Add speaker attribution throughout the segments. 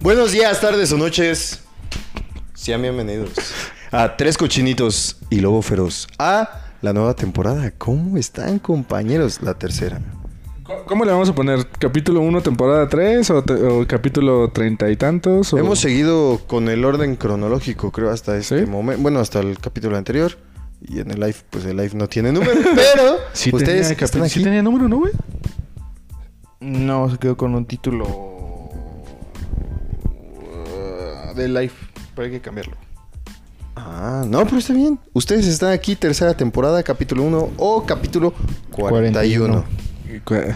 Speaker 1: Buenos días, tardes o noches. Sean bienvenidos a Tres Cochinitos y Lobo Feroz. A la nueva temporada. ¿Cómo están, compañeros? La tercera.
Speaker 2: ¿Cómo- ¿Cómo le vamos a poner? ¿Capítulo 1, temporada 3 o, te- o capítulo treinta y tantos? o-
Speaker 1: Hemos seguido con el orden cronológico, creo, hasta este
Speaker 2: ¿Sí?
Speaker 1: momento. Bueno, hasta el capítulo anterior. Y en el live, pues el live no tiene número. Pero
Speaker 2: Sí
Speaker 1: ustedes
Speaker 2: tenía
Speaker 1: que están
Speaker 2: capi- sí
Speaker 1: aquí.
Speaker 2: tenía número, ¿no, güey?
Speaker 3: No, se quedó con un título uh, de Life, pero hay que cambiarlo.
Speaker 1: Ah, no, pero está bien. Ustedes están aquí, tercera temporada, capítulo 1 o capítulo 41.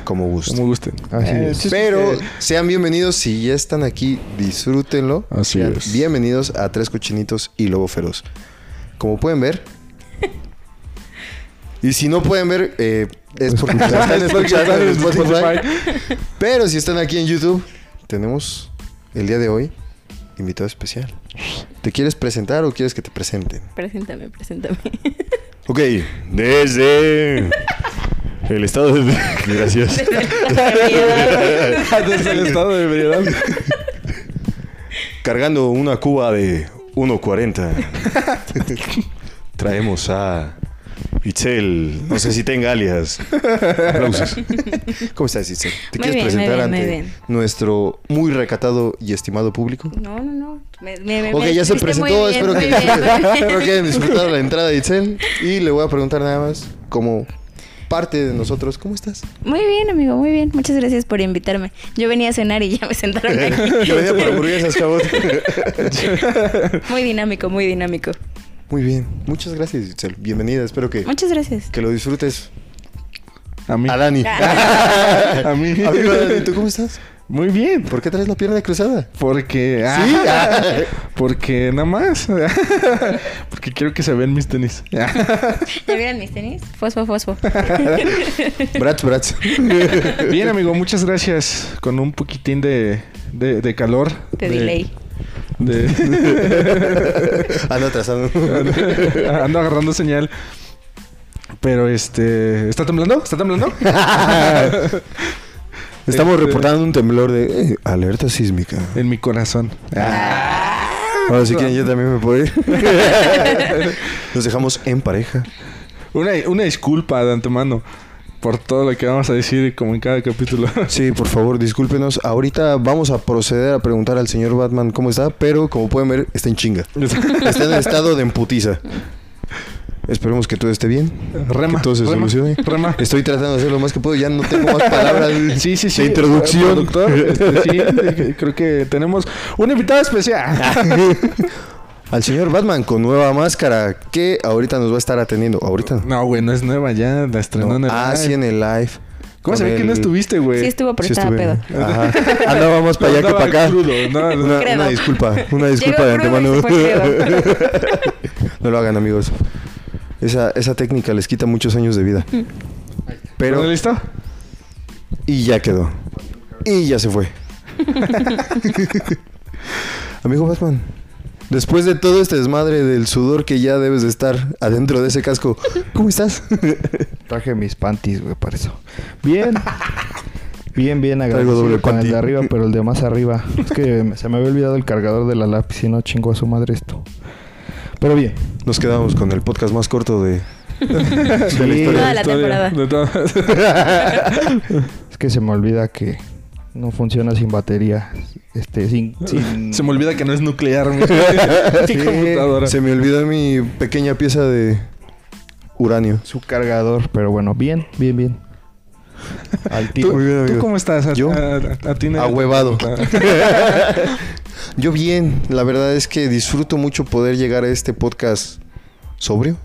Speaker 1: Como gusten.
Speaker 2: Como gusten.
Speaker 3: Así
Speaker 1: Eh,
Speaker 3: es.
Speaker 1: Pero
Speaker 3: Eh,
Speaker 1: sean bienvenidos, si ya están aquí, disfrútenlo.
Speaker 2: Así
Speaker 1: Sean
Speaker 2: es.
Speaker 1: Bienvenidos a Tres Cochinitos y Lobo Feroz. Como pueden ver, y si no pueden ver, eh, es porque nos están escuchando en Spotify. Pero si están aquí en YouTube, tenemos el día de hoy invitado especial. ¿Te quieres presentar o quieres que te presenten?
Speaker 4: Preséntame, preséntame.
Speaker 1: Ok, desde el estado de... Gracias.
Speaker 2: Desde el estado de ebriedad.
Speaker 1: Cargando una cuba de 1.40. Traemos a Itzel. No sé si tenga alias. Aplausos. ¿Cómo estás, Itzel? ¿Te
Speaker 4: Muy
Speaker 1: quieres
Speaker 4: bien, muy
Speaker 1: presentar
Speaker 4: bien, muy
Speaker 1: ante
Speaker 4: bien.
Speaker 1: nuestro muy recatado y estimado público?
Speaker 4: No, no, no. Me, me, me-
Speaker 1: Ok,
Speaker 4: me
Speaker 1: ya se
Speaker 4: estuviste
Speaker 1: presentó.
Speaker 4: muy bien,
Speaker 1: espero,
Speaker 4: muy
Speaker 1: que,
Speaker 4: bien, muy
Speaker 1: espero
Speaker 4: bien.
Speaker 1: que hayan disfrutado la entrada de Itzel. Y le voy a preguntar nada más, como parte de nosotros, ¿cómo estás?
Speaker 4: Muy bien, amigo, muy bien. Muchas gracias por invitarme. Yo venía a cenar y ya me sentaron aquí.
Speaker 1: Yo venía por hamburguesas, chavos.
Speaker 4: Muy dinámico, muy dinámico.
Speaker 1: Muy bien. Muchas gracias, Itzel. Bienvenida. Espero que,
Speaker 4: Muchas gracias.
Speaker 1: que lo disfrutes
Speaker 2: A mí.
Speaker 1: A Dani.
Speaker 2: A mí.
Speaker 1: Amigo Dani, ¿tú cómo estás?
Speaker 2: Muy bien.
Speaker 1: ¿Por qué traes la pierna cruzada?
Speaker 2: Porque.
Speaker 1: Sí.
Speaker 2: ah, porque nada más. porque quiero que se vean mis tenis.
Speaker 4: ¿Ya vieron mis tenis? Fosfo, fosfo.
Speaker 1: Bratz, bratz.
Speaker 2: bien, amigo, muchas gracias. Con un poquitín de, de, de calor.
Speaker 1: eh,
Speaker 4: Te delay.
Speaker 2: de-
Speaker 1: Anda atrasado.
Speaker 2: Ando agarrando señal. Pero este. ¿Está temblando? ¿Está temblando?
Speaker 1: Estamos
Speaker 2: Este-
Speaker 1: reportando un temblor de eh, alerta sísmica.
Speaker 2: En mi corazón. Ah.
Speaker 1: Ahora si quieren yo también me puedo ir. Nos dejamos en pareja.
Speaker 2: Una, una disculpa de antemano por todo lo que vamos a decir como en cada capítulo.
Speaker 1: Sí, por favor, discúlpenos. Ahorita vamos a proceder a preguntar al señor Batman cómo está, pero como pueden ver, está en chinga. Está en estado de emputiza. Esperemos que todo esté bien.
Speaker 2: Rema.
Speaker 1: que todo se
Speaker 2: rema,
Speaker 1: solucione.
Speaker 2: Rema.
Speaker 1: Estoy tratando de hacer lo más que puedo. Ya no tengo más palabras
Speaker 2: Sí, sí, sí.
Speaker 1: de introducción.
Speaker 2: Productor, este, sí, eh, creo que tenemos un invitado
Speaker 1: Ah.
Speaker 2: especial.
Speaker 1: Al señor Batman con nueva máscara que ahorita nos va a estar atendiendo. Ahorita.
Speaker 2: No, güey, no es nueva ya. La estrenó en el.
Speaker 1: ah,
Speaker 2: live.
Speaker 1: sí, en el live.
Speaker 2: ¿Cómo se
Speaker 1: Con
Speaker 2: ve que no
Speaker 1: el-
Speaker 2: estuviste, güey?
Speaker 4: Sí estuvo, pero
Speaker 1: Sí
Speaker 4: estaba
Speaker 1: estuve.
Speaker 4: pedo.
Speaker 1: Ajá. Andaba más para allá que
Speaker 2: Andaba
Speaker 1: para acá.
Speaker 2: crudo, no, no.
Speaker 1: Una,
Speaker 4: Creo.
Speaker 1: una disculpa, una disculpa
Speaker 4: Llegó
Speaker 1: de
Speaker 4: crudo
Speaker 1: antemano.
Speaker 4: y se fue
Speaker 1: no lo hagan, amigos. Esa, esa técnica les quita muchos años de vida.
Speaker 4: Mm.
Speaker 1: Pero,
Speaker 2: ¿Bueno, ¿Listo?
Speaker 1: y ya quedó. Y ya se fue. Amigo Batman, después de todo este desmadre del sudor que ya debes de estar adentro de ese casco, ¿cómo estás?
Speaker 3: Traje mis panties, güey, para eso. Bien. Bien, bien agradecido
Speaker 1: doble
Speaker 3: con
Speaker 1: panty.
Speaker 3: el de arriba, pero el de más arriba. Es que me- se me había olvidado el cargador de la lápiz y no chingo a su madre esto. Pero bien.
Speaker 1: Nos quedamos con el podcast más corto de...
Speaker 3: Sí,
Speaker 4: Toda la temporada.
Speaker 2: De todas.
Speaker 3: es que se me olvida que no funciona sin batería. Este, sin... sin-
Speaker 2: Se me olvida que no es nuclear. mi- mi computadora.
Speaker 1: Se me olvidó mi pequeña pieza de uranio.
Speaker 3: su cargador, pero bueno, bien, bien, bien. Al
Speaker 2: ¿Tú,
Speaker 3: tiro.
Speaker 1: Muy bien,
Speaker 2: tú
Speaker 1: amigo.
Speaker 2: cómo estás? ¿A-
Speaker 1: ¿Yo?
Speaker 2: A, a- a ti no-
Speaker 1: Ahuevado.
Speaker 2: Ah.
Speaker 1: Yo bien, la verdad es que disfruto mucho poder llegar a este podcast sobrio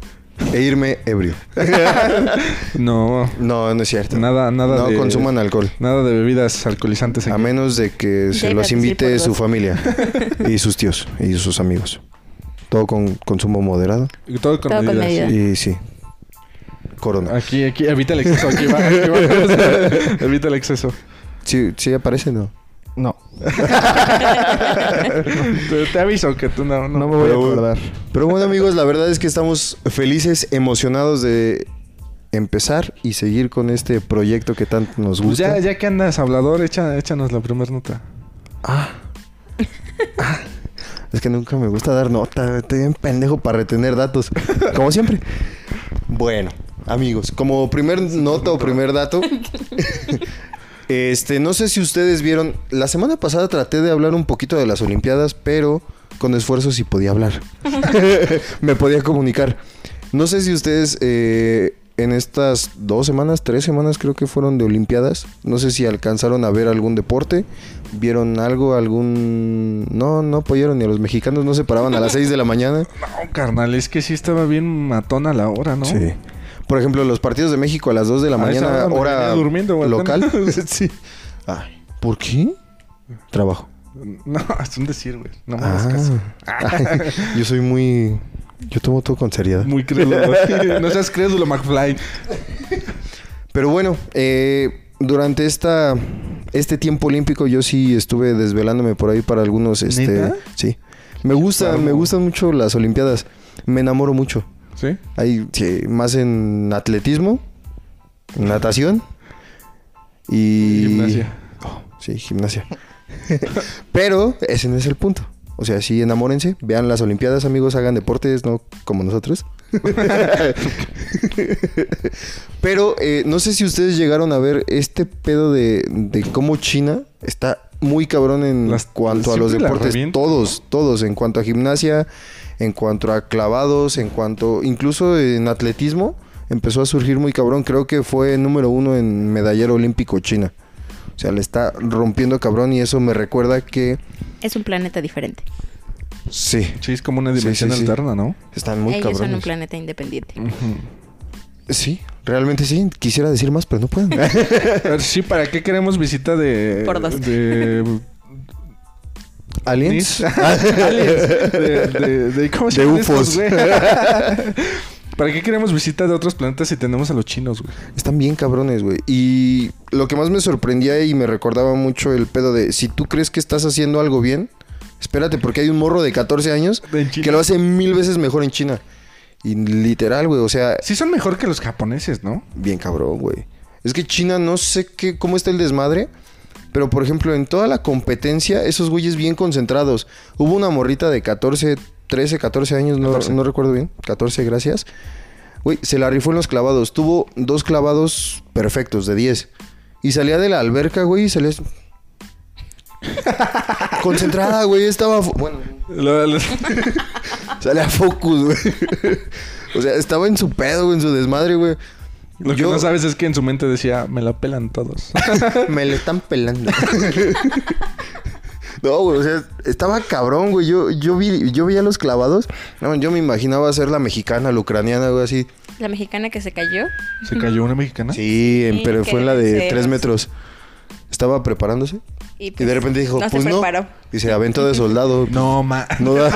Speaker 1: e irme ebrio.
Speaker 2: Ah. no.
Speaker 1: No, no es cierto.
Speaker 2: Nada, nada
Speaker 1: No
Speaker 2: de...
Speaker 1: consuman alcohol.
Speaker 2: Nada de bebidas alcoholizantes
Speaker 1: A
Speaker 2: aquí.
Speaker 1: menos de que se
Speaker 4: Debe
Speaker 1: los
Speaker 4: reducir por
Speaker 1: invite
Speaker 4: dos.
Speaker 1: su familia y sus tíos y sus amigos. Todo con consumo moderado.
Speaker 2: Y Todo con
Speaker 4: Todo con
Speaker 2: medidas.
Speaker 4: medida.
Speaker 1: Y sí. Corona.
Speaker 2: Aquí, aquí, evita el exceso. Aquí va, aquí va. evita el exceso.
Speaker 1: Sí, sí aparece, ¿no?
Speaker 3: No,
Speaker 2: te, te aviso que tú no... no.
Speaker 3: no me voy a
Speaker 1: Pero-
Speaker 3: acordar.
Speaker 1: Pero bueno, amigos, la verdad es que estamos felices, emocionados de empezar y seguir con este proyecto que tanto nos
Speaker 2: Pues
Speaker 1: gusta.
Speaker 2: ya, ya que andas hablador, echa, échanos la primera nota.
Speaker 1: Ah. Es que nunca me gusta dar nota. Estoy bien pendejo para retener datos. Como siempre. Bueno, amigos, como primer nota o primer dato. este, no sé si ustedes vieron. La semana pasada traté de hablar un poquito de las Olimpiadas, pero con esfuerzo sí podía hablar. me podía comunicar. No sé si ustedes. eh, en estas dos semanas, tres semanas creo que fueron de Olimpiadas. No sé si alcanzaron a ver algún deporte, vieron algo, algún... No, no apoyaron ni a los mexicanos, no se paraban a las seis de la mañana.
Speaker 2: No, carnal, es que sí estaba bien matona la hora, ¿no?
Speaker 1: Sí. Por ejemplo, los partidos de México a las 2 de la
Speaker 2: A esa
Speaker 1: mañana,
Speaker 2: hora me
Speaker 1: hora
Speaker 2: venía durmiendo, güey.
Speaker 1: local. sí. Ah, ¿Por qué? Trabajo.
Speaker 2: No, es un decir, güey. No me hagas
Speaker 1: Ah.
Speaker 2: caso.
Speaker 1: Ay, yo soy muy... Yo tomo todo con seriedad.
Speaker 2: Muy crédulo. no seas crédulo, McFly.
Speaker 1: Pero bueno, eh, durante esta, este tiempo olímpico yo sí estuve desvelándome por ahí para algunos... Este,
Speaker 2: ¿Neta?
Speaker 1: Sí. Me gustan,
Speaker 2: Claro.
Speaker 1: me gustan mucho las Olimpiadas. Me enamoro mucho.
Speaker 2: ¿Sí?
Speaker 1: Hay sí, más en atletismo, natación y...
Speaker 2: Gimnasia.
Speaker 1: Oh, sí, gimnasia. Pero ese no es el punto. O sea, sí, enamórense, vean las Olimpiadas, amigos, hagan deportes, no como nosotros. Pero eh, no sé si ustedes llegaron a ver este pedo de, de cómo China está muy cabrón en
Speaker 2: Las-
Speaker 1: cuanto a los
Speaker 2: siempre la
Speaker 1: deportes.
Speaker 2: revienta,
Speaker 1: Todos, todos, en cuanto a gimnasia, en cuanto a clavados, en cuanto, incluso en atletismo, empezó a surgir muy cabrón. Creo que fue número uno en medallero olímpico China. O sea, le está rompiendo cabrón y eso me recuerda que
Speaker 4: Es un planeta diferente.
Speaker 1: sí,
Speaker 2: Sí, es como una
Speaker 1: Sí, sí,
Speaker 2: dimensión
Speaker 1: sí.
Speaker 2: alterna, ¿no?
Speaker 1: están muy
Speaker 4: Ellos son un
Speaker 1: cabrones.
Speaker 4: planeta independiente.
Speaker 1: Sí, realmente sí. Quisiera decir más, pero no puedo.
Speaker 2: A ver, sí, ¿para qué queremos visita de...
Speaker 4: Por dos.
Speaker 2: De...
Speaker 1: Aliens.
Speaker 2: Aliens. De, de, de- ¿Cómo se
Speaker 1: Ah, De
Speaker 2: llaman
Speaker 1: UFOs.
Speaker 2: estos, güey? ¿Para qué queremos visita de otros planetas si tenemos a los chinos, güey?
Speaker 1: Están bien cabrones, güey. Y lo que más me sorprendía y me recordaba mucho el pedo de si tú crees que estás haciendo algo bien, espérate, porque hay un morro de 14 años
Speaker 2: En China.
Speaker 1: que lo hace mil veces mejor en China. Y literal, güey. O sea,
Speaker 2: Sí son mejor que los japoneses, ¿no?
Speaker 1: bien cabrón, güey. Es que China no sé qué, cómo está el desmadre. Pero, por ejemplo, en toda la competencia, esos güeyes bien concentrados. Hubo una morrita de 14, 13, 14 años, no,
Speaker 2: 14.
Speaker 1: no recuerdo bien. 14, gracias. Güey, se la rifó en los clavados. Tuvo dos clavados perfectos, de 10. Y salía de la alberca, güey, y salía... así. Concentrada, güey, estaba... fo- Bueno,
Speaker 2: Lo- lo-
Speaker 1: salía focus, güey. o sea, estaba en su pedo, güey, en su desmadre, güey.
Speaker 2: Lo que
Speaker 1: Yo-
Speaker 2: no sabes es que en su mente decía, me la pelan todos.
Speaker 1: Me lo están pelando. No, güey, o sea, estaba cabrón, güey. Yo, yo vi, yo veía los clavados. No, yo me imaginaba ser la mexicana, la ucraniana, güey, así.
Speaker 4: La mexicana que se cayó.
Speaker 2: ¿Se cayó una
Speaker 1: ¿Ah?
Speaker 2: mexicana?
Speaker 1: Sí, en-
Speaker 4: Sí,
Speaker 1: pero
Speaker 4: que
Speaker 1: fue en la
Speaker 4: deben
Speaker 1: de
Speaker 4: ser,
Speaker 1: tres
Speaker 4: sí.
Speaker 1: metros. Estaba preparándose
Speaker 4: Y,
Speaker 1: y
Speaker 4: pues,
Speaker 1: de repente dijo,
Speaker 4: no
Speaker 1: pues
Speaker 4: se
Speaker 1: no.
Speaker 4: preparó.
Speaker 1: Y se aventó de soldado.
Speaker 2: No, ma
Speaker 1: No da,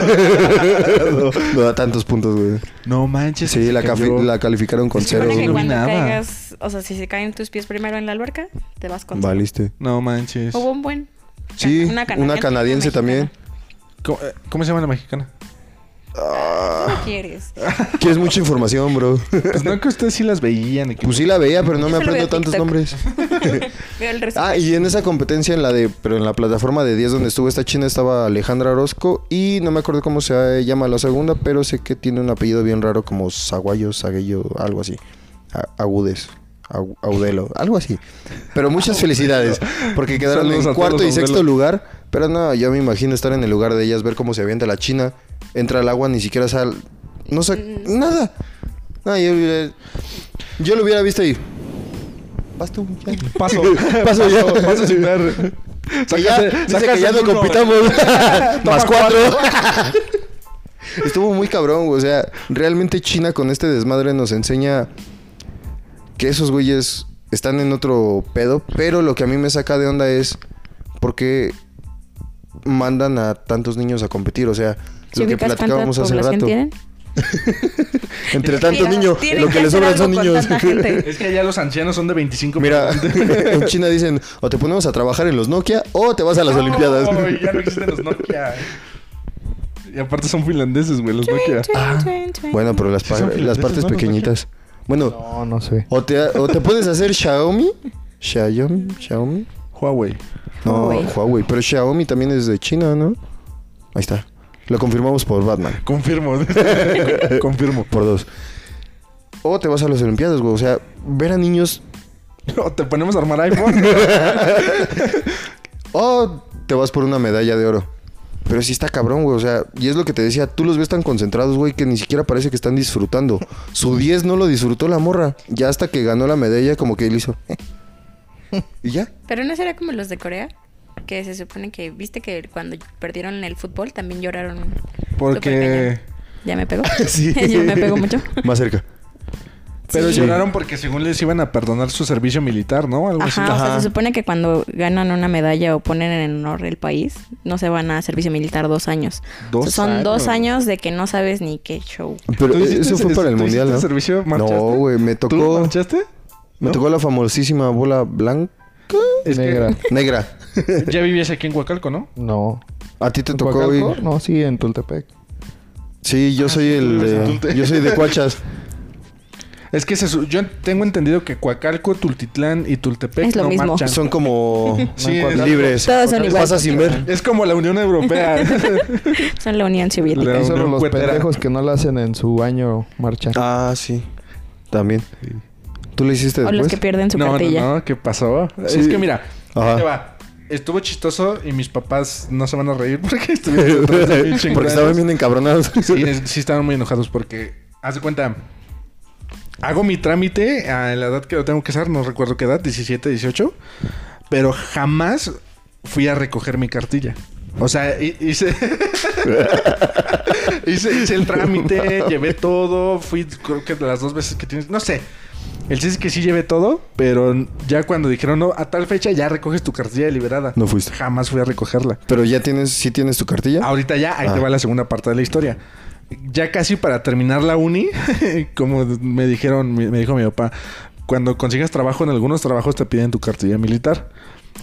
Speaker 1: no, no da tantos puntos, güey.
Speaker 2: no manches.
Speaker 1: Sí,
Speaker 2: se
Speaker 1: la,
Speaker 2: cayó.
Speaker 1: cafi- la calificaron con
Speaker 4: Se supone
Speaker 1: cero.
Speaker 2: ceros,
Speaker 4: que
Speaker 1: güey.
Speaker 2: no vi
Speaker 4: cuando
Speaker 2: nada.
Speaker 4: caigas, o sea, si se caen tus pies primero en la alberca, te vas con
Speaker 1: Valiste.
Speaker 2: No manches.
Speaker 4: Hubo un buen.
Speaker 1: Sí, una canadiense
Speaker 4: una mexicana.
Speaker 1: también.
Speaker 2: ¿Cómo, eh, cómo se llama la mexicana?
Speaker 1: Ah,
Speaker 4: ¿Qué quieres?
Speaker 1: quieres mucha información, bro.
Speaker 2: Pues no que ustedes sí las veían. y que-
Speaker 1: Pues sí la veía, pero no
Speaker 4: Yo
Speaker 1: me
Speaker 4: solo veo
Speaker 1: aprendo tantos
Speaker 4: TikTok.
Speaker 1: nombres.
Speaker 4: Veo el resumen.
Speaker 1: Ah, y en esa competencia, en la de, pero en la plataforma de 10 donde estuvo esta china, estaba Alejandra Orozco y no me acuerdo cómo se llama la segunda, pero sé que tiene un apellido bien raro como Zaguayo, Zaguello, algo así. A- Agudes. Au- Audelo, algo así. Pero muchas felicidades, porque quedaron
Speaker 2: Saludos a
Speaker 1: en
Speaker 2: todos
Speaker 1: cuarto y
Speaker 2: los Audelo.
Speaker 1: sexto lugar. Pero no, yo me imagino estar en el lugar de ellas, ver cómo se avienta la china, entra al agua, ni siquiera sal. No sé,
Speaker 2: Mm.
Speaker 1: nada. No, yo, yo lo hubiera visto y. Vas tú, ya.
Speaker 2: Paso.
Speaker 1: Paso ya.
Speaker 2: Paso sin ver.
Speaker 1: Que ya,
Speaker 2: Sácate-
Speaker 1: dice
Speaker 2: sácate
Speaker 1: que ya no
Speaker 2: el uno.
Speaker 1: compitamos. Más
Speaker 2: Toma
Speaker 1: cuatro. Estuvo muy cabrón, güey. O sea, realmente China con este desmadre nos enseña que esos güeyes están en otro pedo. Pero lo que a mí me saca de onda es por qué mandan a tantos niños a competir. O sea,
Speaker 4: Si
Speaker 1: lo que
Speaker 4: ubicas cuánta
Speaker 1: platicábamos hace
Speaker 4: población
Speaker 1: rato.
Speaker 4: tienen.
Speaker 1: Entre tanto niño,
Speaker 4: Tienen
Speaker 1: lo que les
Speaker 4: hacer
Speaker 1: sobran son
Speaker 4: algo con
Speaker 1: niños.
Speaker 4: tanta gente.
Speaker 2: Es que allá los ancianos son de 25
Speaker 1: Mira, en China dicen, o te ponemos a trabajar en los Nokia o te vas a las Olimpiadas.
Speaker 2: Ay, ya no existen los Nokia. Y aparte son finlandeses, güey, los Nokia. Ah,
Speaker 4: Ah,
Speaker 1: Bueno, pero las,
Speaker 2: Sí
Speaker 1: par-
Speaker 2: son
Speaker 1: las
Speaker 2: finlandeses,
Speaker 1: partes
Speaker 2: ¿no? Los
Speaker 1: pequeñitas. Bueno,
Speaker 3: No, no sé.
Speaker 1: o te, o te puedes hacer Xiaomi. Xiaomi, Xiaomi.
Speaker 2: Huawei.
Speaker 1: No,
Speaker 4: Huawei.
Speaker 1: Huawei. Pero Xiaomi también es de China, ¿no? Ahí está. Lo confirmamos por Batman.
Speaker 2: Confirmo. Confirmo.
Speaker 1: Por dos. O te vas a las Olimpiadas, güey. O sea, ver a niños.
Speaker 2: No, te ponemos a armar iPhone.
Speaker 1: O Oh, te vas por una medalla de oro. Pero sí está cabrón, güey. O sea, y es lo que te decía, tú los ves tan concentrados, güey, que ni siquiera parece que están disfrutando. Su 10 no lo disfrutó la morra. Ya hasta que ganó la medalla, como que él hizo. "Eh". y ya.
Speaker 4: Pero no será como los de Corea, que se supone que, viste que cuando perdieron el fútbol también lloraron.
Speaker 2: Porque.
Speaker 4: súper cañón. Ya me pegó. Yo me pego mucho.
Speaker 1: Más cerca.
Speaker 2: Pero
Speaker 4: Sí.
Speaker 2: lloraron porque según les iban a perdonar su servicio militar, ¿no? Algo
Speaker 4: Ajá,
Speaker 2: así.
Speaker 4: o sea, se supone que cuando ganan una medalla o ponen en honor el país, no se van a servicio militar dos años.
Speaker 2: Dos
Speaker 4: O sea, son dos
Speaker 2: años.
Speaker 4: años de que no sabes ni qué show.
Speaker 1: Pero
Speaker 2: ¿Tú hiciste
Speaker 1: eso fue
Speaker 2: ese-
Speaker 1: para el
Speaker 2: tú
Speaker 1: mundial,
Speaker 2: hiciste
Speaker 1: ¿no?
Speaker 2: servicio? ¿Marchaste?
Speaker 1: No, güey, me
Speaker 2: ¿Tú
Speaker 1: tocó.
Speaker 2: marchaste?
Speaker 1: Me
Speaker 2: ¿No?
Speaker 1: tocó la famosísima bola blanca.
Speaker 2: Es que-
Speaker 3: Negra.
Speaker 1: Negra.
Speaker 2: ya vivías aquí en Huacalco, ¿no?
Speaker 3: No.
Speaker 1: A ti te
Speaker 3: ¿En
Speaker 1: tocó
Speaker 3: Coacalco?
Speaker 1: ir.
Speaker 3: No, sí, en Tultepec.
Speaker 1: Ah, Sí, yo soy el
Speaker 2: tú eres
Speaker 1: de.
Speaker 2: adulto.
Speaker 1: Yo soy de Cuachas.
Speaker 2: Es que se su- yo tengo entendido que Coacalco, Tultitlán y Tultepec
Speaker 4: Es lo
Speaker 2: no
Speaker 4: mismo.
Speaker 2: marchan.
Speaker 1: Son como
Speaker 2: Sí,
Speaker 1: como
Speaker 2: es-
Speaker 1: libres.
Speaker 4: Todos son igual.
Speaker 1: Pasas sin ver.
Speaker 2: Es como la Unión Europea.
Speaker 4: Son la Unión Soviética.
Speaker 2: La
Speaker 3: Son
Speaker 2: Unión
Speaker 3: los
Speaker 2: Cuetera.
Speaker 3: pendejos que no la hacen en su baño marchar.
Speaker 1: Ah, sí. También. ¿Tú lo hiciste
Speaker 4: O los
Speaker 1: después?
Speaker 4: que pierden su
Speaker 2: no,
Speaker 4: cartilla.
Speaker 2: no, no, ¿qué pasó?
Speaker 1: Sí.
Speaker 2: Es que mira,
Speaker 1: Ajá.
Speaker 2: ahí te va. Estuvo chistoso y mis papás no se van a reír porque estuvieron detrás de mí
Speaker 1: Porque
Speaker 2: chingando.
Speaker 1: estaban bien encabronados.
Speaker 2: Sí, es- sí estaban muy enojados porque, haz de cuenta, hago mi trámite a la edad que lo tengo que hacer, no recuerdo qué edad, 17, 18, pero jamás fui a recoger mi cartilla. O sea, hi- hice, hice, hice el trámite, llevé todo, fui creo que las dos veces que tienes, no sé. El chiste es que sí llevé todo, pero ya cuando dijeron, no, a tal fecha ya recoges tu cartilla deliberada.
Speaker 1: No fuiste.
Speaker 2: Jamás fui a recogerla.
Speaker 1: Pero ya tienes, sí tienes tu cartilla.
Speaker 2: Ahorita ya, ahí
Speaker 1: Ah.
Speaker 2: te va la segunda parte de la historia. Ya casi para terminar la uni, como me dijeron, me me dijo mi papá, cuando consigas trabajo en algunos trabajos te piden tu cartilla militar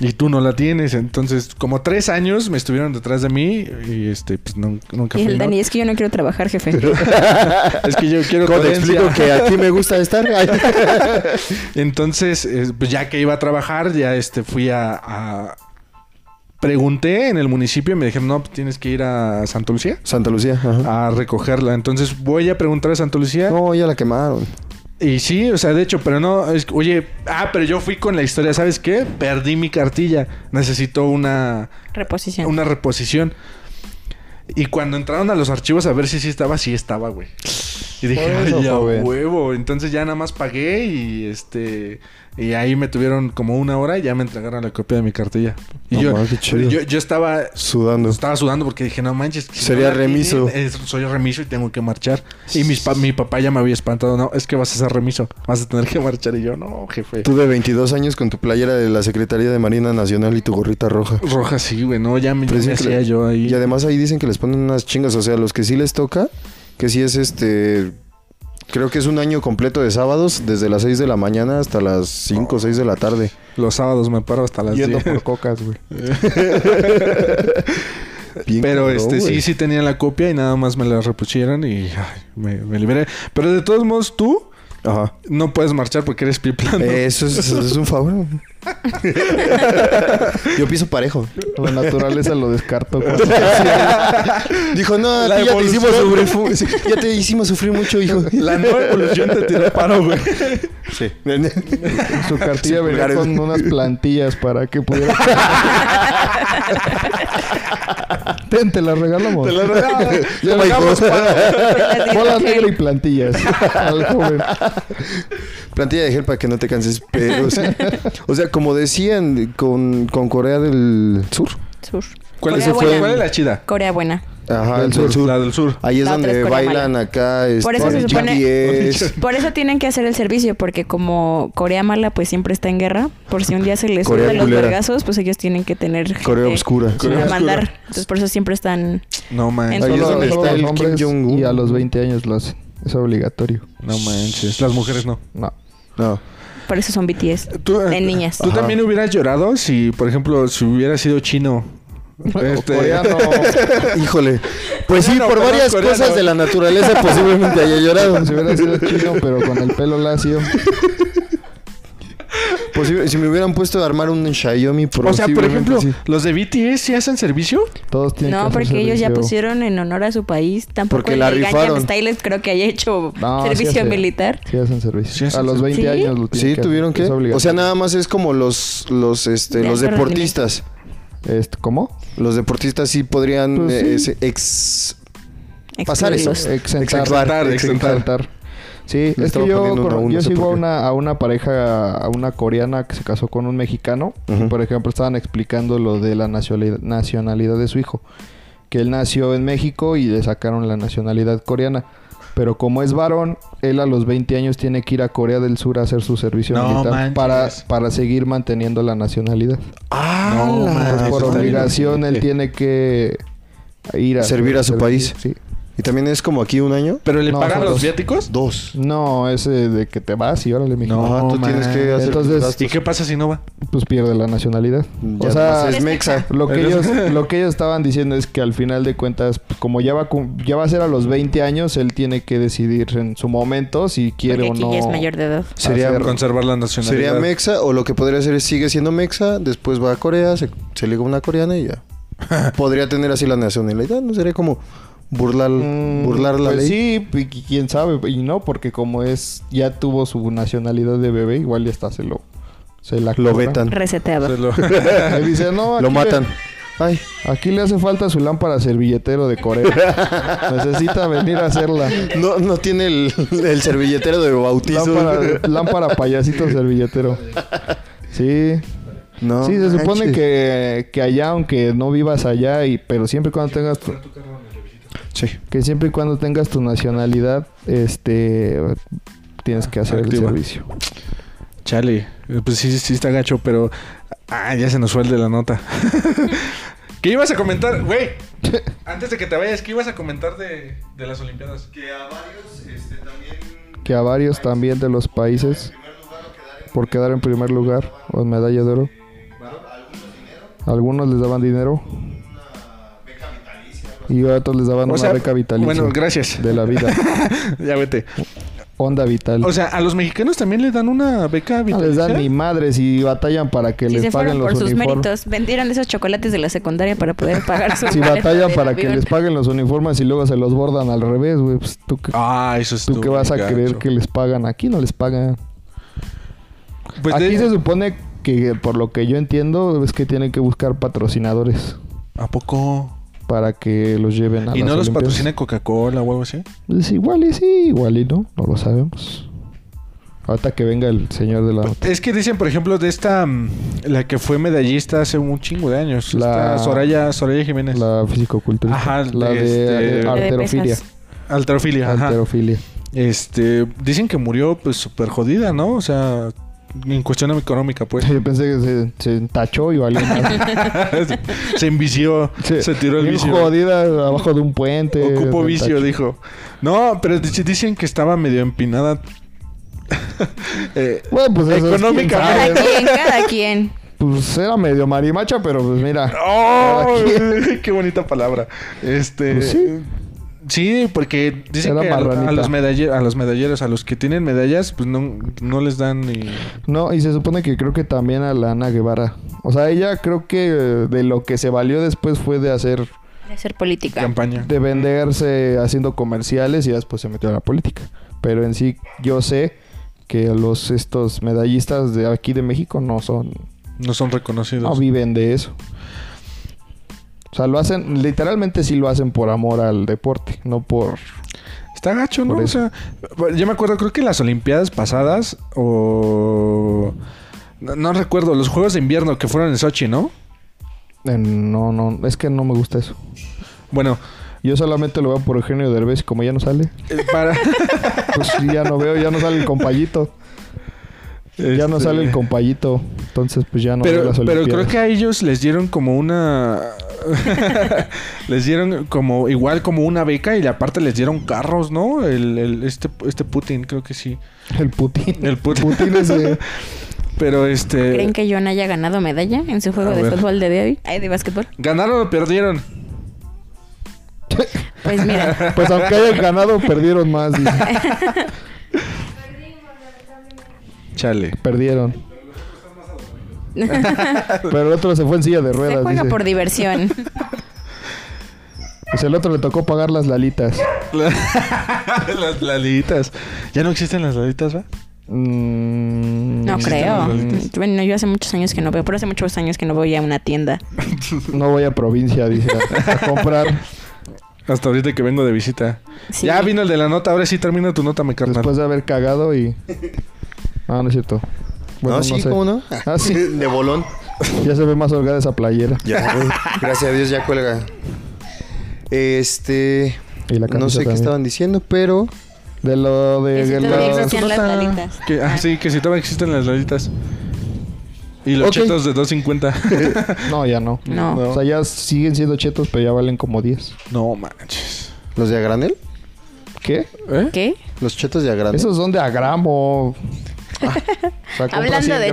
Speaker 2: y tú no la tienes. Entonces, como tres años me estuvieron detrás de mí y este, pues nun- nunca
Speaker 4: Y
Speaker 2: fui.
Speaker 4: el
Speaker 2: ¿no?
Speaker 4: Dani, es que yo no quiero trabajar, jefe.
Speaker 2: Es que yo quiero
Speaker 1: ¿Cómo te
Speaker 2: coherencia.
Speaker 1: explico que aquí me gusta estar? Ay.
Speaker 2: Entonces, eh, pues ya que iba a trabajar, ya este fui a, a- pregunté en el municipio y me dijeron, "No, pues tienes que ir a Santa Lucía."
Speaker 1: Santa Lucía. ajá.
Speaker 2: a recogerla. Entonces voy a preguntar a Santa Lucía.
Speaker 1: No, ya la quemaron.
Speaker 2: Y sí, o sea, de hecho, pero no, es que, oye, ah, pero yo fui con la historia, ¿sabes qué? Perdí mi cartilla, necesito una,
Speaker 4: Reposición.
Speaker 2: una reposición. Y cuando entraron a los archivos a ver si sí estaba, sí estaba, güey. Y dije,
Speaker 3: Por eso,
Speaker 2: ay, ya,
Speaker 3: joven".
Speaker 2: huevo. Entonces ya nada más pagué y este. Y ahí me tuvieron como una hora y ya me entregaron la copia de mi cartilla. Y
Speaker 1: No
Speaker 2: yo,
Speaker 1: mames, qué chido.
Speaker 2: yo, yo estaba
Speaker 1: Sudando.
Speaker 2: estaba sudando porque dije, no manches. que si
Speaker 1: Sería
Speaker 2: no la
Speaker 1: remiso.
Speaker 2: tienen, es- soy remiso y tengo que marchar. Y mis pa- mi papá ya me había espantado. No, es que vas a ser remiso. Vas a tener que marchar. Y yo, no, jefe.
Speaker 1: Tú de 22 años con tu playera de la Secretaría de Marina Nacional y tu gorrita roja.
Speaker 2: Roja, sí, güey. No, ya me, ya
Speaker 1: Pero
Speaker 2: me
Speaker 1: dicen que
Speaker 2: hacía
Speaker 1: le-
Speaker 2: yo ahí.
Speaker 1: Y además ahí dicen que les ponen unas chingas. O sea, los que sí les toca, que sí es este. Creo que es un año completo de sábados, desde las 6 de la mañana hasta las 5 o 6 de la tarde.
Speaker 2: Los sábados me paro hasta las
Speaker 3: Yendo
Speaker 2: 10.
Speaker 3: por cocas, güey.
Speaker 1: Bien
Speaker 2: Pero
Speaker 1: cabrón,
Speaker 2: este
Speaker 1: güey.
Speaker 2: sí, sí tenía la copia y nada más me la repusieron y ay, me, me liberé. Pero de todos modos, tú
Speaker 1: Ajá.
Speaker 2: no puedes marchar porque eres piplano.
Speaker 1: Eso es, eso es un favor. Yo piso parejo.
Speaker 3: La naturaleza lo descarto. cuando-
Speaker 1: Dijo, no, a
Speaker 2: La
Speaker 1: ti ya te,
Speaker 2: evolución.
Speaker 1: hicimos sufrir, fu- sí, ya te hicimos sufrir mucho, hijo.
Speaker 2: La nueva evolución te tiró paro, güey.
Speaker 1: Sí.
Speaker 3: Su cartilla
Speaker 1: Sin
Speaker 3: venía
Speaker 1: pulgares.
Speaker 3: con unas plantillas para que pudiera. Ten, te las regalamos. Te las
Speaker 1: Toma, hijo.
Speaker 3: Bola negra y plantillas. Al joven.
Speaker 1: Plantilla de gel para que no te canses, pero sí. O sea, como decían con, con Corea del Sur.
Speaker 4: Sur.
Speaker 2: ¿Cuál,
Speaker 4: Corea
Speaker 2: es,
Speaker 4: buena.
Speaker 2: ¿Cuál es la chida?
Speaker 4: Corea buena.
Speaker 1: Ajá,
Speaker 3: Del
Speaker 1: el sur.
Speaker 3: sur.
Speaker 2: La del sur.
Speaker 1: Ahí es
Speaker 4: La otra
Speaker 1: donde
Speaker 4: es Corea
Speaker 1: bailan acá.
Speaker 4: Por
Speaker 1: este,
Speaker 4: eso se supone-
Speaker 1: BTS.
Speaker 4: Por eso tienen que hacer el servicio, porque como Corea mala, pues siempre está en guerra. Por si un día se les
Speaker 1: Corea
Speaker 4: sueltan los
Speaker 1: culera.
Speaker 4: vergazos, pues ellos tienen que tener gente
Speaker 1: Corea Oscura.
Speaker 4: a
Speaker 2: Corea
Speaker 4: mandar.
Speaker 2: oscura.
Speaker 4: Entonces por eso siempre están.
Speaker 2: No manches.
Speaker 1: Ahí es
Speaker 3: Solo-
Speaker 1: donde
Speaker 3: solo
Speaker 1: está
Speaker 3: los
Speaker 1: el Kim
Speaker 3: hombres
Speaker 1: Jong-un.
Speaker 3: Y a los 20 años lo hacen. Es obligatorio.
Speaker 2: No manches. Las mujeres no.
Speaker 3: No.
Speaker 1: No.
Speaker 4: Por eso son BTS.
Speaker 2: Tú, eh,
Speaker 4: De niñas.
Speaker 2: ¿Tú también hubieras llorado si, por ejemplo, si hubiera sido chino? Este-
Speaker 3: Coreano.
Speaker 1: Híjole. Pues sí,
Speaker 2: Coreano,
Speaker 1: por
Speaker 2: perdón,
Speaker 1: varias
Speaker 2: coreano.
Speaker 1: cosas de la naturaleza posiblemente haya llorado.
Speaker 3: Si hubiera sido chino, pero con el pelo lacio.
Speaker 1: Posible- Pues si me hubieran puesto a armar un Xiaomi Pro.
Speaker 2: O sea, por
Speaker 1: posiblemente
Speaker 2: ejemplo,
Speaker 1: sí.
Speaker 2: ¿los de BTS sí hacen servicio?
Speaker 3: Todos tienen que
Speaker 4: No,
Speaker 3: hacer
Speaker 4: porque ellos ya
Speaker 3: servicio.
Speaker 4: pusieron en honor a su país. Tampoco
Speaker 1: Porque
Speaker 4: el
Speaker 1: la
Speaker 4: de Gangnam
Speaker 1: rifaron.
Speaker 4: Style creo que haya hecho
Speaker 3: No, sí
Speaker 4: servicio
Speaker 3: hace-
Speaker 4: militar.
Speaker 3: Sí hacen servicio.
Speaker 2: Sí hacen
Speaker 3: a los 20
Speaker 4: servicio. ¿Sí?
Speaker 3: años lo tienen
Speaker 1: Sí,
Speaker 3: que
Speaker 1: tuvieron
Speaker 3: hacer,
Speaker 1: que.
Speaker 3: es
Speaker 1: O sea,
Speaker 3: obligatorio.
Speaker 1: nada más es como los los este
Speaker 4: De
Speaker 1: los
Speaker 4: alto
Speaker 1: deportistas.
Speaker 3: Este, ¿Cómo?
Speaker 1: Los deportistas sí podrían
Speaker 3: Pues sí.
Speaker 1: eh, ese- ex Pasar eso.
Speaker 3: eh,
Speaker 4: Exclusivos.
Speaker 3: Exentar.
Speaker 1: Exentar, exentar.
Speaker 3: exentar. Sí,
Speaker 1: Le
Speaker 3: es
Speaker 1: estaba
Speaker 3: que yo,
Speaker 1: poniendo uno a
Speaker 3: con-
Speaker 1: uno,
Speaker 3: yo
Speaker 1: no sé
Speaker 3: sigo a
Speaker 1: por qué.
Speaker 3: una, a una pareja, a una coreana que se casó con un mexicano.
Speaker 1: Ujú.
Speaker 3: Y, Por ejemplo, estaban explicando lo de la nacionali- nacionalidad de su hijo. Que él nació en México y le sacaron la nacionalidad coreana. Pero como es varón, él a los 20 años tiene que ir a Corea del Sur a hacer su servicio
Speaker 2: No
Speaker 3: militar
Speaker 2: manches.
Speaker 3: para, para seguir manteniendo la nacionalidad.
Speaker 1: Ah,
Speaker 2: No,
Speaker 1: la-
Speaker 2: man,
Speaker 3: Entonces,
Speaker 2: eso
Speaker 3: por
Speaker 2: está bien
Speaker 3: obligación, él tiene que ir a
Speaker 1: Servir a su país.
Speaker 3: Sí.
Speaker 1: Y también es como aquí un año.
Speaker 2: ¿Pero le
Speaker 3: No,
Speaker 2: pagan
Speaker 3: son
Speaker 2: los
Speaker 3: dos.
Speaker 2: viáticos?
Speaker 1: Dos.
Speaker 3: No, ese de que te vas y órale, mijo.
Speaker 2: No,
Speaker 1: Ajá, tú
Speaker 2: man.
Speaker 1: tienes que hacer tus
Speaker 3: Entonces,
Speaker 1: gastos.
Speaker 2: ¿Y qué pasa si no va?
Speaker 3: Pues pierde la nacionalidad.
Speaker 1: Ya
Speaker 3: o sea,
Speaker 1: nomás es
Speaker 4: Es
Speaker 1: mexa.
Speaker 4: mexa.
Speaker 3: lo que, ellos,
Speaker 2: Entonces-
Speaker 3: lo que ellos estaban diciendo es que al final de cuentas, pues, como ya va, a cum- ya va a ser a los 20 años, él tiene que decidir en su momento si quiere
Speaker 4: Porque
Speaker 3: o
Speaker 4: aquí
Speaker 3: no.
Speaker 4: ya es mayor de edad.
Speaker 1: Sería,
Speaker 3: Hacer-
Speaker 2: Conservar la nacionalidad.
Speaker 1: sería mexa o lo que podría hacer es sigue siendo mexa, después va a Corea, se, se liga una coreana y ya. podría tener así la nacionalidad, ¿no? Sería como burlar,
Speaker 3: Mm,
Speaker 1: burlar la ley.
Speaker 3: pues Sí, y qui- quién sabe. Y no, porque como es, ya tuvo su nacionalidad de bebé, igual ya está, se lo. Se la
Speaker 1: Lo
Speaker 3: cobran.
Speaker 1: vetan.
Speaker 4: Reseteado.
Speaker 2: Se lo-
Speaker 3: Le dice, no, aquí
Speaker 1: Lo
Speaker 3: le-
Speaker 1: matan. Ay,
Speaker 3: aquí le hace falta su lámpara servilletero de Corea. Necesita venir a hacerla.
Speaker 1: no, no tiene el, el servilletero de bautizo.
Speaker 3: Lámpara, lámpara payasito servilletero. Sí.
Speaker 1: No
Speaker 3: sí, se supone
Speaker 1: manches.
Speaker 3: que, que allá, aunque no vivas allá, y pero siempre y cuando tengas tu,
Speaker 1: Sí.
Speaker 3: que siempre y cuando tengas tu nacionalidad, este tienes que hacer
Speaker 2: Activa.
Speaker 3: el servicio.
Speaker 2: Chale, eh, pues sí, sí está gacho, pero... Ah, ya se nos fue el de la nota. ¿Qué ibas a comentar? Güey, antes de que te vayas, ¿qué ibas a comentar de, de las Olimpiadas?
Speaker 1: Que a varios también
Speaker 3: Que a varios también de los países por quedar en primer lugar o en medalla de oro. Algunos les daban dinero y a otros les daban
Speaker 2: O
Speaker 3: una
Speaker 2: sea,
Speaker 3: beca vitalicia
Speaker 2: bueno, gracias.
Speaker 3: de la vida.
Speaker 2: ya vete.
Speaker 3: Onda vital.
Speaker 2: O sea, a los mexicanos también les dan una beca
Speaker 3: No
Speaker 2: vitalicia.
Speaker 3: les dan ni madres y batallan para que
Speaker 4: Si
Speaker 3: les
Speaker 4: se
Speaker 3: paguen los
Speaker 4: fueron por sus
Speaker 3: uniformes.
Speaker 4: méritos, vendieron esos chocolates de la secundaria para poder pagar su
Speaker 3: Si
Speaker 4: maleta
Speaker 3: batallan
Speaker 4: del
Speaker 3: para que
Speaker 4: avión.
Speaker 3: les paguen los uniformes y luego se los bordan al revés, güey. Pues tú, qué-
Speaker 2: Ah, eso es
Speaker 3: tú qué vas a creer que les pagan. Aquí no les pagan.
Speaker 2: Pues
Speaker 3: Aquí se supone que, por lo que yo entiendo, es que tienen que buscar patrocinadores
Speaker 2: ¿A poco?
Speaker 3: para que los lleven a
Speaker 2: ¿Y
Speaker 3: las
Speaker 2: no los
Speaker 3: Olimpiadas.
Speaker 2: patrocina Coca-Cola o algo así?
Speaker 3: Pues igual y sí, igual y no. No lo sabemos. Ahorita que venga el señor de la nota.
Speaker 2: Pues, Es que dicen, por ejemplo, de esta... mm, La que fue medallista hace un chingo de años.
Speaker 3: La-
Speaker 2: La... Soraya, Soraya Jiménez.
Speaker 3: La fisicoculturista.
Speaker 2: Ajá,
Speaker 3: la de
Speaker 2: este-
Speaker 3: eh,
Speaker 4: Lo de
Speaker 3: arterofilia.
Speaker 4: pesas.
Speaker 2: Alterofilia. ajá.
Speaker 3: Arterofilia.
Speaker 2: Este, dicen que murió pues súper jodida, ¿no? O sea, en cuestión económica, pues.
Speaker 3: Yo pensé que se, se entachó y valió más.
Speaker 2: se envició,
Speaker 3: Sí.
Speaker 2: se tiró el
Speaker 3: Bien
Speaker 2: vicio.
Speaker 3: jodida abajo de un puente.
Speaker 2: Ocupo
Speaker 3: se
Speaker 2: vicio,
Speaker 3: entachó.
Speaker 2: dijo. No, pero dic- dicen que estaba medio empinada. Eh,
Speaker 3: Bueno, pues eso es,
Speaker 2: Económicamente.
Speaker 3: quién
Speaker 4: Cada
Speaker 3: sabe,
Speaker 4: quien, cada quien.
Speaker 3: ¿no? Pues era medio marimacha, pero pues mira.
Speaker 2: ¡Oh!
Speaker 3: Cada
Speaker 2: ¡Qué bonita palabra! Este.
Speaker 3: Pues
Speaker 2: sí.
Speaker 3: sí.
Speaker 2: porque dicen
Speaker 3: Era
Speaker 2: que a, a
Speaker 3: marranita.
Speaker 2: los medalle- a los medalleros, a los que tienen medallas, pues no, no les dan ni.
Speaker 3: No, y se supone que creo que también a la Ana Guevara. O sea, ella creo que eh, de lo que se valió después fue de hacer,
Speaker 4: De ser política.
Speaker 2: Campaña.
Speaker 3: de venderse haciendo comerciales y después se metió a la política. Pero en sí, yo sé que los estos medallistas de aquí de México no son
Speaker 2: No son
Speaker 3: No
Speaker 2: reconocidos.
Speaker 3: viven de eso. O sea, lo hacen, literalmente sí lo hacen por amor al deporte, no por...
Speaker 2: Está gacho, ¿no?
Speaker 3: Por
Speaker 2: O sea, yo me acuerdo, creo que las Olimpiadas pasadas o... No, no recuerdo, los Juegos de Invierno que fueron en Sochi, ¿no?
Speaker 3: eh, no, no, es que no me gusta eso.
Speaker 2: Bueno,
Speaker 3: Yo solamente lo veo por Eugenio Derbez y como ya no sale,
Speaker 2: eh, para...
Speaker 3: pues sí, ya no veo, ya no sale el compayito. Pues, Ya no
Speaker 2: Este,
Speaker 3: sale el compayito, entonces pues ya no veo
Speaker 2: Pero,
Speaker 3: las
Speaker 2: pero creo
Speaker 3: Olimpiadas.
Speaker 2: que a ellos les dieron como una... les dieron como... Igual como una beca y aparte les dieron carros, ¿no? El, el- este, este Putin, creo que sí.
Speaker 3: El Putin.
Speaker 2: El Putin.
Speaker 3: Putin es de-
Speaker 2: Pero este...
Speaker 4: ¿Creen que John haya ganado medalla en su juego
Speaker 2: A
Speaker 4: de
Speaker 2: ver.
Speaker 4: fútbol de hoy? Ay, de básquetbol.
Speaker 2: ¿Ganaron o perdieron?
Speaker 4: Pues mira,
Speaker 3: Pues aunque hayan ganado, perdieron más. dice. Pues,
Speaker 2: Chale.
Speaker 3: Perdieron. Pero el otro se fue en silla de ruedas.
Speaker 4: Se juega
Speaker 3: dice.
Speaker 4: por diversión.
Speaker 3: Pues el otro le tocó pagar las lalitas.
Speaker 2: las lalitas. Ya no existen las lalitas, ¿va?
Speaker 3: Mm,
Speaker 4: No
Speaker 2: ¿Existen
Speaker 4: creo.
Speaker 2: los lolitas?
Speaker 4: Bueno, yo hace muchos años que no veo, pero hace muchos años que no voy a una tienda.
Speaker 3: No voy a provincia, dice. A, a comprar.
Speaker 2: Hasta ahorita que vengo de visita.
Speaker 4: Sí.
Speaker 2: Ya vino el de la nota, ahora sí termina tu nota, mi carnal.
Speaker 3: Después de haber cagado y. Ah, no es cierto. Bueno,
Speaker 1: no, sí,
Speaker 3: sé.
Speaker 1: ¿cómo no?
Speaker 3: Ah, sí.
Speaker 1: De bolón.
Speaker 3: Ya se ve más holgada esa playera.
Speaker 1: Ya, güey. gracias a Dios ya cuelga. Este.
Speaker 3: Y la camisa
Speaker 1: no sé qué
Speaker 3: también.
Speaker 1: estaban diciendo, pero.
Speaker 3: De lo de.
Speaker 4: Que si
Speaker 3: de
Speaker 4: te
Speaker 3: la-
Speaker 4: digo-
Speaker 2: Ah,
Speaker 4: Existían
Speaker 2: tu
Speaker 4: las
Speaker 2: nota.
Speaker 4: lalitas.
Speaker 2: Que- ah,
Speaker 4: Ah.
Speaker 2: sí, que si todavía existen las lalitas. Y los
Speaker 1: Ok.
Speaker 2: chetos de 250.
Speaker 3: No, ya no.
Speaker 4: No.
Speaker 3: O sea, ya siguen siendo chetos, pero ya valen como 10.
Speaker 2: no manches.
Speaker 1: ¿Los de a granel?
Speaker 3: ¿Qué?
Speaker 2: ¿Eh?
Speaker 4: ¿Qué?
Speaker 1: ¿Los chetos de a granel?
Speaker 3: Esos son de agramo.
Speaker 4: Hablando de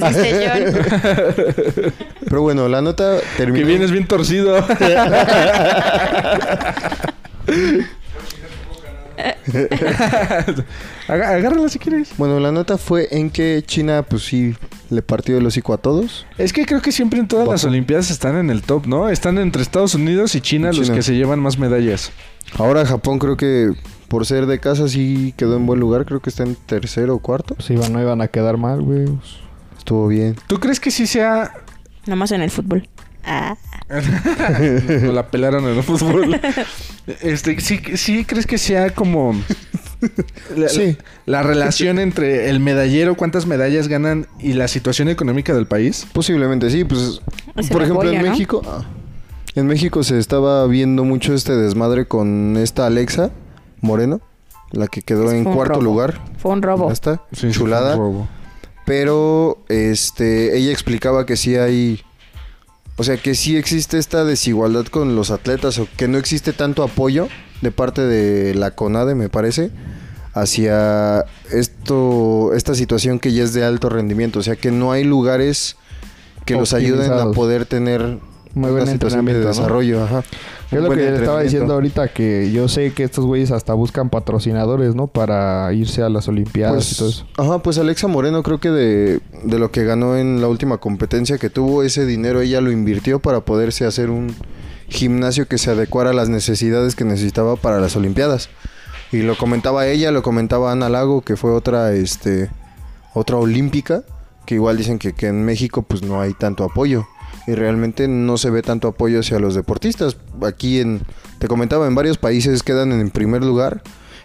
Speaker 4: dice John.
Speaker 1: Pero bueno, la nota terminó.
Speaker 2: Que vienes bien torcido. Aga- Agárrala si quieres.
Speaker 1: Bueno, la nota fue en que China, pues sí, le partió el hocico a todos.
Speaker 2: Es que creo que siempre en todas las
Speaker 1: Bajo.
Speaker 2: Olimpiadas están en el top, ¿no? Están entre Estados Unidos y China, los
Speaker 1: China.
Speaker 2: que se llevan más medallas.
Speaker 1: Ahora Japón creo que por ser de casa sí quedó en buen lugar. Creo que está en tercero o cuarto.
Speaker 3: Si iban, Pues, no iban a quedar mal, güey.
Speaker 1: Estuvo bien.
Speaker 2: ¿Tú crees que sí sea...
Speaker 4: Nomás en el fútbol. Ah.
Speaker 2: No la pelaron en el fútbol. Este, ¿sí, sí crees que sea como... La,
Speaker 1: Sí.
Speaker 2: La relación entre el medallero, cuántas medallas ganan y la situación económica del país.
Speaker 1: Posiblemente sí, pues.
Speaker 4: Es
Speaker 1: por
Speaker 4: el
Speaker 1: ejemplo,
Speaker 4: apoyo,
Speaker 1: en
Speaker 4: ¿no?
Speaker 1: México. ah, En México se estaba viendo mucho este desmadre con esta Alexa Moreno, la que quedó
Speaker 4: Es
Speaker 1: en
Speaker 4: Pues un
Speaker 1: cuarto
Speaker 4: robo.
Speaker 1: lugar.
Speaker 4: Fue un robo.
Speaker 1: Ya está. Chulada. Pero este ella explicaba que sí hay o sea, que sí existe esta desigualdad con los atletas o que no existe tanto apoyo de parte de la CONADE, me parece, hacia esto esta situación que ya es de alto rendimiento, o sea, que no hay lugares que los ayuden a
Speaker 3: Optimizados.
Speaker 1: poder tener
Speaker 3: Muy buen
Speaker 1: una situación de
Speaker 3: entrenamiento, ¿no?
Speaker 1: desarrollo, ajá.
Speaker 3: Es
Speaker 1: Un
Speaker 3: lo
Speaker 1: buen
Speaker 3: que le
Speaker 1: entrenamiento.
Speaker 3: estaba diciendo ahorita, que yo sé que estos güeyes hasta buscan patrocinadores, ¿no? Para irse a las Olimpiadas y todo
Speaker 1: Pues,
Speaker 3: eso.
Speaker 1: ajá, pues Alexa Moreno creo que de, de lo que ganó en la última competencia que tuvo, ese dinero ella lo invirtió para poderse hacer un gimnasio que se adecuara a las necesidades que necesitaba para las Olimpiadas. Y lo comentaba ella, lo comentaba Ana Lago, que fue otra, este, otra olímpica, que igual dicen que, que en México pues no hay tanto apoyo. Y realmente no se ve tanto apoyo hacia los deportistas. Aquí en, te comentaba, en varios países quedan en primer lugar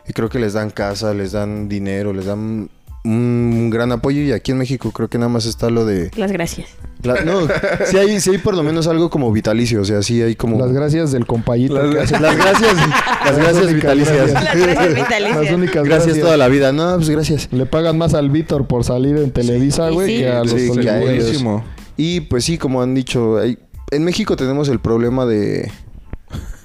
Speaker 1: y creo que les dan casa, les dan dinero, les dan un gran apoyo. Y aquí en México creo que nada más está lo de...
Speaker 4: Las gracias.
Speaker 1: la- no, sí hay, sí hay por lo menos algo como vitalicio, o sea, sí hay como...
Speaker 3: Las gracias del compayito.
Speaker 2: Las-
Speaker 3: que hace-
Speaker 1: las gracias, las gracias
Speaker 3: únicas
Speaker 1: vitalicias.
Speaker 3: gracias.
Speaker 4: Las gracias
Speaker 3: Las
Speaker 4: vitalicias.
Speaker 3: únicas
Speaker 1: Gracias toda la vida, no, pues gracias.
Speaker 3: Le pagan más al Víctor por salir en Televisa,
Speaker 4: Sí,
Speaker 3: güey,
Speaker 4: sí.
Speaker 3: que a los
Speaker 1: Sí, que a
Speaker 3: Olimpiadas.
Speaker 1: ellos.
Speaker 2: Buenísimo.
Speaker 1: Y pues sí, como han dicho, hay- en México tenemos el problema de,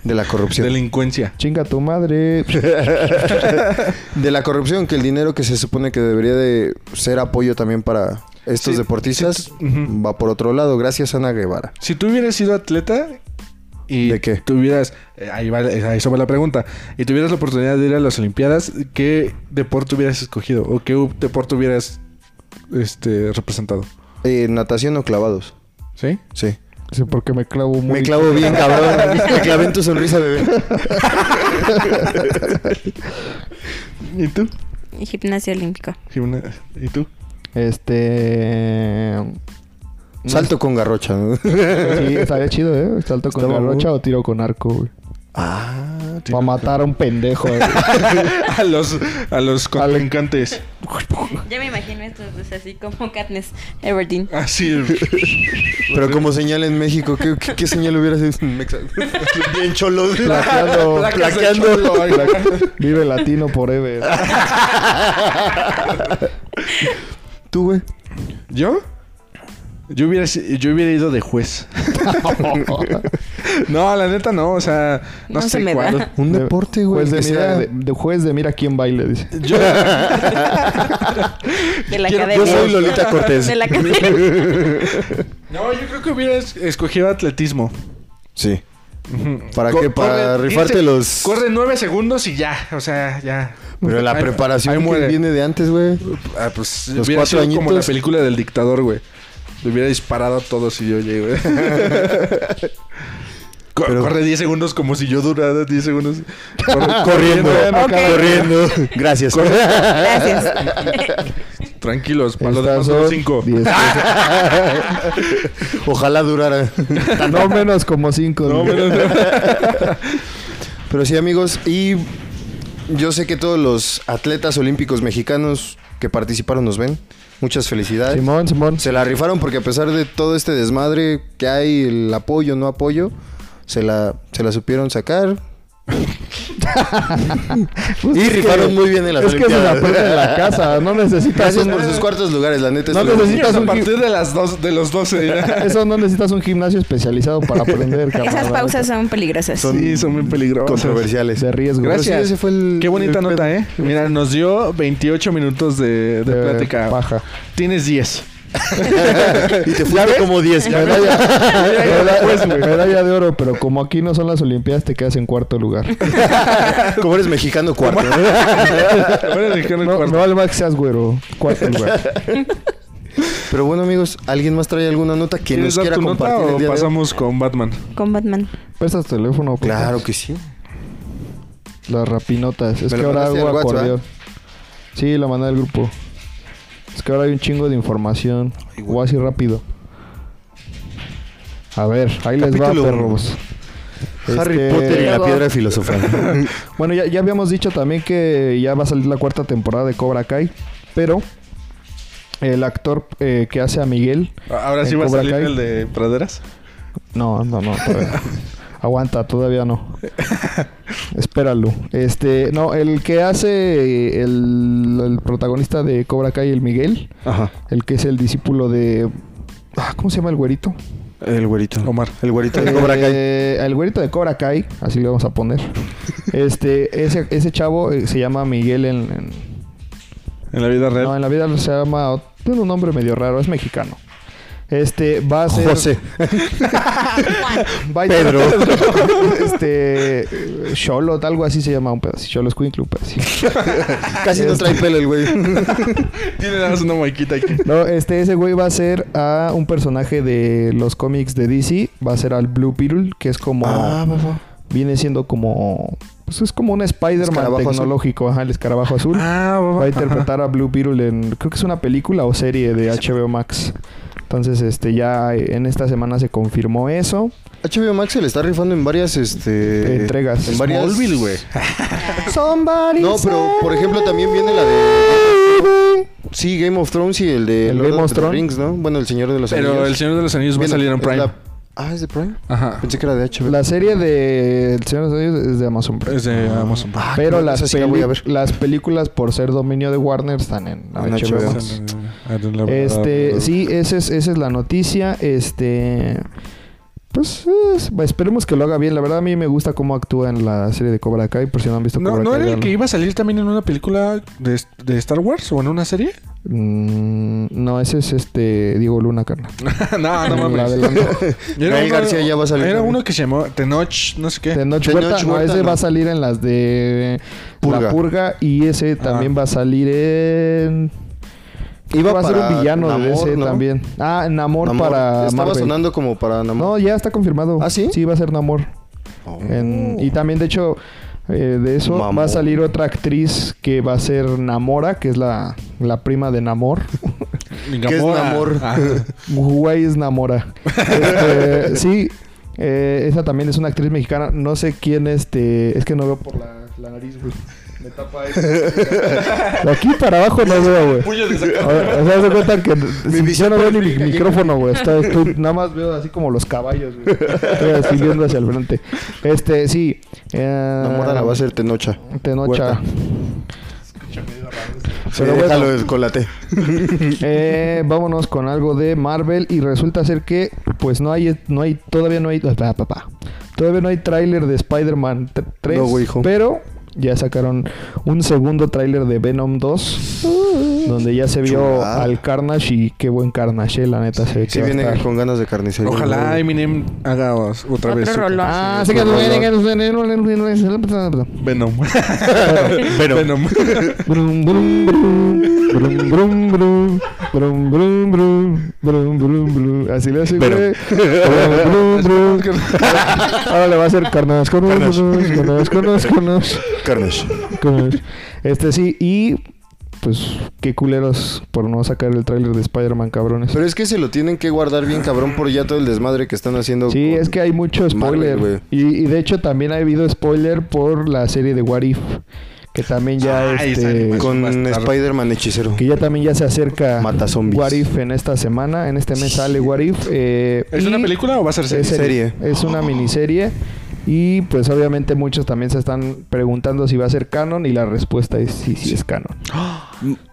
Speaker 1: de la corrupción.
Speaker 2: Delincuencia.
Speaker 3: Chinga tu madre.
Speaker 1: de la corrupción, que el dinero que se supone que debería de ser apoyo también para estos
Speaker 2: Sí,
Speaker 1: deportistas
Speaker 2: sí, tú- ujú.
Speaker 1: va por otro lado. Gracias, Ana Guevara.
Speaker 2: Si tú hubieras sido atleta y
Speaker 1: ¿De qué?
Speaker 2: tuvieras, eh, ahí va, eh, a eso va la pregunta, y tuvieras la oportunidad de ir a las Olimpiadas, ¿qué deporte hubieras escogido o qué u- deporte hubieras este, representado?
Speaker 1: Eh, natación o clavados.
Speaker 2: ¿Sí?
Speaker 1: Sí.
Speaker 3: Sí, porque me clavo muy...
Speaker 1: Me clavo bien, cabrón. Me clavé en tu sonrisa, bebé.
Speaker 2: ¿Y tú?
Speaker 4: Y Gimnasia olímpica.
Speaker 2: Gimna- ¿Y tú?
Speaker 3: Este...
Speaker 1: Salto con garrocha. ¿no?
Speaker 3: Sí, estaría chido, ¿eh? Salto con
Speaker 2: Estaba
Speaker 3: garrocha
Speaker 2: muy-
Speaker 3: o tiro con arco, güey.
Speaker 1: Ah,
Speaker 3: Para matar a un pendejo, eh. güey.
Speaker 2: a los, a los contrincantes.
Speaker 4: Ya me imagino esto, pues así como Katniss Everdeen.
Speaker 2: Así.
Speaker 1: pero como señal en México, ¿qué, qué, qué señal hubieras hecho? Bien cholo.
Speaker 3: Plaqueando.
Speaker 1: Plaqueando.
Speaker 3: Vive latino por ever.
Speaker 1: Tú, güey.
Speaker 2: ¿Yo? Yo hubiera, si- yo hubiera ido de juez. No, la neta no, o sea, no,
Speaker 4: No
Speaker 2: sé
Speaker 4: se me da.
Speaker 2: cuál.
Speaker 1: Un
Speaker 3: De-
Speaker 1: deporte, güey.
Speaker 3: Juez de,
Speaker 1: que
Speaker 3: mira,
Speaker 1: sea-
Speaker 3: de, de juez de mira quién baile, dice.
Speaker 2: Yo,
Speaker 4: De la
Speaker 2: Quiero-
Speaker 4: academia.
Speaker 1: Yo soy Lolita Cortés.
Speaker 4: De la academia.
Speaker 2: no, yo creo que hubiera es- escogido atletismo.
Speaker 1: Sí.
Speaker 2: Ujú.
Speaker 1: ¿Para
Speaker 2: Co-
Speaker 1: qué? Para
Speaker 2: corre
Speaker 1: rifarte
Speaker 2: 15
Speaker 1: los-
Speaker 2: Corre nueve segundos y ya, o sea, ya.
Speaker 1: Pero la
Speaker 2: Ahí-
Speaker 1: preparación
Speaker 2: ahí
Speaker 1: que
Speaker 2: muere.
Speaker 1: viene de antes, güey.
Speaker 2: Ah, pues
Speaker 1: Los
Speaker 2: hubiera
Speaker 1: cuatro
Speaker 2: sido como
Speaker 1: añitos.
Speaker 2: la película del dictador, güey. Le hubiera disparado a todos si yo llego. Co-
Speaker 1: Pero-
Speaker 2: Corre 10 segundos como si yo durara 10 segundos. Corre-
Speaker 1: Corriendo,
Speaker 2: bueno,
Speaker 4: Ok.
Speaker 2: cabrón.
Speaker 1: corriendo. Gracias.
Speaker 4: Gracias.
Speaker 2: Tranquilos, para los
Speaker 1: Ah,
Speaker 2: demás
Speaker 3: Estas
Speaker 2: son
Speaker 3: son
Speaker 2: 5.
Speaker 3: 10 pesos.
Speaker 1: Ojalá durara.
Speaker 3: no menos como 5.
Speaker 2: No, menos-
Speaker 1: Pero sí, amigos, y yo sé que todos los atletas olímpicos mexicanos que participaron nos ven. Muchas felicidades.
Speaker 3: Simón, Simón.
Speaker 1: Se la rifaron porque a pesar de todo este desmadre que hay, el apoyo, no apoyo, se la, se la supieron sacar.
Speaker 3: Pues
Speaker 1: Y
Speaker 3: es que-
Speaker 1: rifaron muy bien en las
Speaker 3: Es que se la
Speaker 1: Olimpiadas.
Speaker 3: aprende en la casa. No necesitas
Speaker 1: Gracias
Speaker 3: un-
Speaker 1: por sus cuartos lugares, la neta.
Speaker 3: No
Speaker 1: estuvo-
Speaker 3: necesito-
Speaker 2: Niños, a partir de, las dos, de los 12.
Speaker 3: Eso no necesitas un gimnasio especializado para aprender, camarada.
Speaker 4: Esas pausas son peligrosas.
Speaker 2: sí, son muy peligrosos.
Speaker 1: controversiales.
Speaker 3: de riesgo.
Speaker 2: Gracias.
Speaker 1: Pero sí, ese fue el-
Speaker 2: Qué bonita
Speaker 1: el pedo.
Speaker 2: nota, ¿eh? Mira, nos dio 28 minutos de, de
Speaker 3: Eh,
Speaker 2: plática.
Speaker 3: Paja.
Speaker 2: Tienes 10.
Speaker 1: y te fuiste como 10.
Speaker 3: Medalla, medalla-
Speaker 2: Pues, güey.
Speaker 3: medalla de oro, pero como aquí no son las Olimpiadas, te quedas en cuarto lugar.
Speaker 1: como eres mexicano, cuarto.
Speaker 2: Bueno, dejé en el
Speaker 3: No,
Speaker 2: cuarto.
Speaker 3: no al más que seas güero, cuarto lugar.
Speaker 1: Pero bueno, amigos, ¿alguien más trae alguna nota que
Speaker 2: ¿Quieres
Speaker 1: nos
Speaker 2: dar
Speaker 1: quiera
Speaker 2: tu nota
Speaker 1: compartir el
Speaker 2: o
Speaker 1: día de hoy?
Speaker 2: pasamos con Batman?
Speaker 4: Con Batman.
Speaker 3: Prestas tu teléfono. por
Speaker 1: Claro
Speaker 3: favor.
Speaker 1: que sí.
Speaker 3: Las rapinotas. Es
Speaker 1: Me
Speaker 3: que
Speaker 1: lo
Speaker 3: ahora
Speaker 1: mandaste
Speaker 3: hago
Speaker 1: al WhatsApp,
Speaker 3: acordeón. Sí, lo mandé al grupo. Es que ahora hay un chingo de información. Voy así rápido. A ver, ahí les va,
Speaker 1: Capítulo uno.
Speaker 3: perros.
Speaker 1: Harry
Speaker 3: Este,
Speaker 1: Potter y la
Speaker 4: Luego-
Speaker 1: piedra filosofal.
Speaker 3: Bueno, ya, ya habíamos dicho también que ya va a salir la cuarta temporada de Cobra Kai, pero el actor eh, que hace a Miguel,
Speaker 2: Ahora sí
Speaker 3: En
Speaker 2: va a
Speaker 3: Cobra
Speaker 2: salir
Speaker 3: Kai.
Speaker 2: el de Praderas.
Speaker 3: no, no, no, todavía. aguanta, todavía no. Espéralo. Este, no, el que hace el, el protagonista de Cobra Kai, el Miguel,
Speaker 1: Ajá.
Speaker 3: el que es el discípulo de, ah, ¿cómo se llama el güerito?
Speaker 1: El güerito.
Speaker 2: Omar.
Speaker 1: El güerito de Cobra Kai.
Speaker 3: Eh, el güerito de Cobra Kai, así le vamos a poner. Este, ese, ese chavo eh, se llama Miguel en- en
Speaker 2: En la vida real.
Speaker 3: No, en la vida se llama. ot- Tiene un nombre medio raro, es mexicano. Este va a ser.
Speaker 1: José.
Speaker 3: va a-
Speaker 1: Pedro.
Speaker 3: Este. Cholot, algo así se llama un pedacito. Cholot Squinkle, un pedacito.
Speaker 1: Casi no trae pelo el güey.
Speaker 2: Tiene nada más una moiquita aquí.
Speaker 3: No, este, ese güey va a ser a un personaje de los cómics de DC. Va a ser al Blue Beetle, que es como.
Speaker 1: papá.
Speaker 3: Viene siendo como. Pues es como un Spider-Man
Speaker 1: Escarabajo azul.
Speaker 3: tecnológico, ajá, el escarabajo azul.
Speaker 2: Ah,
Speaker 3: Va a interpretar a Blue Beetle en... Creo que es una película o serie de HBO Max. Entonces, este, ya en esta semana se confirmó eso.
Speaker 1: HBO Max se le está rifando en varias, este...
Speaker 3: Entregas.
Speaker 1: En varias...
Speaker 2: Smallville, güey.
Speaker 3: Somebody
Speaker 1: No, pero, por ejemplo, también viene la de...
Speaker 3: de...
Speaker 1: Sí, Game of Thrones y el de...
Speaker 3: El
Speaker 1: Lord
Speaker 3: Game
Speaker 1: of
Speaker 3: of
Speaker 1: the
Speaker 3: Thrones.
Speaker 1: Rings, ¿no? Bueno, El Señor de los
Speaker 2: Pero El
Speaker 1: Anillos.
Speaker 2: Señor de los Anillos va a
Speaker 1: Viene-
Speaker 2: salir en
Speaker 1: es
Speaker 2: Prime.
Speaker 1: la- Ah, ¿es de Prime?
Speaker 2: Ajá.
Speaker 1: Pensé que era de HBO.
Speaker 3: La serie de El Señor de los Anillos es de Amazon Prime.
Speaker 2: Es de Amazon.
Speaker 1: Ah,
Speaker 3: Pero
Speaker 1: claro,
Speaker 3: las,
Speaker 1: esa sí la voy a ver. Ah,
Speaker 3: peli- las películas, por ser dominio de Warner, están en
Speaker 1: En
Speaker 3: HBO,
Speaker 1: HBO.
Speaker 3: Max. Este, sí, esa es, esa es la noticia. Este, pues es- esperemos que lo haga bien. La verdad, a mí me gusta cómo actúa en la serie de Cobra Kai. Por si no han visto
Speaker 2: ¿No,
Speaker 3: Cobra
Speaker 2: ¿no
Speaker 3: Kai.
Speaker 2: era el
Speaker 3: véanlo.
Speaker 2: que iba a salir también en una película de, de Star Wars o en una serie?
Speaker 3: Mm, no, ese es este Diego Luna, carnal.
Speaker 1: Ah,
Speaker 2: no, no
Speaker 3: La
Speaker 2: mames.
Speaker 3: de la-
Speaker 1: Gael García ya va a salir
Speaker 2: Era
Speaker 1: también.
Speaker 2: uno que se llamó Tenoch, no sé qué.
Speaker 3: Tenoch
Speaker 1: Tenoch
Speaker 3: Huerta, no,
Speaker 1: Huerta,
Speaker 3: ese
Speaker 1: no.
Speaker 3: va a salir en las de
Speaker 1: Purga.
Speaker 3: La Purga y ese también va a salir en...
Speaker 1: Iba
Speaker 3: va a ser
Speaker 1: para
Speaker 3: un villano de
Speaker 1: Namor,
Speaker 3: ese
Speaker 1: ¿no?
Speaker 3: también. Ah, Namor,
Speaker 1: Namor.
Speaker 3: para
Speaker 1: Estaba
Speaker 3: Marvel.
Speaker 1: sonando como para
Speaker 3: No,
Speaker 1: Namor.
Speaker 3: ya está confirmado.
Speaker 1: ¿Ah, sí?
Speaker 3: Sí, va a ser Namor.
Speaker 1: Oh.
Speaker 3: En- y también, de hecho, eh, de eso
Speaker 1: Mamón.
Speaker 3: va a salir otra actriz que va a ser Namora, que es la, la prima de Namor.
Speaker 1: ¿Qué es
Speaker 2: Gamora.
Speaker 1: Namor?
Speaker 2: Ah.
Speaker 3: Güey es Namora. Este, sí, eh, esa también es una actriz mexicana. No sé quién este... Es que no veo por la, la nariz, güey. Me tapa ahí. De aquí para abajo no veo, güey.
Speaker 2: Puño de sacar.
Speaker 3: O, o sea, se cuenta que si yo
Speaker 1: visión
Speaker 3: no veo ni mi micrófono, güey. Está- estoy- nada más veo así como los caballos, güey. Estoy así viendo hacia el frente. Este, sí. eh,
Speaker 1: Namora la va a hacer Tenocha.
Speaker 3: Tenocha.
Speaker 1: Huerta. Sí,
Speaker 3: Pero bueno,
Speaker 1: déjalo el colate.
Speaker 3: eh, vámonos con algo de Marvel y resulta ser que pues no hay no hay todavía no hay ah, papá. Todavía no hay tráiler de Spider-Man 3,
Speaker 1: No, güey, hijo.
Speaker 3: pero Ya sacaron un segundo tráiler de Venom 2, donde ya se vio
Speaker 1: Chulada.
Speaker 3: al Carnage y qué buen Carnage, eh, la neta. se ve
Speaker 1: Sí
Speaker 3: que va a
Speaker 1: viene
Speaker 3: estar.
Speaker 1: con ganas de carnicería.
Speaker 2: Ojalá Eminem haga os- otra
Speaker 4: Otro
Speaker 2: vez. su-
Speaker 4: rolón.
Speaker 3: Ah,
Speaker 1: Sí,
Speaker 3: sí que
Speaker 1: por favor.
Speaker 2: Venom. Venom.
Speaker 3: Brum, brum, brum, brum, brum, brum, brum, brum, brum, brum, brum, brum. Así le hace,
Speaker 2: Pero-
Speaker 3: güey. Brum, brum, brum. Ahora le va a hacer carnas, carnas, carnas, carnas, carnas,
Speaker 1: Carnage.
Speaker 3: carnas. Este sí, y pues qué culeros por no sacar el tráiler de Spider-Man, cabrones.
Speaker 1: Pero es que se lo tienen que guardar bien, cabrón, por ya todo el desmadre que están haciendo.
Speaker 3: Sí,
Speaker 1: con-
Speaker 3: es que hay mucho spoiler.
Speaker 1: Marvel,
Speaker 3: y, y de hecho también ha habido spoiler por la serie de What If, que también
Speaker 1: Ah,
Speaker 3: ya
Speaker 2: Ay,
Speaker 3: este,
Speaker 2: salió.
Speaker 1: Con
Speaker 2: Va a estar-
Speaker 1: Spider-Man hechicero.
Speaker 3: que ya también ya se acerca
Speaker 1: Mata zombies.
Speaker 3: What If en esta semana, en este mes sale What If. eh,
Speaker 2: ¿Es
Speaker 3: y
Speaker 2: una película o va a ser
Speaker 3: es
Speaker 1: serie?
Speaker 2: serie?
Speaker 3: Es una miniserie y pues obviamente muchos también se están preguntando si va a ser canon y la respuesta es sí, sí es canon.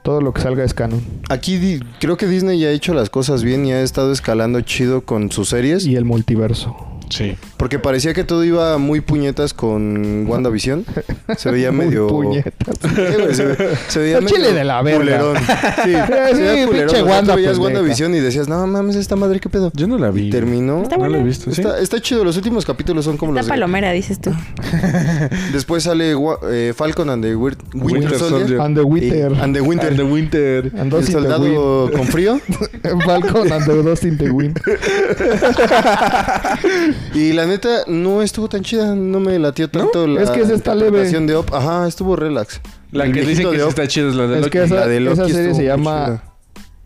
Speaker 3: Todo lo que salga es canon.
Speaker 1: Aquí di- creo que Disney ya ha hecho las cosas bien y ha estado escalando chido con sus series.
Speaker 3: Y el multiverso.
Speaker 2: Sí.
Speaker 1: Porque parecía que todo iba muy puñetas con WandaVision. Se veía
Speaker 3: Muy
Speaker 1: medio.
Speaker 3: puñetas.
Speaker 1: Sí, güey, se, ve- se veía
Speaker 3: El chile de la verga.
Speaker 1: culerón. Sí,
Speaker 3: Sí,
Speaker 1: se veía
Speaker 3: pinche
Speaker 1: culerón. O sea, tú
Speaker 3: Wanda
Speaker 1: veías
Speaker 3: pendeja.
Speaker 1: WandaVision y decías, no mames, esta madre, qué pedo.
Speaker 2: Yo no la vi.
Speaker 1: Y terminó.
Speaker 4: Está
Speaker 2: No la he
Speaker 4: buena.
Speaker 2: visto. ¿sí?
Speaker 1: Está, está chido, los últimos capítulos son como
Speaker 4: Esta
Speaker 1: los. de-
Speaker 4: palomera, dices tú.
Speaker 1: Después sale Wa- eh, Falcon and the Weird- Winter,
Speaker 2: Winter
Speaker 1: Soldier.
Speaker 2: Soldier.
Speaker 3: And the Wither.
Speaker 1: Y- and the Winter.
Speaker 2: And the Winter.
Speaker 3: And Dusty
Speaker 1: el
Speaker 3: the
Speaker 1: soldado
Speaker 3: Wind.
Speaker 1: con frío.
Speaker 3: Falcon and the Dust in the Wind.
Speaker 1: Y la neta, no estuvo tan chida. No me latió tanto la
Speaker 3: Es que esa está leve.
Speaker 1: interpretación de Op. Ajá, estuvo relax.
Speaker 2: La
Speaker 1: El
Speaker 2: que dicen
Speaker 1: viejito
Speaker 2: que
Speaker 1: de
Speaker 2: sí
Speaker 1: Op.
Speaker 2: está chida es la de
Speaker 3: Es
Speaker 2: Loki.
Speaker 3: que esa,
Speaker 1: la de Loki
Speaker 3: esa serie
Speaker 1: estuvo
Speaker 3: se
Speaker 1: muy
Speaker 3: llama
Speaker 1: chida.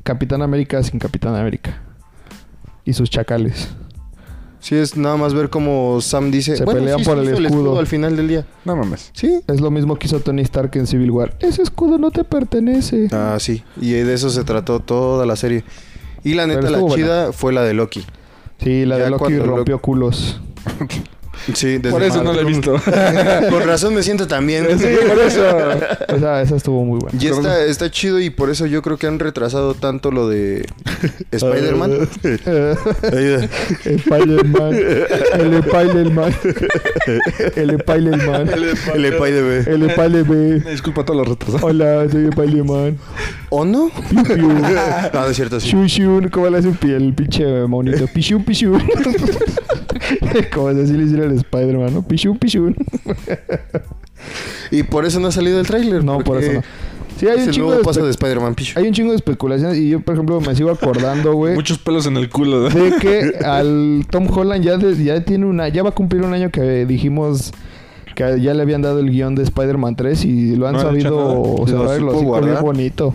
Speaker 3: Capitán América sin Capitán América. Y sus chacales.
Speaker 1: Sí, es nada más ver cómo Sam dice...
Speaker 3: Se
Speaker 1: "Bueno,
Speaker 3: pelean
Speaker 1: sí,
Speaker 3: por
Speaker 1: se
Speaker 3: el
Speaker 1: hizo
Speaker 3: escudo".
Speaker 1: al final del día.
Speaker 2: No mames.
Speaker 1: ¿Sí?
Speaker 3: Es lo mismo que hizo Tony Stark en Civil War. Ese escudo no te pertenece.
Speaker 1: Ah, sí. Y de eso se trató toda la serie. Y la neta,
Speaker 3: Pero
Speaker 1: la
Speaker 3: estuvo buena.
Speaker 1: chida fue la de Loki.
Speaker 3: Sí, la
Speaker 1: Ya
Speaker 3: de Loki
Speaker 1: cuando lo-
Speaker 3: rompió culos.
Speaker 1: Sí, desde
Speaker 2: Por eso no
Speaker 1: Marvel.
Speaker 2: la he visto.
Speaker 1: Con razón me siento también.
Speaker 2: por eso.
Speaker 3: Esa, esa estuvo muy buena.
Speaker 1: Y está, está chido y por eso yo creo que han retrasado tanto lo de Spider-Man.
Speaker 3: Eh,
Speaker 1: Ayuda.
Speaker 3: Spider-Man. El Spider-Man. El Spider-Man.
Speaker 1: El Epay de B.
Speaker 3: El Spider-Man.
Speaker 2: Disculpa todos los retrasados.
Speaker 3: Hola, soy Spider-Man.
Speaker 1: ¿O no?
Speaker 3: Piu, piu.
Speaker 1: No, de cierto, sí.
Speaker 3: Shun, shun. ¿Cómo le hace un piel? Pinche monito. Pichun, pichun. Como si así le hiciera el Spider-Man, ¿no? Pichun, pichun.
Speaker 1: Y por eso no ha salido el tráiler.
Speaker 3: No, por
Speaker 1: porque
Speaker 3: eso no. Sí, hay
Speaker 1: Es
Speaker 3: un
Speaker 1: el
Speaker 3: chingo
Speaker 1: nuevo
Speaker 3: de
Speaker 1: paso
Speaker 3: espe-
Speaker 1: de Spider-Man Pichu.
Speaker 3: Hay un chingo de especulaciones y yo, por ejemplo, me sigo acordando, güey,
Speaker 2: Muchos pelos en el culo. ¿no?
Speaker 3: de que al Tom Holland ya, de- ya tiene una, ya va a cumplir un año que dijimos que ya le habían dado el guión de Spider-Man 3 y lo han
Speaker 2: No han dicho
Speaker 3: sabido
Speaker 1: nada. Lo
Speaker 3: cerrar
Speaker 1: supo
Speaker 3: los hocico bien
Speaker 1: guardar.
Speaker 3: bonito.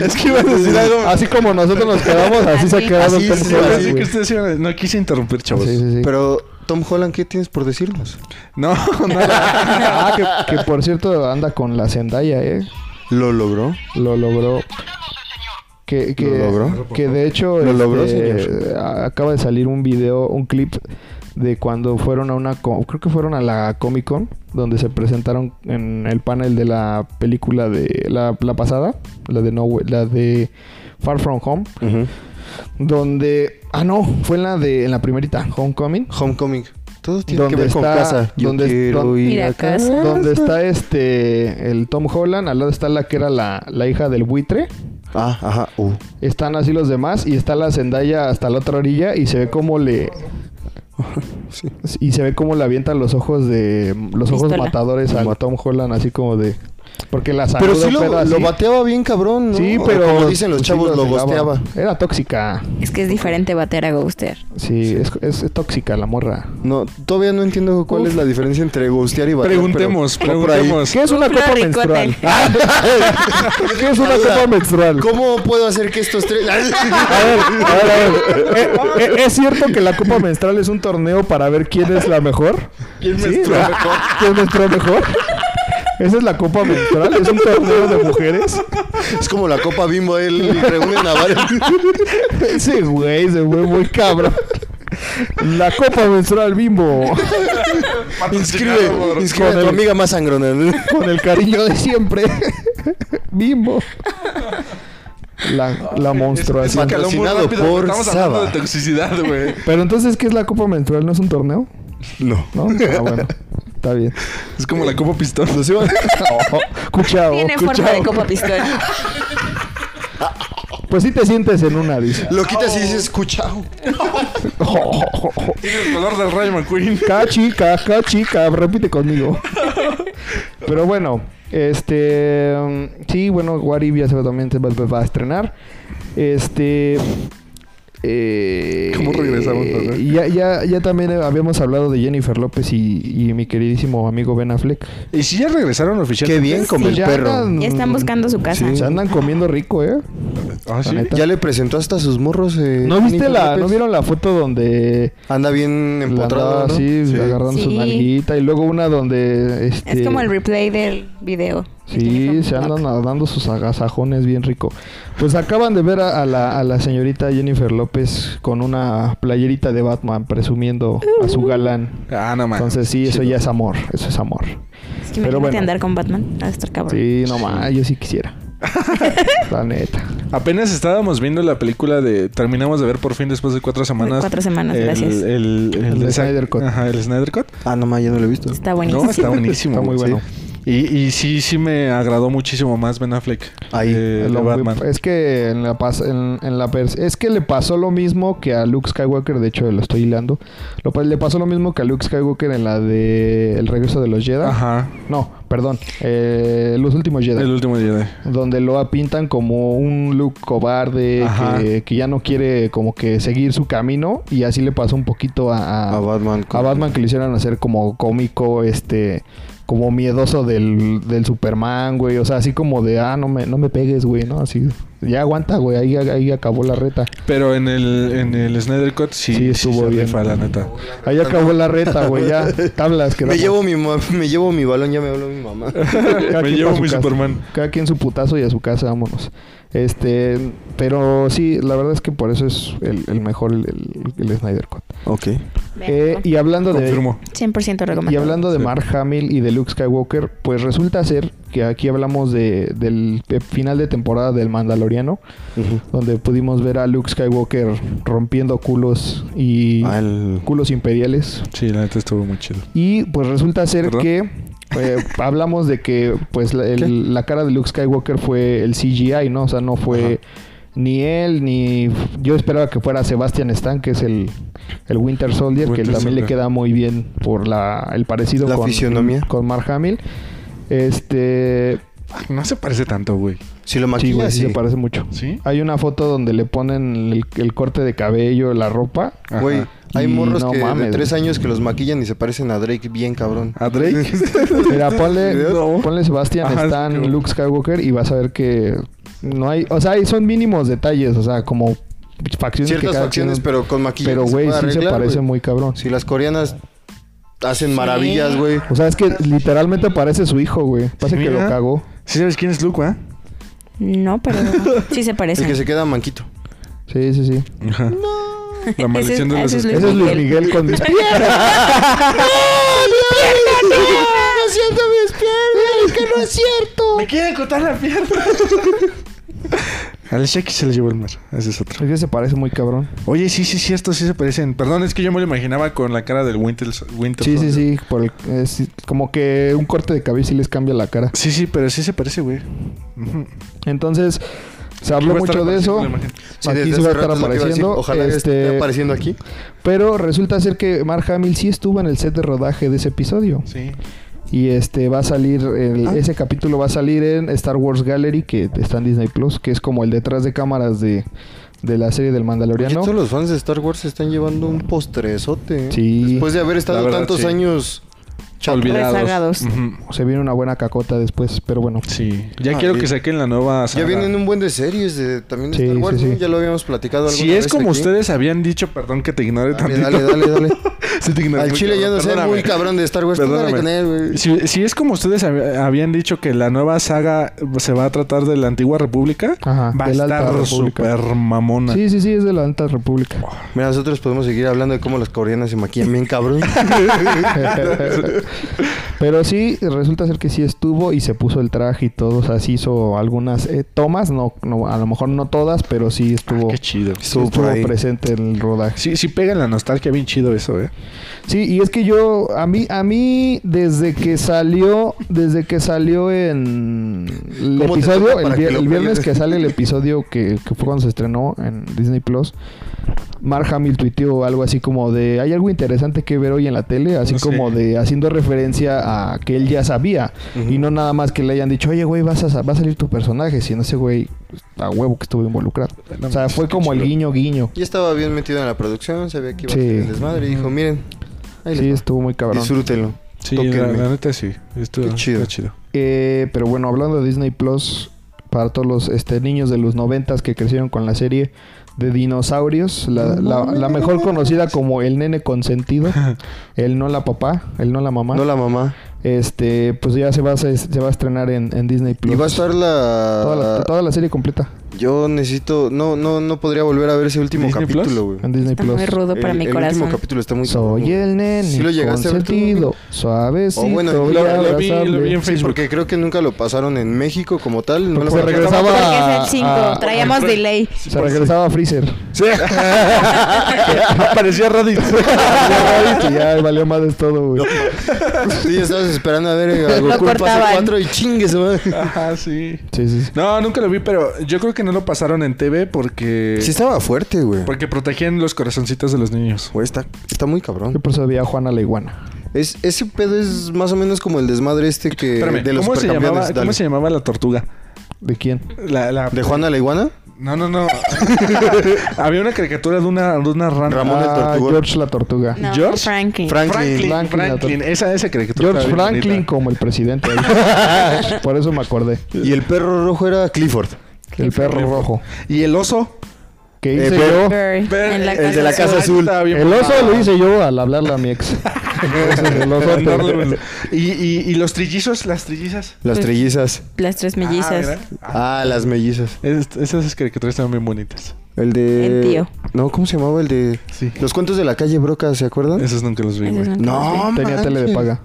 Speaker 1: Es que iba a decir algo.
Speaker 3: Así como nosotros nos quedamos, así se ha
Speaker 4: Así,
Speaker 3: quedado
Speaker 1: así,
Speaker 3: Tom
Speaker 1: sí,
Speaker 3: Holland.
Speaker 2: Así que
Speaker 3: güey.
Speaker 2: ustedes iban- No quise interrumpir, chavos.
Speaker 3: Sí, sí, sí.
Speaker 1: Pero, Tom Holland, ¿qué tienes por decirnos?
Speaker 2: No, no.
Speaker 3: ah, que, que por cierto anda con la Zendaya, eh.
Speaker 1: ¿Lo logró?
Speaker 3: Lo logró. Que, que,
Speaker 1: ¿Lo logró?
Speaker 3: que de hecho
Speaker 1: ¿Lo
Speaker 3: este,
Speaker 1: logró, señor?
Speaker 3: a- acaba de salir un video, un clip de cuando fueron a una co- creo que fueron a la Comic Con donde se presentaron en el panel de la película de la, la pasada, la de No Way- la de Far From Home, donde ah no, fue en la de en la primerita Homecoming,
Speaker 1: Homecoming. Todo tiene que
Speaker 3: ¿Dónde
Speaker 1: ver con
Speaker 3: está-
Speaker 1: casa. Yo
Speaker 3: dónde-
Speaker 1: quiero
Speaker 3: dónde-
Speaker 1: ir
Speaker 4: Ir a
Speaker 1: a casa.
Speaker 4: casa.
Speaker 3: donde está este el Tom Holland, al lado está la que era la, la hija del buitre.
Speaker 1: Ah, ajá. Uh.
Speaker 3: Están así los demás y está la Zendaya hasta la otra orilla y se ve cómo le
Speaker 1: Sí.
Speaker 3: y se ve cómo le avientan los ojos de los ojos
Speaker 4: Pistola.
Speaker 3: matadores a Tom Holland así como de porque la
Speaker 1: Pero
Speaker 3: saluda,
Speaker 1: sí lo,
Speaker 3: así.
Speaker 1: lo bateaba bien, cabrón. ¿no?
Speaker 3: Sí,
Speaker 1: O
Speaker 3: pero
Speaker 1: Como dicen los
Speaker 3: pues, sí
Speaker 1: chavos, lo
Speaker 3: cegaba.
Speaker 1: gosteaba.
Speaker 3: Era tóxica.
Speaker 4: Es que es diferente bater a Ghoster.
Speaker 3: Sí, es, es- es tóxica la morra.
Speaker 1: No, todavía no entiendo cuál
Speaker 3: Uf.
Speaker 1: es la diferencia entre gustear y batear. pero
Speaker 2: Preguntemos,
Speaker 1: va por ahí.
Speaker 2: preguntemos.
Speaker 3: ¿Qué es una
Speaker 4: Una
Speaker 3: copa
Speaker 4: ricota.
Speaker 3: menstrual? ¿Qué es una copa menstrual?
Speaker 1: ¿Cómo puedo hacer que estos tres...
Speaker 3: A ver, a ver, a ver. Eh, eh, ¿Es cierto que la copa menstrual es un torneo para ver quién es la mejor?
Speaker 2: ¿Quién
Speaker 3: Sí,
Speaker 2: menstrua
Speaker 3: ¿no?
Speaker 2: mejor?
Speaker 3: ¿Quién menstrua mejor? Esa es la copa menstrual, es un torneo de mujeres.
Speaker 1: es como la copa bimbo, él reúne a varios...
Speaker 3: Ese güey se fue muy cabrón. La copa menstrual bimbo.
Speaker 1: Inscribe, inscribe a tu amiga más sangrona.
Speaker 3: Con el cariño de siempre. Bimbo. La, la monstruación.
Speaker 1: Escaló muy rápido,
Speaker 2: por
Speaker 1: estamos
Speaker 2: Estamos
Speaker 1: hablando
Speaker 2: hablando
Speaker 1: de
Speaker 2: de toxicidad, güey.
Speaker 3: Pero entonces, ¿qué es la copa menstrual? ¿No es un torneo?
Speaker 1: No.
Speaker 3: ¿No? Ah, bueno. Está bien.
Speaker 2: Es como la copa pistón. ¿no? ¿Sí?
Speaker 3: Cuchao,
Speaker 4: Tiene forma
Speaker 3: cuchao.
Speaker 4: de copa pistola.
Speaker 3: Pues sí te sientes en una, dice.
Speaker 1: Lo quitas y dices, cuchao.
Speaker 2: Tiene el color del Rayo McQueen.
Speaker 3: Cachica, cachica, repite conmigo. Pero bueno, este. mm, Sí, bueno, Guarib ya se va, también se va, va a estrenar. Este. eh,
Speaker 2: ¿Cómo regresamos, Pepe?
Speaker 3: ya, ya, ya también habíamos hablado de Jennifer López y, y mi queridísimo amigo Ben Affleck. Pues
Speaker 2: ¿Y si ya regresaron oficialmente?
Speaker 1: Qué bien como el
Speaker 3: Ya
Speaker 1: perro.
Speaker 3: andan-
Speaker 4: Ya están buscando su casa.
Speaker 3: Sí, se andan comiendo rico, ¿eh?
Speaker 2: Ah, sí.
Speaker 3: La neta.
Speaker 1: Ya le presentó hasta sus morros. eh,
Speaker 3: ¿No viste
Speaker 1: Jennifer
Speaker 3: la,
Speaker 1: López.
Speaker 3: ¿No vieron la foto donde
Speaker 1: Anda bien
Speaker 3: la andaba
Speaker 1: empotrado, ¿no?
Speaker 3: así,
Speaker 1: Sí.
Speaker 3: agarrando su
Speaker 4: Sí.
Speaker 3: nalguita? Y luego una donde... Este,
Speaker 4: Es como el replay del video.
Speaker 3: Sí, se andan dando sus agasajones bien rico. Pues acaban de ver a, a la, a la señorita Jennifer López con una playerita de Batman presumiendo a su galán.
Speaker 2: Ah, no más.
Speaker 3: Entonces sí, eso ya es amor, eso es amor.
Speaker 4: Es que
Speaker 3: Pero
Speaker 4: imagínate
Speaker 3: bueno.
Speaker 4: andar con Batman. A estar cabrón.
Speaker 3: Sí, no más, yo sí quisiera. la neta.
Speaker 2: Apenas estábamos viendo la película de. Terminamos de ver por fin después de cuatro semanas.
Speaker 4: Cuatro semanas,
Speaker 2: el,
Speaker 4: gracias.
Speaker 2: El, el,
Speaker 3: El de
Speaker 2: esa-
Speaker 3: Snyder Cut.
Speaker 2: Ajá, el Snyder Cut.
Speaker 1: Ah, no, ma, yo no lo he visto.
Speaker 4: Está buenísimo.
Speaker 2: No, está buenísimo.
Speaker 3: Está muy
Speaker 2: güey,
Speaker 3: bueno.
Speaker 2: sí. Y, y sí, sí me agradó muchísimo más Ben Affleck.
Speaker 1: Ahí,
Speaker 2: eh, de
Speaker 3: Lo-
Speaker 2: Batman.
Speaker 3: Es que en la pas- en, en la pers- es que le pasó lo mismo que a Luke Skywalker, de hecho lo estoy hilando. Lo pa- le pasó lo mismo que a Luke Skywalker en la de El regreso de los Jedi.
Speaker 2: Ajá.
Speaker 3: No, perdón, eh, los últimos Jedi.
Speaker 2: El último Jedi.
Speaker 3: donde lo pintan como un Luke cobarde
Speaker 2: Ajá.
Speaker 3: que, que ya no quiere como que seguir su camino y así le pasó un poquito a, a-
Speaker 1: A Batman.
Speaker 3: Ah. a Batman que lo hicieron hacer como cómico, este, como miedoso del, del Superman, güey, o sea, así como de, ah, no me, no me pegues, güey, ¿no? Así, ya aguanta, güey, ahí, ahí acabó la reta,
Speaker 2: Pero en el, en el Snyder Cut sí,
Speaker 3: Sí, estuvo
Speaker 2: se
Speaker 3: bien.
Speaker 2: rifa, la neta.
Speaker 3: ahí acabó la reta, güey, ya, tablas, que
Speaker 1: Me llevo, mi ma- me llevo mi balón, ya me habló mi mamá.
Speaker 2: Me llevo mi Superman.
Speaker 3: Cada quien su putazo y a su casa, vámonos. Este, pero sí, la verdad es que por eso es el, el mejor el, el- el Snyder Cut.
Speaker 1: ok.
Speaker 3: Eh, y hablando
Speaker 2: Confirmo.
Speaker 3: de
Speaker 4: 100% recomendado.
Speaker 3: y hablando de
Speaker 2: Sí.
Speaker 3: Mark Hamill y de Luke Skywalker, pues resulta ser que aquí hablamos de, del eh, final de temporada del Mandaloriano, donde pudimos ver a Luke Skywalker rompiendo culos y
Speaker 1: Al-
Speaker 3: culos imperiales,
Speaker 2: Sí, la neta estuvo muy chido.
Speaker 3: y pues resulta ser
Speaker 2: ¿Perdón?
Speaker 3: que eh, hablamos de que pues la, el-
Speaker 1: ¿Qué?
Speaker 3: la cara de Luke Skywalker fue el CGI, ¿no? O sea, no fue ni él ni yo esperaba que fuera Sebastian Stan, que es el, el Winter Soldier,
Speaker 2: Winter
Speaker 3: que también
Speaker 2: Soldier.
Speaker 3: le queda muy bien por la el parecido
Speaker 1: La
Speaker 3: con
Speaker 1: fisionomía.
Speaker 3: con Mark Hamill. Este
Speaker 2: No se parece tanto, güey.
Speaker 1: Si lo
Speaker 3: sí, güey,
Speaker 1: maquillas,
Speaker 3: sí
Speaker 1: sí.
Speaker 3: se parece mucho.
Speaker 2: ¿Sí?
Speaker 3: Hay una foto donde le ponen el, el corte de cabello, la ropa.
Speaker 2: Ajá.
Speaker 1: Güey, hay
Speaker 3: Y
Speaker 1: morros
Speaker 3: no
Speaker 1: que
Speaker 3: mames,
Speaker 1: de tres
Speaker 3: güey. Ah,
Speaker 1: años que los maquillan y se parecen a Drake bien cabrón.
Speaker 2: ¿A Drake?
Speaker 3: Mira, ponle,
Speaker 2: No.
Speaker 3: ponle Sebastian
Speaker 1: Ah,
Speaker 2: Ajá,
Speaker 3: Stan,
Speaker 2: sí, claro.
Speaker 3: Luke Skywalker y vas a ver que no hay, o sea, ahí son mínimos detalles, o sea, como facciones que
Speaker 1: Ciertas
Speaker 3: cada
Speaker 1: facciones,
Speaker 3: quien-
Speaker 1: pero con maquillaje.
Speaker 3: pero güey, sí se parece muy cabrón.
Speaker 1: Si las coreanas hacen maravillas, güey.
Speaker 3: O sea, es que literalmente parece su hijo, güey. Pasa
Speaker 2: Sí,
Speaker 3: que lo
Speaker 2: mira.
Speaker 3: cagó.
Speaker 2: ¿Sí sabes quién es Luke, ah?
Speaker 4: No, pero sí se parece.
Speaker 1: El que se queda manquito.
Speaker 3: Sí, sí, sí.
Speaker 2: Ajá. La
Speaker 4: Ese
Speaker 2: maldición
Speaker 4: es-
Speaker 2: de los
Speaker 4: ese es
Speaker 2: esclavos.
Speaker 4: Luis
Speaker 3: Ese es Luis Miguel con mis
Speaker 1: ¡Ah! ¡No es cierto, mis piernas! ¡Que no es cierto!
Speaker 2: Me quieren cortar la pierna. Al Shaki se le llevó el mar. Ese es otro.
Speaker 3: Es que se parece muy cabrón.
Speaker 2: Oye, sí, sí, sí, estos sí se parecen. Perdón, es que yo me lo imaginaba con la cara del Winter. Winter
Speaker 3: Sí, sí,
Speaker 2: Soldier.
Speaker 3: sí. por el- eh, sí, como que un corte de cabello sí les cambia la cara.
Speaker 2: Sí, sí, pero sí se parece, güey. Ujú.
Speaker 3: Entonces, se habló
Speaker 2: Voy a estar
Speaker 3: mucho de
Speaker 2: apareciendo
Speaker 3: eso.
Speaker 2: la imagen.
Speaker 1: Sí,
Speaker 3: Aquí
Speaker 1: desde
Speaker 3: se va a
Speaker 1: hace
Speaker 3: estar
Speaker 1: rato es lo que iba a decir.
Speaker 3: apareciendo.
Speaker 1: Ojalá esté
Speaker 3: este,
Speaker 1: apareciendo aquí.
Speaker 3: Pero resulta ser que Mark Hamill sí estuvo en el set de rodaje de ese episodio.
Speaker 2: Sí.
Speaker 3: Y este va a salir, el-
Speaker 1: Ah.
Speaker 3: ese capítulo va a salir en Star Wars Gallery, que está en Disney Plus, que es como el detrás de cámaras de, de la serie del
Speaker 1: Oye,
Speaker 3: Mandaloriano.
Speaker 1: todos los fans de Star Wars se están llevando un postrezote. ¿eh?
Speaker 3: Sí.
Speaker 1: Después de haber
Speaker 2: La
Speaker 1: estado
Speaker 2: verdad,
Speaker 1: tantos
Speaker 2: sí.
Speaker 1: años...
Speaker 2: Olvidados.
Speaker 4: Rezagados.
Speaker 2: Ujú.
Speaker 3: Se viene una buena cacota después, pero bueno.
Speaker 2: Sí. Ya
Speaker 1: Ah,
Speaker 2: quiero
Speaker 1: sí.
Speaker 2: que saquen la nueva
Speaker 1: Ya
Speaker 2: saga.
Speaker 1: vienen un buen de series de también de
Speaker 3: Sí,
Speaker 1: Star Wars,
Speaker 3: sí,
Speaker 1: ¿no?
Speaker 3: sí.
Speaker 1: ya lo habíamos platicado alguna
Speaker 2: Si es
Speaker 1: vez
Speaker 2: como
Speaker 1: aquí.
Speaker 2: ustedes habían dicho, perdón que te ignore
Speaker 1: Dale,
Speaker 2: tantito.
Speaker 1: dale, dale, dale.
Speaker 2: Sí te ignoré
Speaker 1: Al
Speaker 2: muy
Speaker 1: chile ya no
Speaker 2: cabrón,
Speaker 1: sé muy
Speaker 2: perdóname.
Speaker 1: cabrón de Star Wars. Tú dale
Speaker 2: Perdóname.
Speaker 1: con él, güey.
Speaker 2: Si, si es como ustedes hab- habían dicho que la nueva saga se va a tratar de la antigua república,
Speaker 3: Ajá,
Speaker 2: va a
Speaker 3: de la Alta
Speaker 2: estar
Speaker 3: República.
Speaker 2: súper mamona.
Speaker 3: Sí, sí, sí, es de la Alta República.
Speaker 1: Mira, nosotros podemos seguir hablando de cómo las coreanas se maquillan bien cabrón.
Speaker 3: Pero sí, resulta ser que sí estuvo y se puso el traje y todo. O sea, sí hizo algunas eh, tomas, no, no, a lo mejor no todas, pero sí estuvo,
Speaker 2: Qué chido.
Speaker 3: sí
Speaker 1: Ah, estuvo por
Speaker 3: estuvo
Speaker 1: ahí.
Speaker 3: presente en el rodaje.
Speaker 2: Sí, sí pega en la nostalgia bien chido eso, ¿eh?
Speaker 3: Sí, y es que yo, a mí, a mí, desde que salió, desde que salió en el
Speaker 1: ¿Cómo te
Speaker 3: episodio,
Speaker 1: toca
Speaker 3: el,
Speaker 1: para
Speaker 3: vier-
Speaker 1: que lo
Speaker 3: el viernes
Speaker 1: juegues?
Speaker 3: que sale el episodio que, que fue cuando se estrenó en Disney Plus, Mark Hamill tuiteó algo así como de, hay algo interesante que ver hoy en la tele, así
Speaker 2: Sí.
Speaker 3: como de haciendo referencia a que él ya sabía
Speaker 1: Ujú.
Speaker 3: y no nada más que le hayan dicho, oye, güey, vas a, sa- va a salir tu personaje, sino ese güey pues, a huevo que estuvo involucrado.
Speaker 2: No
Speaker 3: O sea,
Speaker 2: mames,
Speaker 3: fue
Speaker 2: qué
Speaker 3: como el
Speaker 2: chulo.
Speaker 3: guiño guiño.
Speaker 1: Ya estaba bien metido en la producción, sabía que iba a
Speaker 3: Sí.
Speaker 1: ser el desmadre y dijo, miren, ahí
Speaker 3: Sí,
Speaker 1: les va.
Speaker 3: estuvo muy cabrón.
Speaker 1: disfrútenlo.
Speaker 2: Sí, la,
Speaker 1: Tóquenme.
Speaker 2: la neta sí. Estuvo
Speaker 1: Qué chido.
Speaker 2: está chido.
Speaker 3: Eh, pero bueno, hablando de Disney Plus, para todos los este, niños de los noventas que crecieron con la serie de dinosaurios, la, la- la mejor conocida como el nene consentido, el no la papá, el no la mamá,
Speaker 1: No la mamá.
Speaker 3: este, pues ya se va a, se, se va a estrenar en, en Disney Plus.
Speaker 1: Y va
Speaker 2: pues,
Speaker 1: a estar la...
Speaker 3: toda la, toda la serie completa
Speaker 1: Yo necesito... No, no, no podría volver a ver ese último
Speaker 2: ¿Disney Plus?
Speaker 1: capítulo, güey.
Speaker 3: en Disney
Speaker 4: Está
Speaker 3: Plus.
Speaker 4: muy rudo para
Speaker 1: El-
Speaker 4: mi
Speaker 1: El último
Speaker 4: corazón.
Speaker 1: capítulo está muy...
Speaker 3: Soy el nene
Speaker 1: ¿Sí lo llegaste a ver tú?
Speaker 3: consentido, suavecito
Speaker 1: O bueno,
Speaker 3: y
Speaker 1: lo-
Speaker 2: lo vi- lo vi
Speaker 3: abrazable.
Speaker 2: en
Speaker 1: Sí, porque creo que nunca lo pasaron en México como tal. No
Speaker 3: Porque
Speaker 1: lo
Speaker 3: se
Speaker 1: sacaron.
Speaker 3: regresaba
Speaker 4: Porque es el
Speaker 3: a-
Speaker 4: 5,
Speaker 3: a-
Speaker 4: traíamos delay.
Speaker 3: Se regresaba a Freezer.
Speaker 2: Sí. Aparecía Raditz.
Speaker 3: ya, viste, ya valió madres todo, güey.
Speaker 1: Sí, estabas esperando a ver eh, a
Speaker 4: Lo
Speaker 1: Goku en fase
Speaker 4: cortaban.
Speaker 1: 4 y chingue su madre.
Speaker 2: Ajá, sí.
Speaker 3: Sí, sí, sí.
Speaker 2: No, nunca lo vi, pero yo creo que no lo pasaron en TV porque...
Speaker 1: Sí estaba fuerte, güey.
Speaker 2: Porque protegían los corazoncitos de los niños.
Speaker 1: Güey, está, está muy
Speaker 3: Yo
Speaker 1: cabrón.
Speaker 3: por eso veía a Juana la iguana.
Speaker 1: Es, ese pedo es más o menos como el desmadre este que...
Speaker 2: Espérame,
Speaker 1: de los
Speaker 2: ¿cómo, se
Speaker 1: supercampeones.
Speaker 2: llamaba,
Speaker 1: Dale.
Speaker 2: ¿cómo se llamaba la tortuga?
Speaker 3: ¿De quién?
Speaker 2: La, la-
Speaker 1: ¿De Juana la Iguana?
Speaker 2: No, no, no. Había una caricatura de una, de una rana.
Speaker 1: Ramón el Tortugón.
Speaker 3: Ah, George la tortuga.
Speaker 4: No,
Speaker 2: George?
Speaker 4: Franklin.
Speaker 1: Frank-
Speaker 2: Franklin.
Speaker 3: Franklin,
Speaker 2: Franklin.
Speaker 3: Franklin.
Speaker 2: Esa, esa caricatura.
Speaker 3: George
Speaker 2: estaba bien
Speaker 3: Franklin
Speaker 2: bonita.
Speaker 3: como el presidente. por eso me acordé.
Speaker 1: Y el perro rojo era Clifford.
Speaker 3: El perro rojo.
Speaker 2: Y el oso.
Speaker 3: Que
Speaker 1: Eh,
Speaker 3: hice
Speaker 1: pero-
Speaker 3: yo.
Speaker 4: Bird,
Speaker 2: Ver-
Speaker 4: en la
Speaker 1: el de la
Speaker 4: casa
Speaker 1: Casa
Speaker 4: azul.
Speaker 1: Azul.
Speaker 2: Estaba bien
Speaker 3: El oso
Speaker 2: bonita.
Speaker 3: lo hice yo al hablarle a mi ex. Entonces, el oso-
Speaker 2: Mandarle- y, y, y los trillizos, las trillizas.
Speaker 1: Las
Speaker 4: Pues-
Speaker 1: trellizas.
Speaker 4: Las tres mellizas.
Speaker 2: Ah,
Speaker 1: Ah, las mellizas.
Speaker 2: ¿verdad? Es- esas caricaturas estaban bien bonitas.
Speaker 1: El de...
Speaker 4: El tío.
Speaker 1: No, ¿cómo se llamaba el de...?
Speaker 2: Sí.
Speaker 1: Los cuentos de la calle Broca, ¿se acuerdan?
Speaker 2: Esos nunca los vi,
Speaker 4: Esos
Speaker 2: güey.
Speaker 4: nunca los vi.
Speaker 1: No,
Speaker 3: Tenía tele de
Speaker 1: manches.
Speaker 3: paga.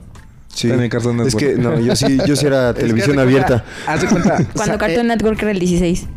Speaker 1: Sí.
Speaker 2: Tenía Cartoon
Speaker 1: Es
Speaker 2: Network.
Speaker 1: que, no, yo sí, yo sí era
Speaker 2: Es que
Speaker 1: televisión
Speaker 2: haz de cuenta-
Speaker 1: abierta.
Speaker 2: Haz de cuenta.
Speaker 4: Cuando
Speaker 2: sa-
Speaker 4: Cartoon Network era el 16.
Speaker 2: eh,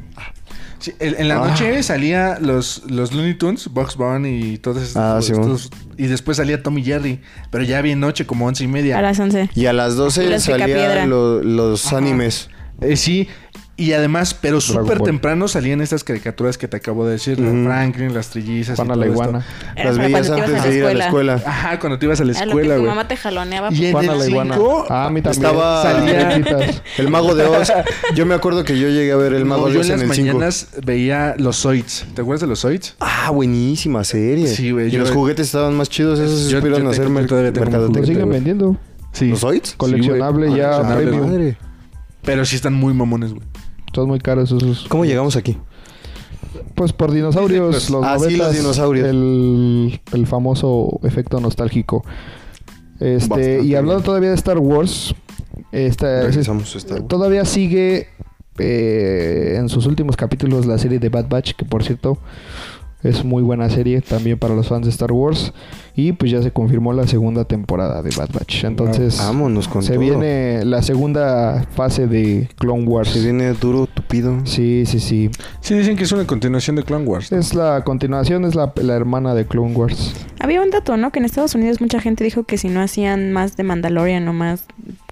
Speaker 2: sí, en, en la
Speaker 1: Ah.
Speaker 2: noche salía los, los Looney Tunes, Bugs Bunny y todos estos.
Speaker 1: Ah, sí,
Speaker 2: estos- y después salía Tommy Jerry. Pero ya bien noche, como once y media.
Speaker 4: A las 11.
Speaker 1: Y a las 12
Speaker 4: Y los
Speaker 1: salían
Speaker 4: Picapiedra.
Speaker 1: lo- los animes.
Speaker 2: Eh, sí, y además, pero
Speaker 3: Dragon
Speaker 2: súper
Speaker 3: Ball.
Speaker 2: temprano salían estas caricaturas que te acabo de decir: la
Speaker 1: Ujú.
Speaker 2: Franklin, las trillizas. y
Speaker 3: Juana
Speaker 2: todo
Speaker 3: la
Speaker 2: esto.
Speaker 3: iguana.
Speaker 4: Era
Speaker 1: Las
Speaker 4: para
Speaker 1: veías
Speaker 4: cuando te
Speaker 1: antes
Speaker 4: ibas
Speaker 1: de ir a la escuela.
Speaker 2: Ajá, cuando te ibas a la
Speaker 4: A lo que
Speaker 2: escuela,
Speaker 4: tu
Speaker 2: güey.
Speaker 4: mamá te jaloneaba.
Speaker 2: Y en
Speaker 3: Juana
Speaker 2: el
Speaker 3: la iguana.
Speaker 2: 5
Speaker 3: Ah, a mí también.
Speaker 1: Estaba-
Speaker 3: Salía-
Speaker 1: El mago de Oz. Yo me acuerdo que yo llegué a ver el mago
Speaker 2: No,
Speaker 1: de
Speaker 2: yo
Speaker 1: Oz
Speaker 2: en
Speaker 1: en
Speaker 2: las
Speaker 1: el 5.
Speaker 2: mañanas veía los Zoids. ¿Te acuerdas de los Zoids?
Speaker 1: Ah, buenísima serie.
Speaker 2: Sí, güey,
Speaker 1: Y
Speaker 2: yo-
Speaker 1: los juguetes estaban más chidos. Esos
Speaker 2: Yo-
Speaker 1: supieron
Speaker 2: yo
Speaker 1: hacer
Speaker 2: tengo- yo
Speaker 1: mer-
Speaker 2: todavía tengo un
Speaker 3: Lo
Speaker 1: mercadotecnia,
Speaker 3: siguen
Speaker 1: güey.
Speaker 3: vendiendo.
Speaker 2: Sí.
Speaker 1: ¿Los Zoids?
Speaker 3: Coleccionable
Speaker 2: güey.
Speaker 3: ya
Speaker 2: Coleccionable,
Speaker 3: premium.
Speaker 2: güey. Pero sí están muy mamones, güey.
Speaker 3: Son muy caros esos.
Speaker 1: ¿Cómo llegamos aquí?
Speaker 3: Pues por dinosaurios, los
Speaker 1: Ah, sí, los
Speaker 3: noventas,
Speaker 1: dinosaurios.
Speaker 3: El, el famoso efecto nostálgico. Este,
Speaker 1: Bastante
Speaker 3: y hablando
Speaker 1: bien.
Speaker 3: todavía de Star Wars, esta,
Speaker 1: Regresamos a Star Wars.
Speaker 3: todavía sigue eh, en sus últimos capítulos la serie de Bad Batch, que por cierto es muy buena serie también para los fans de Star Wars. Y pues ya se confirmó la segunda temporada de Bad Batch. Entonces
Speaker 1: Vámonos con
Speaker 3: se
Speaker 1: todo.
Speaker 3: viene la segunda fase de Clone Wars.
Speaker 1: Se viene duro, tupido.
Speaker 3: Sí, sí, sí.
Speaker 2: Sí, dicen que es una continuación de Clone Wars.
Speaker 3: Es la continuación, es la, la hermana de Clone Wars.
Speaker 4: Había un dato, ¿no? Que en Estados Unidos mucha gente dijo que si no hacían más de Mandalorian o más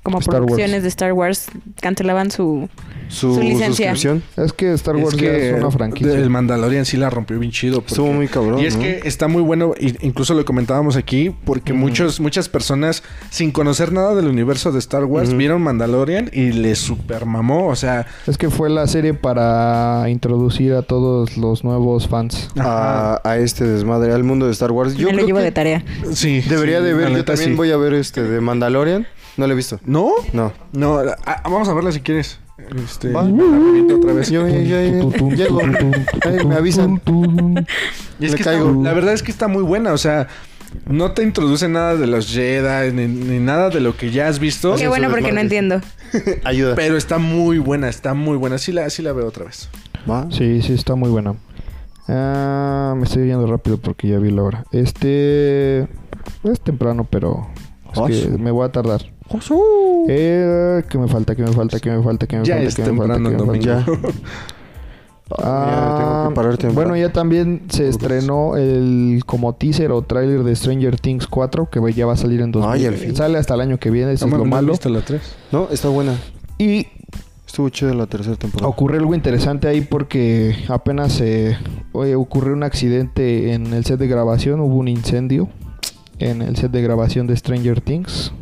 Speaker 4: como
Speaker 3: Star Wars.
Speaker 4: producciones de Star Wars, cancelaban su...
Speaker 1: Su,
Speaker 4: Su licencia.
Speaker 1: suscripción
Speaker 3: Es que Star Wars
Speaker 2: Es
Speaker 3: ya
Speaker 2: que
Speaker 3: es una franquicia.
Speaker 2: El Mandalorian sí la rompió bien chido. porque-
Speaker 1: estuvo muy cabrón.
Speaker 2: Y es
Speaker 1: ¿no?
Speaker 2: que está muy bueno, y- incluso lo comentábamos aquí, porque muchos, muchas personas, sin conocer nada del universo de Star Wars,
Speaker 1: Ujú.
Speaker 2: vieron Mandalorian y le supermamó. O sea,
Speaker 3: Es que fue la serie para introducir a todos los nuevos fans.
Speaker 1: A, a este desmadre, al mundo de Star Wars. Yo
Speaker 4: me lo
Speaker 1: creo
Speaker 4: llevo
Speaker 1: que
Speaker 4: de tarea.
Speaker 2: sí.
Speaker 1: debería
Speaker 2: sí,
Speaker 1: de
Speaker 2: la
Speaker 1: ver. Yo
Speaker 2: neta,
Speaker 1: también
Speaker 2: sí.
Speaker 1: voy a ver este de Mandalorian. No lo he visto.
Speaker 2: ¿No?
Speaker 1: No.
Speaker 2: No, a- a- vamos a verla si quieres. Este,
Speaker 1: Va.
Speaker 2: la reviento otra vez.
Speaker 1: Yo, yo, yo- llego. Ay, me avisan.
Speaker 2: Y es
Speaker 1: Le
Speaker 2: que
Speaker 1: caigo.
Speaker 2: está- la verdad es que está muy buena, o sea, no te introduce nada de los Jedi ni, ni nada de lo que ya has visto,
Speaker 4: Qué
Speaker 1: Hacen
Speaker 4: bueno
Speaker 1: sus
Speaker 4: porque no
Speaker 1: desmadres.
Speaker 4: entiendo.
Speaker 1: Ayuda.
Speaker 2: pero está muy buena, está muy buena. Sí la, sí la veo otra vez.
Speaker 1: Va.
Speaker 3: Sí, sí, está muy buena. Ah, me estoy yendo rápido porque ya vi la hora. Este. Es temprano, pero Es que me voy a tardar. Eh, que me falta, que me falta, que me falta, que me
Speaker 2: Ya
Speaker 3: falta,
Speaker 2: es
Speaker 3: que me falta,
Speaker 2: temprano
Speaker 3: que
Speaker 2: en
Speaker 3: me falta.
Speaker 2: domingo.
Speaker 1: Ya. Ya Ah, tengo que parar temprano.
Speaker 3: Ah, bueno, ya también se estrenó el como teaser o tráiler de Stranger Things 4 que ya va a salir en dos
Speaker 1: Ay, al fin.
Speaker 3: Sale hasta el año que viene, eso
Speaker 2: No
Speaker 3: es lo
Speaker 2: mames, no he
Speaker 3: malo.
Speaker 2: visto la 3.
Speaker 1: No, está buena.
Speaker 3: Y
Speaker 1: Estuvo chida la tercera temporada.
Speaker 3: ocurre algo interesante ahí porque apenas eh, oye, ocurrió un accidente en el set de grabación, hubo un incendio en el set de grabación de Stranger Things.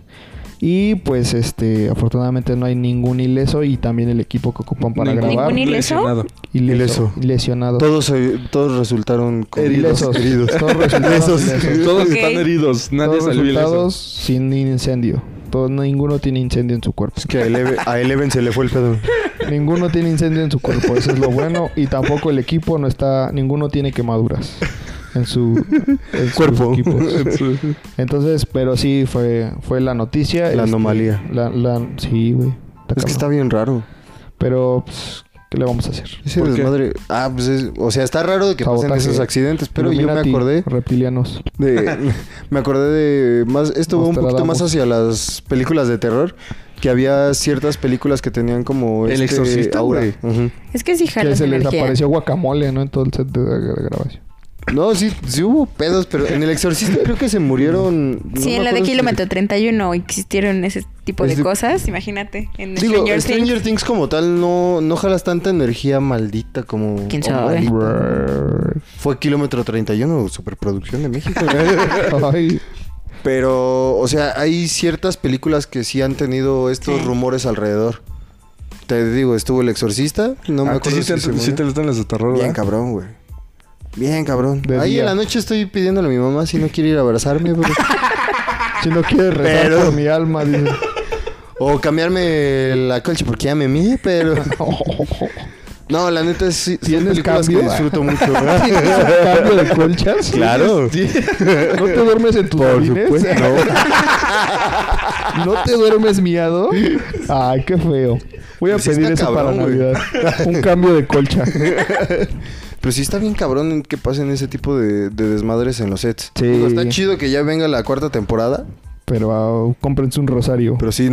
Speaker 3: Y pues este, afortunadamente no hay ningún ileso y también el equipo que ocupan para
Speaker 2: Ningún
Speaker 3: grabar.
Speaker 4: Ningún ileso.
Speaker 2: lesionado.
Speaker 1: Ileso.
Speaker 3: Lesionado.
Speaker 1: Todos, eh, todos resultaron con-
Speaker 3: Ilesos.
Speaker 1: heridos.
Speaker 3: Todos resultaron
Speaker 1: Ilesos.
Speaker 3: ilesos.
Speaker 2: Todos
Speaker 4: Ok.
Speaker 2: están heridos. Nadie
Speaker 3: Todos
Speaker 2: salió
Speaker 3: resultados
Speaker 2: ileso.
Speaker 3: sin incendio. Todo- ninguno tiene incendio en su cuerpo.
Speaker 1: Es que a Eleven, a Eleven se le fue el pedo.
Speaker 3: Ninguno tiene incendio en su cuerpo, eso es lo bueno. Y tampoco el equipo no está, ninguno tiene quemaduras en su en sus
Speaker 1: Cuerpo.
Speaker 3: equipos. Entonces, pero sí fue, fue la noticia. este,
Speaker 1: La anomalía.
Speaker 3: La, la- sí, güey. Está
Speaker 1: Es que
Speaker 3: cabrón.
Speaker 1: está bien raro.
Speaker 3: Pero, pues, ¿qué le vamos a hacer?
Speaker 1: Ese
Speaker 2: ¿Por qué?
Speaker 1: desmadre. Ah, pues es- o sea, está raro de que pasen
Speaker 3: Sabotaje.
Speaker 1: esos accidentes, pero yo me
Speaker 3: Illuminati,
Speaker 1: acordé
Speaker 3: Reptilianos.
Speaker 1: de me acordé de más esto va un poquito más
Speaker 3: Nostradamus.
Speaker 1: hacia las películas de terror, que había ciertas películas que tenían como este
Speaker 2: El Exorcista, güey.
Speaker 1: Ujú.
Speaker 4: Es que sí
Speaker 3: Que
Speaker 4: jalas
Speaker 3: se les
Speaker 4: energía.
Speaker 3: apareció guacamole, ¿no? En todo el set de, de grabación.
Speaker 1: No, sí, sí hubo pedos, pero en el exorcista creo que se murieron. no
Speaker 4: Sí,
Speaker 1: me
Speaker 4: en la de
Speaker 1: acuerdo si-
Speaker 4: Kilómetro 31 existieron ese tipo de
Speaker 1: Ese-
Speaker 4: cosas, imagínate. En
Speaker 1: Digo, Stranger,
Speaker 4: Stranger, Things.
Speaker 1: Things. como tal no, no jalas tanta energía maldita como.
Speaker 4: ¿Quién
Speaker 1: o
Speaker 4: sabe?
Speaker 1: maldita. Fue kilómetro 31, superproducción de México.
Speaker 3: Ay,
Speaker 1: Pero, o sea, hay ciertas películas que sí han tenido estos
Speaker 4: Sí.
Speaker 1: rumores alrededor. Te digo, estuvo El Exorcista. No me
Speaker 2: Ah,
Speaker 1: acuerdo
Speaker 2: sí,
Speaker 1: si
Speaker 2: te-
Speaker 1: se
Speaker 2: sí
Speaker 1: murió.
Speaker 2: te gustan las de terror,
Speaker 1: Bien
Speaker 2: ¿verdad?
Speaker 1: cabrón, güey. Bien cabrón.
Speaker 3: De
Speaker 1: Ahí
Speaker 3: día.
Speaker 1: en la noche estoy pidiéndole a mi mamá si no quiere ir a abrazarme, bro.
Speaker 3: si no quieres rezar
Speaker 1: Pero-
Speaker 3: por mi alma, dice.
Speaker 1: O cambiarme la colcha porque ya me mía, pero... No, la neta, sí, son
Speaker 3: ¿Tienes
Speaker 1: películas que
Speaker 3: cambio?
Speaker 1: disfruto mucho.
Speaker 3: cambio de colchas?
Speaker 1: Claro.
Speaker 3: ¿No te duermes en tus
Speaker 1: Por
Speaker 3: orines?
Speaker 1: supuesto.
Speaker 3: ¿No te duermes miado? Ay, qué feo. Voy a
Speaker 1: Pues sí
Speaker 3: pedir
Speaker 1: está
Speaker 3: eso para
Speaker 1: cabrón, güey.
Speaker 3: Navidad. Un cambio de colcha.
Speaker 1: Pero sí está bien cabrón que pasen ese tipo de, de desmadres en los sets.
Speaker 3: Sí.
Speaker 1: Digo, está chido que ya venga la cuarta temporada,
Speaker 3: Pero ah, cómprense un rosario.
Speaker 1: pero sí...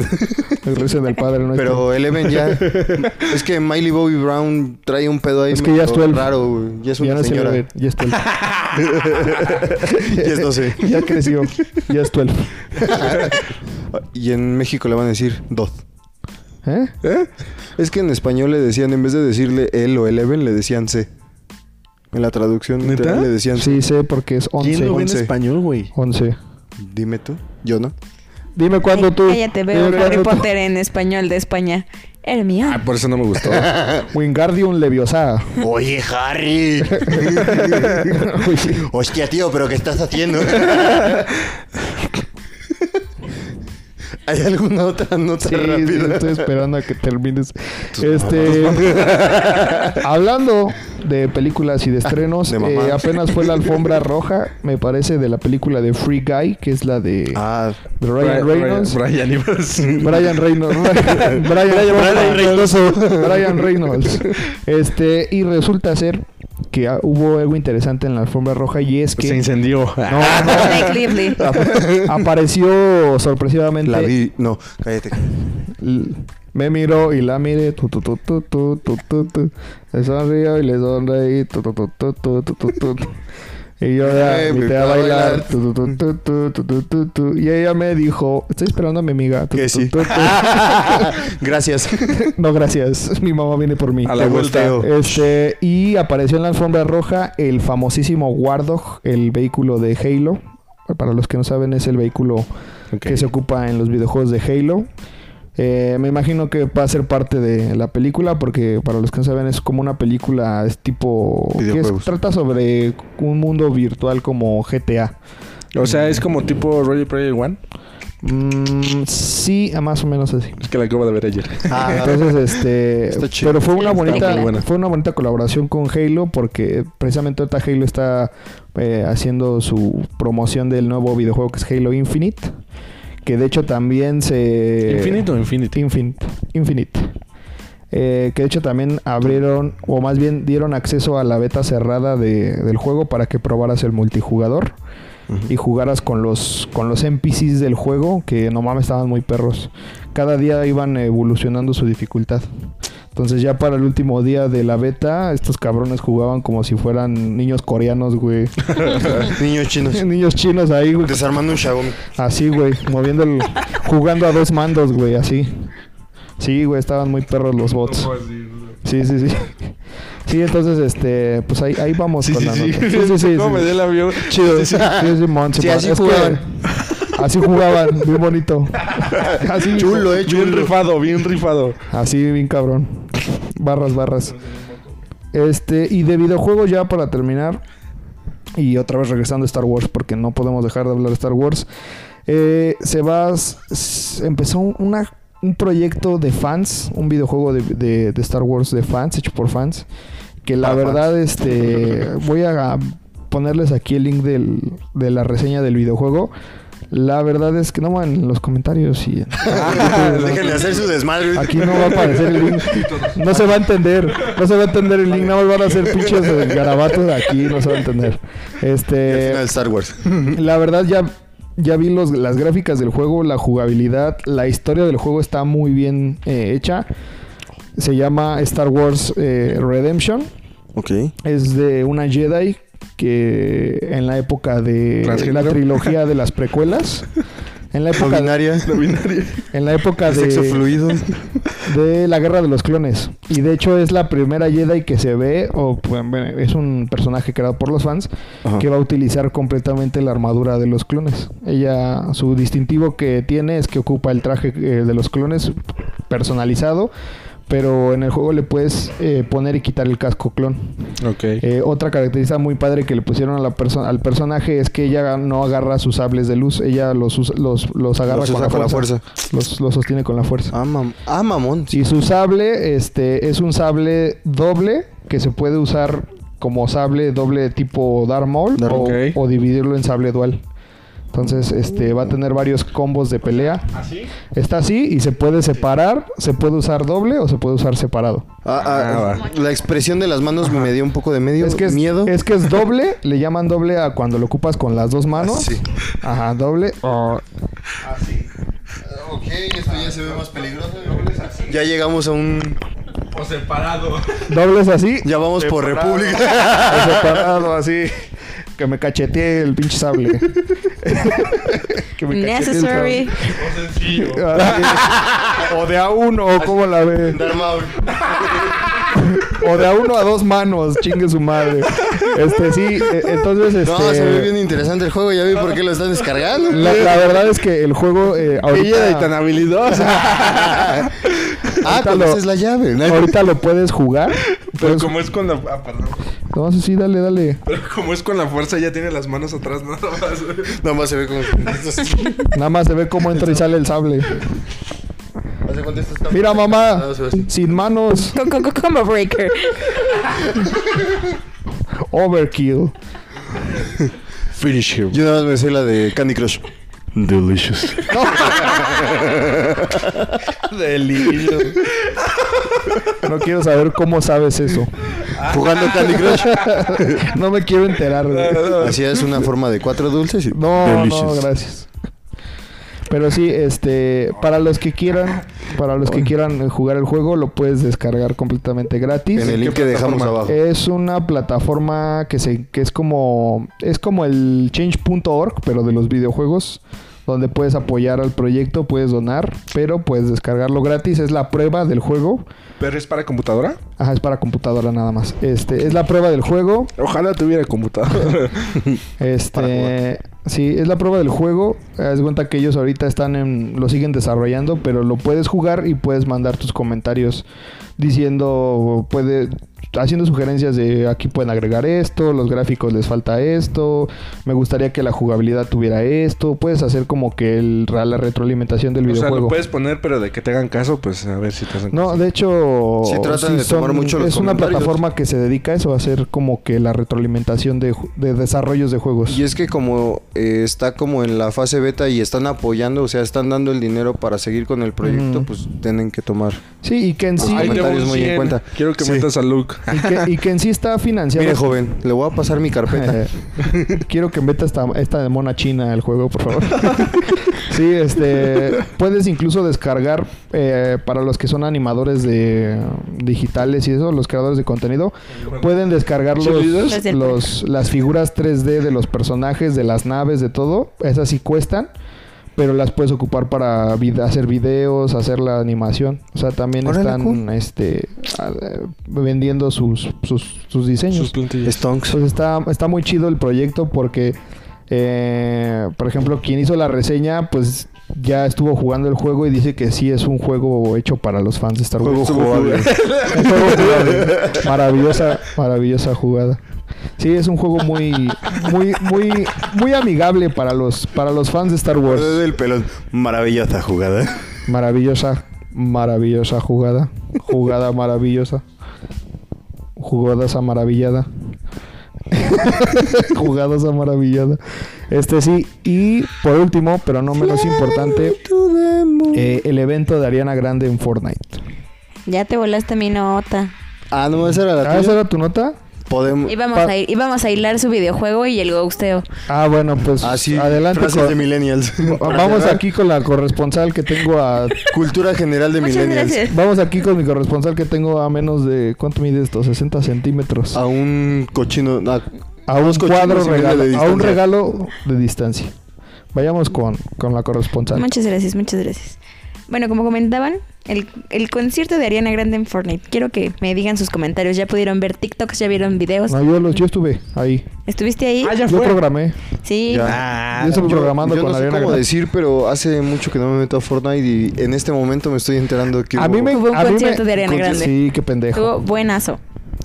Speaker 3: El rezo del Padre Este, Nuestro.
Speaker 1: Pero Eleven ya. es que Miley Bobby Brown trae un pedo ahí.
Speaker 3: Es que ya es
Speaker 1: medio
Speaker 3: 12.
Speaker 1: Raro, güey. Ya es
Speaker 3: ya
Speaker 1: una
Speaker 3: no se
Speaker 1: señora.
Speaker 3: le ve. Ya es 12.
Speaker 1: ya es 12.
Speaker 3: Ya creció. Ya es 12.
Speaker 1: y en México le van a decir Dot.
Speaker 3: ¿Eh?
Speaker 1: Es que en español le decían, en vez de decirle él o Eleven, le decían C. En la traducción
Speaker 2: ¿Neta?
Speaker 1: literal le decían C.
Speaker 3: Sí, sé porque es
Speaker 2: ¿Quién lo ve
Speaker 3: 11.
Speaker 2: en español, güey?
Speaker 3: 11.
Speaker 1: Dime tú. Yo no.
Speaker 3: Dime cuándo
Speaker 4: Ay,
Speaker 3: tú.
Speaker 4: Cállate, veo
Speaker 3: Dime
Speaker 4: Harry
Speaker 3: cuándo tú.
Speaker 4: Potter en español de España.
Speaker 2: Ah,
Speaker 4: Hermione.
Speaker 2: por eso no me gustó.
Speaker 3: Wingardium Leviosa.
Speaker 1: Oye, Harry. Hostia, tío, pero ¿qué estás haciendo? ¿Hay alguna otra nota
Speaker 3: Sí, sí,
Speaker 1: rápida?
Speaker 3: estoy esperando a que termines. este. hablando de películas y de estrenos,
Speaker 1: de mamá.
Speaker 3: eh, apenas fue la alfombra roja, me parece, de la película de Free Guy, que es la de,
Speaker 1: Ah,
Speaker 3: de Ryan
Speaker 2: Bri-
Speaker 3: Reynolds.
Speaker 2: Brian, iba a decir.
Speaker 3: Brian Reynolds. Brian, Reynolds. Brian Reynolds. Este, y resulta ser que ah, hubo algo interesante en la alfombra roja y es
Speaker 2: Se
Speaker 3: que
Speaker 2: incendió. Ah,
Speaker 3: No, no.
Speaker 4: Blake Lively.
Speaker 3: apareció sorpresivamente
Speaker 1: la vi. No, cállate.
Speaker 3: L- Me miró y la miré. Tu, tu, tu, tu, tu, tu, tu, tu. Le sonrío y le sonreí. Tu, tu, tu, tu, tu, tu, tu, tu, tu. Y yo la
Speaker 1: Eh, me
Speaker 3: invité a
Speaker 1: fue a
Speaker 3: bailar.
Speaker 1: bailar.
Speaker 3: Tu, tu, tu, tu, tu, tu, tu, tu, tu. Y ella me dijo: Estoy esperando a mi amiga. Tu,
Speaker 1: Que
Speaker 3: tu,
Speaker 1: sí.
Speaker 3: tu, tu.
Speaker 1: Gracias.
Speaker 3: No, gracias. Mi mamá viene por mí.
Speaker 2: A la
Speaker 1: Te
Speaker 2: vuelta.
Speaker 1: volteo.
Speaker 3: Este, y apareció en la alfombra roja el famosísimo Wardog, el vehículo de Halo. Para los que no saben, es el vehículo
Speaker 2: Ok.
Speaker 3: que se ocupa en los videojuegos de Halo. Eh, me imagino que va a ser parte de la película, porque para los que no saben, es como una película, es tipo. que es-
Speaker 1: Videojuegos.
Speaker 3: trata sobre un mundo virtual como GTA.
Speaker 2: O sea, es como tipo Ready Player One.
Speaker 3: Mm, sí, más o menos así.
Speaker 2: Es que la acabo de ver ayer.
Speaker 3: Ah, Entonces, este.
Speaker 1: Está chido.
Speaker 3: Pero fue una
Speaker 4: Está
Speaker 3: bonita.
Speaker 4: muy
Speaker 2: buena.
Speaker 3: Fue una bonita colaboración con Halo. Porque precisamente ahorita Halo está eh, haciendo su promoción del nuevo videojuego que es Halo Infinite. Que de hecho también se.
Speaker 2: ¿Infinito o Infinity?
Speaker 3: Infinite. Infinite. eh, que de hecho también abrieron, o más bien dieron acceso a la beta cerrada de- del juego para que probaras el multijugador y jugaras con los, con los NPCs del juego, que no mames estaban muy perros. Cada día iban evolucionando su dificultad. Entonces ya para el último día de la beta, estos cabrones jugaban como si fueran niños coreanos, güey.
Speaker 1: Niños chinos.
Speaker 3: niños chinos ahí, güey.
Speaker 1: Desarmando un Xiaomi.
Speaker 3: Así, güey, moviendo el- jugando a dos mandos, güey, así. Sí, güey, estaban muy perros los bots. Sí, sí, sí. Sí, entonces, este, pues ahí, ahí vamos
Speaker 2: Sí,
Speaker 3: con
Speaker 2: sí,
Speaker 3: la
Speaker 2: sí.
Speaker 3: nota. Sí, sí, sí,
Speaker 2: No
Speaker 3: sí.
Speaker 2: me dé el avión.
Speaker 3: Chido. Sí, sí, Simón,
Speaker 1: Sí,
Speaker 3: Simón.
Speaker 1: así
Speaker 3: Es que
Speaker 1: jugaban.
Speaker 3: Así jugaban, bien bonito. Así,
Speaker 1: Chulo, eh,
Speaker 2: Bien
Speaker 1: chulo.
Speaker 2: rifado, bien rifado.
Speaker 3: Así, bien cabrón. Barras, barras. Este, y de videojuegos ya para terminar. Y otra vez regresando a Star Wars, porque no podemos dejar de hablar de Star Wars. Eh, se va. s- s- Empezó un- una- un proyecto de fans, un videojuego de, de- de Star Wars de fans, hecho por fans. Que la
Speaker 1: Para
Speaker 3: verdad, este. Voy a ponerles aquí el link del- de la reseña del videojuego. La verdad es que no, man, en los comentarios y. en-
Speaker 1: Déjenle hacer su desmadre.
Speaker 3: Aquí no va a aparecer el link. No se va a entender. No se va a entender el link. Nada más van a hacer pinches eh, garabatos de aquí. No se va a entender.
Speaker 1: Y al final
Speaker 3: Este.
Speaker 1: Star Wars.
Speaker 3: La verdad, ya. Ya vi los, las gráficas del juego, la jugabilidad, la historia del juego está muy bien eh, hecha. Se llama Star Wars eh, Redemption.
Speaker 1: Ok.
Speaker 3: Es de una Jedi que en la época de la
Speaker 2: Transgénero.
Speaker 3: trilogía de las precuelas. En la
Speaker 1: No
Speaker 3: época,
Speaker 1: binaria. No binaria.
Speaker 3: en la época de
Speaker 1: Sexo fluido.
Speaker 3: de la guerra de los clones. Y de hecho es la primera Jedi que se ve, o pues, bueno, es un personaje creado por los fans,
Speaker 1: Ajá.
Speaker 3: que va a utilizar completamente la armadura de los clones. Ella, su distintivo que tiene es que ocupa el traje eh, de los clones personalizado. Pero en el juego le puedes eh, poner y quitar el casco clon.
Speaker 2: Ok.
Speaker 3: Eh, otra característica muy padre que le pusieron a la perso- al personaje es que ella no agarra sus sables de luz. Ella los, usa- los, los agarra
Speaker 1: Los
Speaker 3: con,
Speaker 1: usa
Speaker 3: la fuerza. Los, los sostiene con la fuerza.
Speaker 1: Ah, mam- ah, mamón.
Speaker 3: Y su sable, este, es un sable doble que se puede usar como sable doble tipo Dark Maul
Speaker 1: Darth
Speaker 3: o,
Speaker 2: Maul.
Speaker 3: o dividirlo en sable dual. Entonces, este, va a tener varios combos de pelea. Está así y se puede separar, se puede usar doble o se puede usar separado.
Speaker 1: Ah, ah,
Speaker 2: Ah,
Speaker 1: la expresión de las manos me dio un poco de medio
Speaker 3: Es que es,
Speaker 1: miedo.
Speaker 3: es que es doble, le llaman doble a cuando lo ocupas con las dos manos.
Speaker 1: Así.
Speaker 3: Ajá, doble
Speaker 1: Oh.
Speaker 3: o
Speaker 1: Ok, esto ya se ve más peligroso. Ya llegamos a un.
Speaker 2: O separado.
Speaker 3: doble es así
Speaker 1: Ya vamos por República.
Speaker 3: o separado así que me cachetee el pinche sable. que
Speaker 4: Necessary.
Speaker 2: O sencillo.
Speaker 3: Así. Ah, o de a uno, o como la ve.
Speaker 1: Darth Maul.
Speaker 3: O de a uno a dos manos, chingue su madre. Este sí, e- entonces este
Speaker 1: No, se ve bien interesante el juego. Ya vi por qué lo están descargando.
Speaker 3: la, la verdad es que el juego
Speaker 2: Ella
Speaker 3: eh, ahorita,
Speaker 2: tan habilidosa.
Speaker 1: ah,
Speaker 3: ahorita lo-
Speaker 1: conoces la llave.
Speaker 3: ahorita lo puedes jugar.
Speaker 2: Pero
Speaker 3: Puedes-
Speaker 2: como es con la... ah, perdón.
Speaker 3: No, sí, sí, dale, dale.
Speaker 2: Pero como es con la fuerza, ella tiene las manos atrás nada más.
Speaker 1: Nada más se ve como. ¿Hace
Speaker 3: Nada más se ve cómo entra y sale el sable.
Speaker 1: cuánto esto está?
Speaker 3: Mira, mamá,
Speaker 1: Ah, Sebastián.
Speaker 3: sin manos,
Speaker 4: Co- co- co- Combo breaker.
Speaker 3: overkill.
Speaker 2: Finish him.
Speaker 1: Yo nada más me sé la de Candy Crush.
Speaker 2: Delicious.
Speaker 1: Delirio.
Speaker 3: No quiero saber cómo sabes eso.
Speaker 1: Jugando Candy Crush.
Speaker 3: No me quiero enterar. güey.
Speaker 1: Así es una forma de cuatro dulces. y-
Speaker 3: No, no,
Speaker 1: Delicious.
Speaker 3: gracias. Pero sí, este, para los que quieran, para los que quieran eh, jugar el juego, lo puedes descargar completamente gratis.
Speaker 1: En el link que dejamos abajo.
Speaker 3: Es una plataforma que se que es como es como el change.org, pero de los videojuegos, donde puedes apoyar al proyecto, puedes donar, pero puedes descargarlo gratis, es la prueba del juego.
Speaker 2: ¿Pero es para computadora?
Speaker 3: Ajá, es para computadora nada más. Este, es la prueba del juego.
Speaker 2: Ojalá tuviera computadora. Para
Speaker 3: Este,
Speaker 2: jugar.
Speaker 3: sí, es la prueba del juego. Haz de cuenta que ellos ahorita están en lo siguen desarrollando, pero lo puedes jugar y puedes mandar tus comentarios diciendo puede haciendo sugerencias de aquí pueden agregar esto, los gráficos les falta esto, me gustaría que la jugabilidad tuviera esto, puedes hacer como que el, la retroalimentación
Speaker 2: o
Speaker 3: del
Speaker 2: sea,
Speaker 3: videojuego.
Speaker 2: lo puedes poner, pero de que te hagan caso, pues a ver si te hacen
Speaker 3: No,
Speaker 2: caso.
Speaker 3: de hecho,
Speaker 1: Sí, tratan de tomar mucho los
Speaker 3: es una
Speaker 1: comentarios.
Speaker 3: plataforma que se dedica a eso, a hacer como que la retroalimentación de, ju- de desarrollos de juegos.
Speaker 1: Y es que como eh, está como en la fase beta y están apoyando, o sea, están dando el dinero para seguir con el proyecto,
Speaker 3: Ujú.
Speaker 1: pues tienen que tomar.
Speaker 3: Sí, y que en sí,
Speaker 1: Ahí te comentarios muy en cuenta.
Speaker 2: Quiero que
Speaker 1: Sí.
Speaker 2: metas a Luke.
Speaker 3: Y que, y que en sí está financiado. este
Speaker 1: Mire, joven, le voy a pasar mi carpeta.
Speaker 3: Eh, Quiero que metas esta, esta de mona china al juego, por favor. sí, este. Puedes incluso descargar eh, para los que son animadores de digitales y eso, los creadores de contenido, pueden descargar los,
Speaker 2: ¿Servidores?
Speaker 4: Los del
Speaker 3: los- las figuras 3D de los personajes, de las naves, de todo. Esas sí cuestan. Pero las puedes ocupar para vid- hacer videos, hacer la animación. O sea, también
Speaker 1: Órale,
Speaker 3: están
Speaker 1: cool.
Speaker 3: este, a- eh, vendiendo sus, sus, sus diseños.
Speaker 2: Sus plantillas.
Speaker 1: Stonks.
Speaker 3: Pues está, está muy chido el proyecto porque, eh, por ejemplo, quien hizo la reseña, pues ya estuvo jugando el juego y dice que sí es un juego hecho para los fans de Star Wars.
Speaker 1: Juego jugable.
Speaker 3: Un juego jugable. maravillosa, maravillosa jugada. Sí, es un juego muy, muy, muy, muy amigable para los, para los fans de Star Wars.
Speaker 1: del pelón. Maravillosa jugada.
Speaker 3: Maravillosa, maravillosa jugada. Jugada maravillosa. Jugadas a maravillada. Jugadas a maravillada. Este sí. Y por último, pero no menos importante, eh, el evento de Ariana Grande en Fortnite.
Speaker 4: Ya te volaste mi nota.
Speaker 1: Ah, no, esa era la
Speaker 3: Ah,
Speaker 1: tuya.
Speaker 3: ¿Esa era tu nota?
Speaker 1: Podemos...
Speaker 4: Íbamos
Speaker 3: Pa-
Speaker 4: a, ir- íbamos a hilar su videojuego y el gosteo.
Speaker 3: Ah, bueno, pues
Speaker 1: Ah, sí.
Speaker 3: adelante.
Speaker 1: Frases
Speaker 3: con-
Speaker 1: de millennials.
Speaker 3: Vamos aquí con la corresponsal que tengo a...
Speaker 1: Cultura general de
Speaker 4: Muchas
Speaker 1: millennials.
Speaker 4: gracias.
Speaker 3: Vamos aquí con mi corresponsal que tengo a menos de... ¿Cuánto mide esto? 60 centímetros.
Speaker 1: A un cochino... ah, a-
Speaker 3: A un
Speaker 1: Dos cochinos
Speaker 3: cuadro
Speaker 1: y medio de
Speaker 3: regalo, a un
Speaker 1: distancia.
Speaker 3: regalo de distancia. Vayamos con, con la corresponsal.
Speaker 4: Muchas gracias, muchas gracias. Bueno, como comentaban, el, el concierto de Ariana Grande en Fortnite. Quiero que me digan sus comentarios. ¿Ya pudieron ver TikToks? ¿Ya vieron videos?
Speaker 3: No, yo, los, yo estuve ahí.
Speaker 4: ¿Estuviste ahí?
Speaker 2: Ah, ya
Speaker 3: Yo
Speaker 2: fue.
Speaker 3: programé.
Speaker 4: Sí.
Speaker 1: Ya.
Speaker 3: yo estuve
Speaker 1: Ah,
Speaker 3: programando
Speaker 1: Yo
Speaker 3: con
Speaker 1: no sé
Speaker 3: Ariana
Speaker 1: cómo
Speaker 3: Grande.
Speaker 1: decir, pero hace mucho que no me meto a Fortnite y en este momento me estoy enterando que
Speaker 3: A mí me
Speaker 4: Hubo un
Speaker 3: a mí
Speaker 4: concierto
Speaker 3: me-
Speaker 4: de Ariana Grande.
Speaker 3: Sí, qué
Speaker 4: Estuvo
Speaker 3: pendejo.
Speaker 4: buenazo.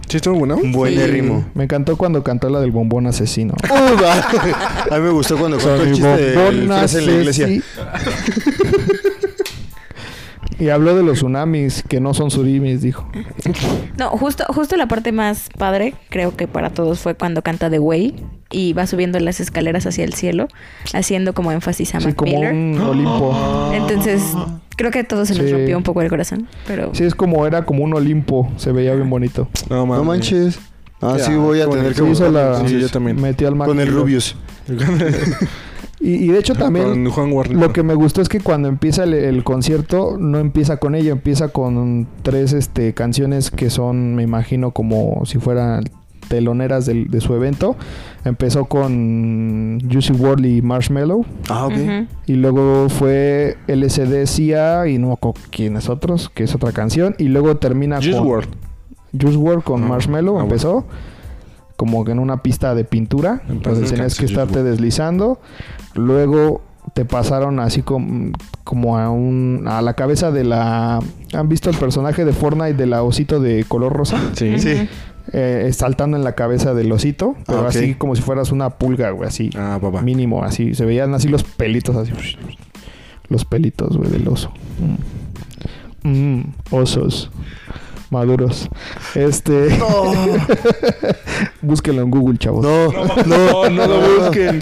Speaker 2: ¿Sí estuvo bueno?
Speaker 1: un buen ritmo.
Speaker 3: Me encantó cuando cantó la del bombón asesino.
Speaker 1: a mí me gustó cuando contó el
Speaker 3: Soy
Speaker 1: chiste de
Speaker 3: bombón
Speaker 1: fresa en la iglesia.
Speaker 3: asesino. Y habló de los tsunamis, que no son surimis, dijo.
Speaker 4: No, justo, justo la parte más padre, creo que para todos, fue cuando canta The Way y va subiendo las escaleras hacia el cielo, haciendo como énfasis a
Speaker 3: Sí,
Speaker 4: Mac
Speaker 3: como
Speaker 4: Miller.
Speaker 3: un Olimpo.
Speaker 4: Entonces, creo que a todos se nos
Speaker 3: Sí.
Speaker 4: rompió un poco el corazón, pero...
Speaker 3: Sí, es como era como un Olimpo. Se veía bien bonito.
Speaker 2: No, mames.
Speaker 1: No manches. Ah, sí, voy a
Speaker 2: con
Speaker 1: tener
Speaker 2: el-
Speaker 1: que
Speaker 3: Sí, hizo
Speaker 1: buscarlo,
Speaker 3: la-
Speaker 2: Sí,
Speaker 1: entonces.
Speaker 2: yo también.
Speaker 3: Metió al Mac
Speaker 1: Con el
Speaker 3: Miller.
Speaker 1: Rubius.
Speaker 3: Y, y de hecho
Speaker 2: Con
Speaker 3: también
Speaker 2: Juan Warner.
Speaker 3: lo que me gustó es que cuando empieza el, el concierto no empieza con ella, empieza con tres este, canciones que son, me imagino, como si fueran teloneras del- de su evento. Empezó con Juicy WRLD y Marshmallow.
Speaker 1: Ah, ok.
Speaker 4: Ujú.
Speaker 3: Y luego fue LCD CIA y no me acuerdo quiénes otros, que es otra canción. Y luego termina
Speaker 2: Juice
Speaker 3: con
Speaker 2: WRLD.
Speaker 3: Juice WRLD con
Speaker 2: Ah,
Speaker 3: Marshmallow.
Speaker 2: ah,
Speaker 3: empezó como que en una pista de pintura.
Speaker 2: En paz
Speaker 3: Entonces tenías
Speaker 2: descanse,
Speaker 3: que
Speaker 2: Juice
Speaker 3: estarte
Speaker 2: WRLD.
Speaker 3: deslizando. Luego te pasaron así como, como a un a la cabeza de la han visto el personaje de Fortnite de la osito de color rosa
Speaker 2: Sí.
Speaker 1: Sí.
Speaker 3: Eh, saltando en la cabeza del osito pero
Speaker 1: Ah, ok.
Speaker 3: así como si fueras una pulga güey así
Speaker 2: Ah, papá.
Speaker 3: Mínimo, así. Se veían así los pelitos, así. Los pelitos, güey, del oso. Mm. Mm, osos. Maduros. Este. Búsquenlo en Google, chavos.
Speaker 1: No, no,
Speaker 2: no lo busquen.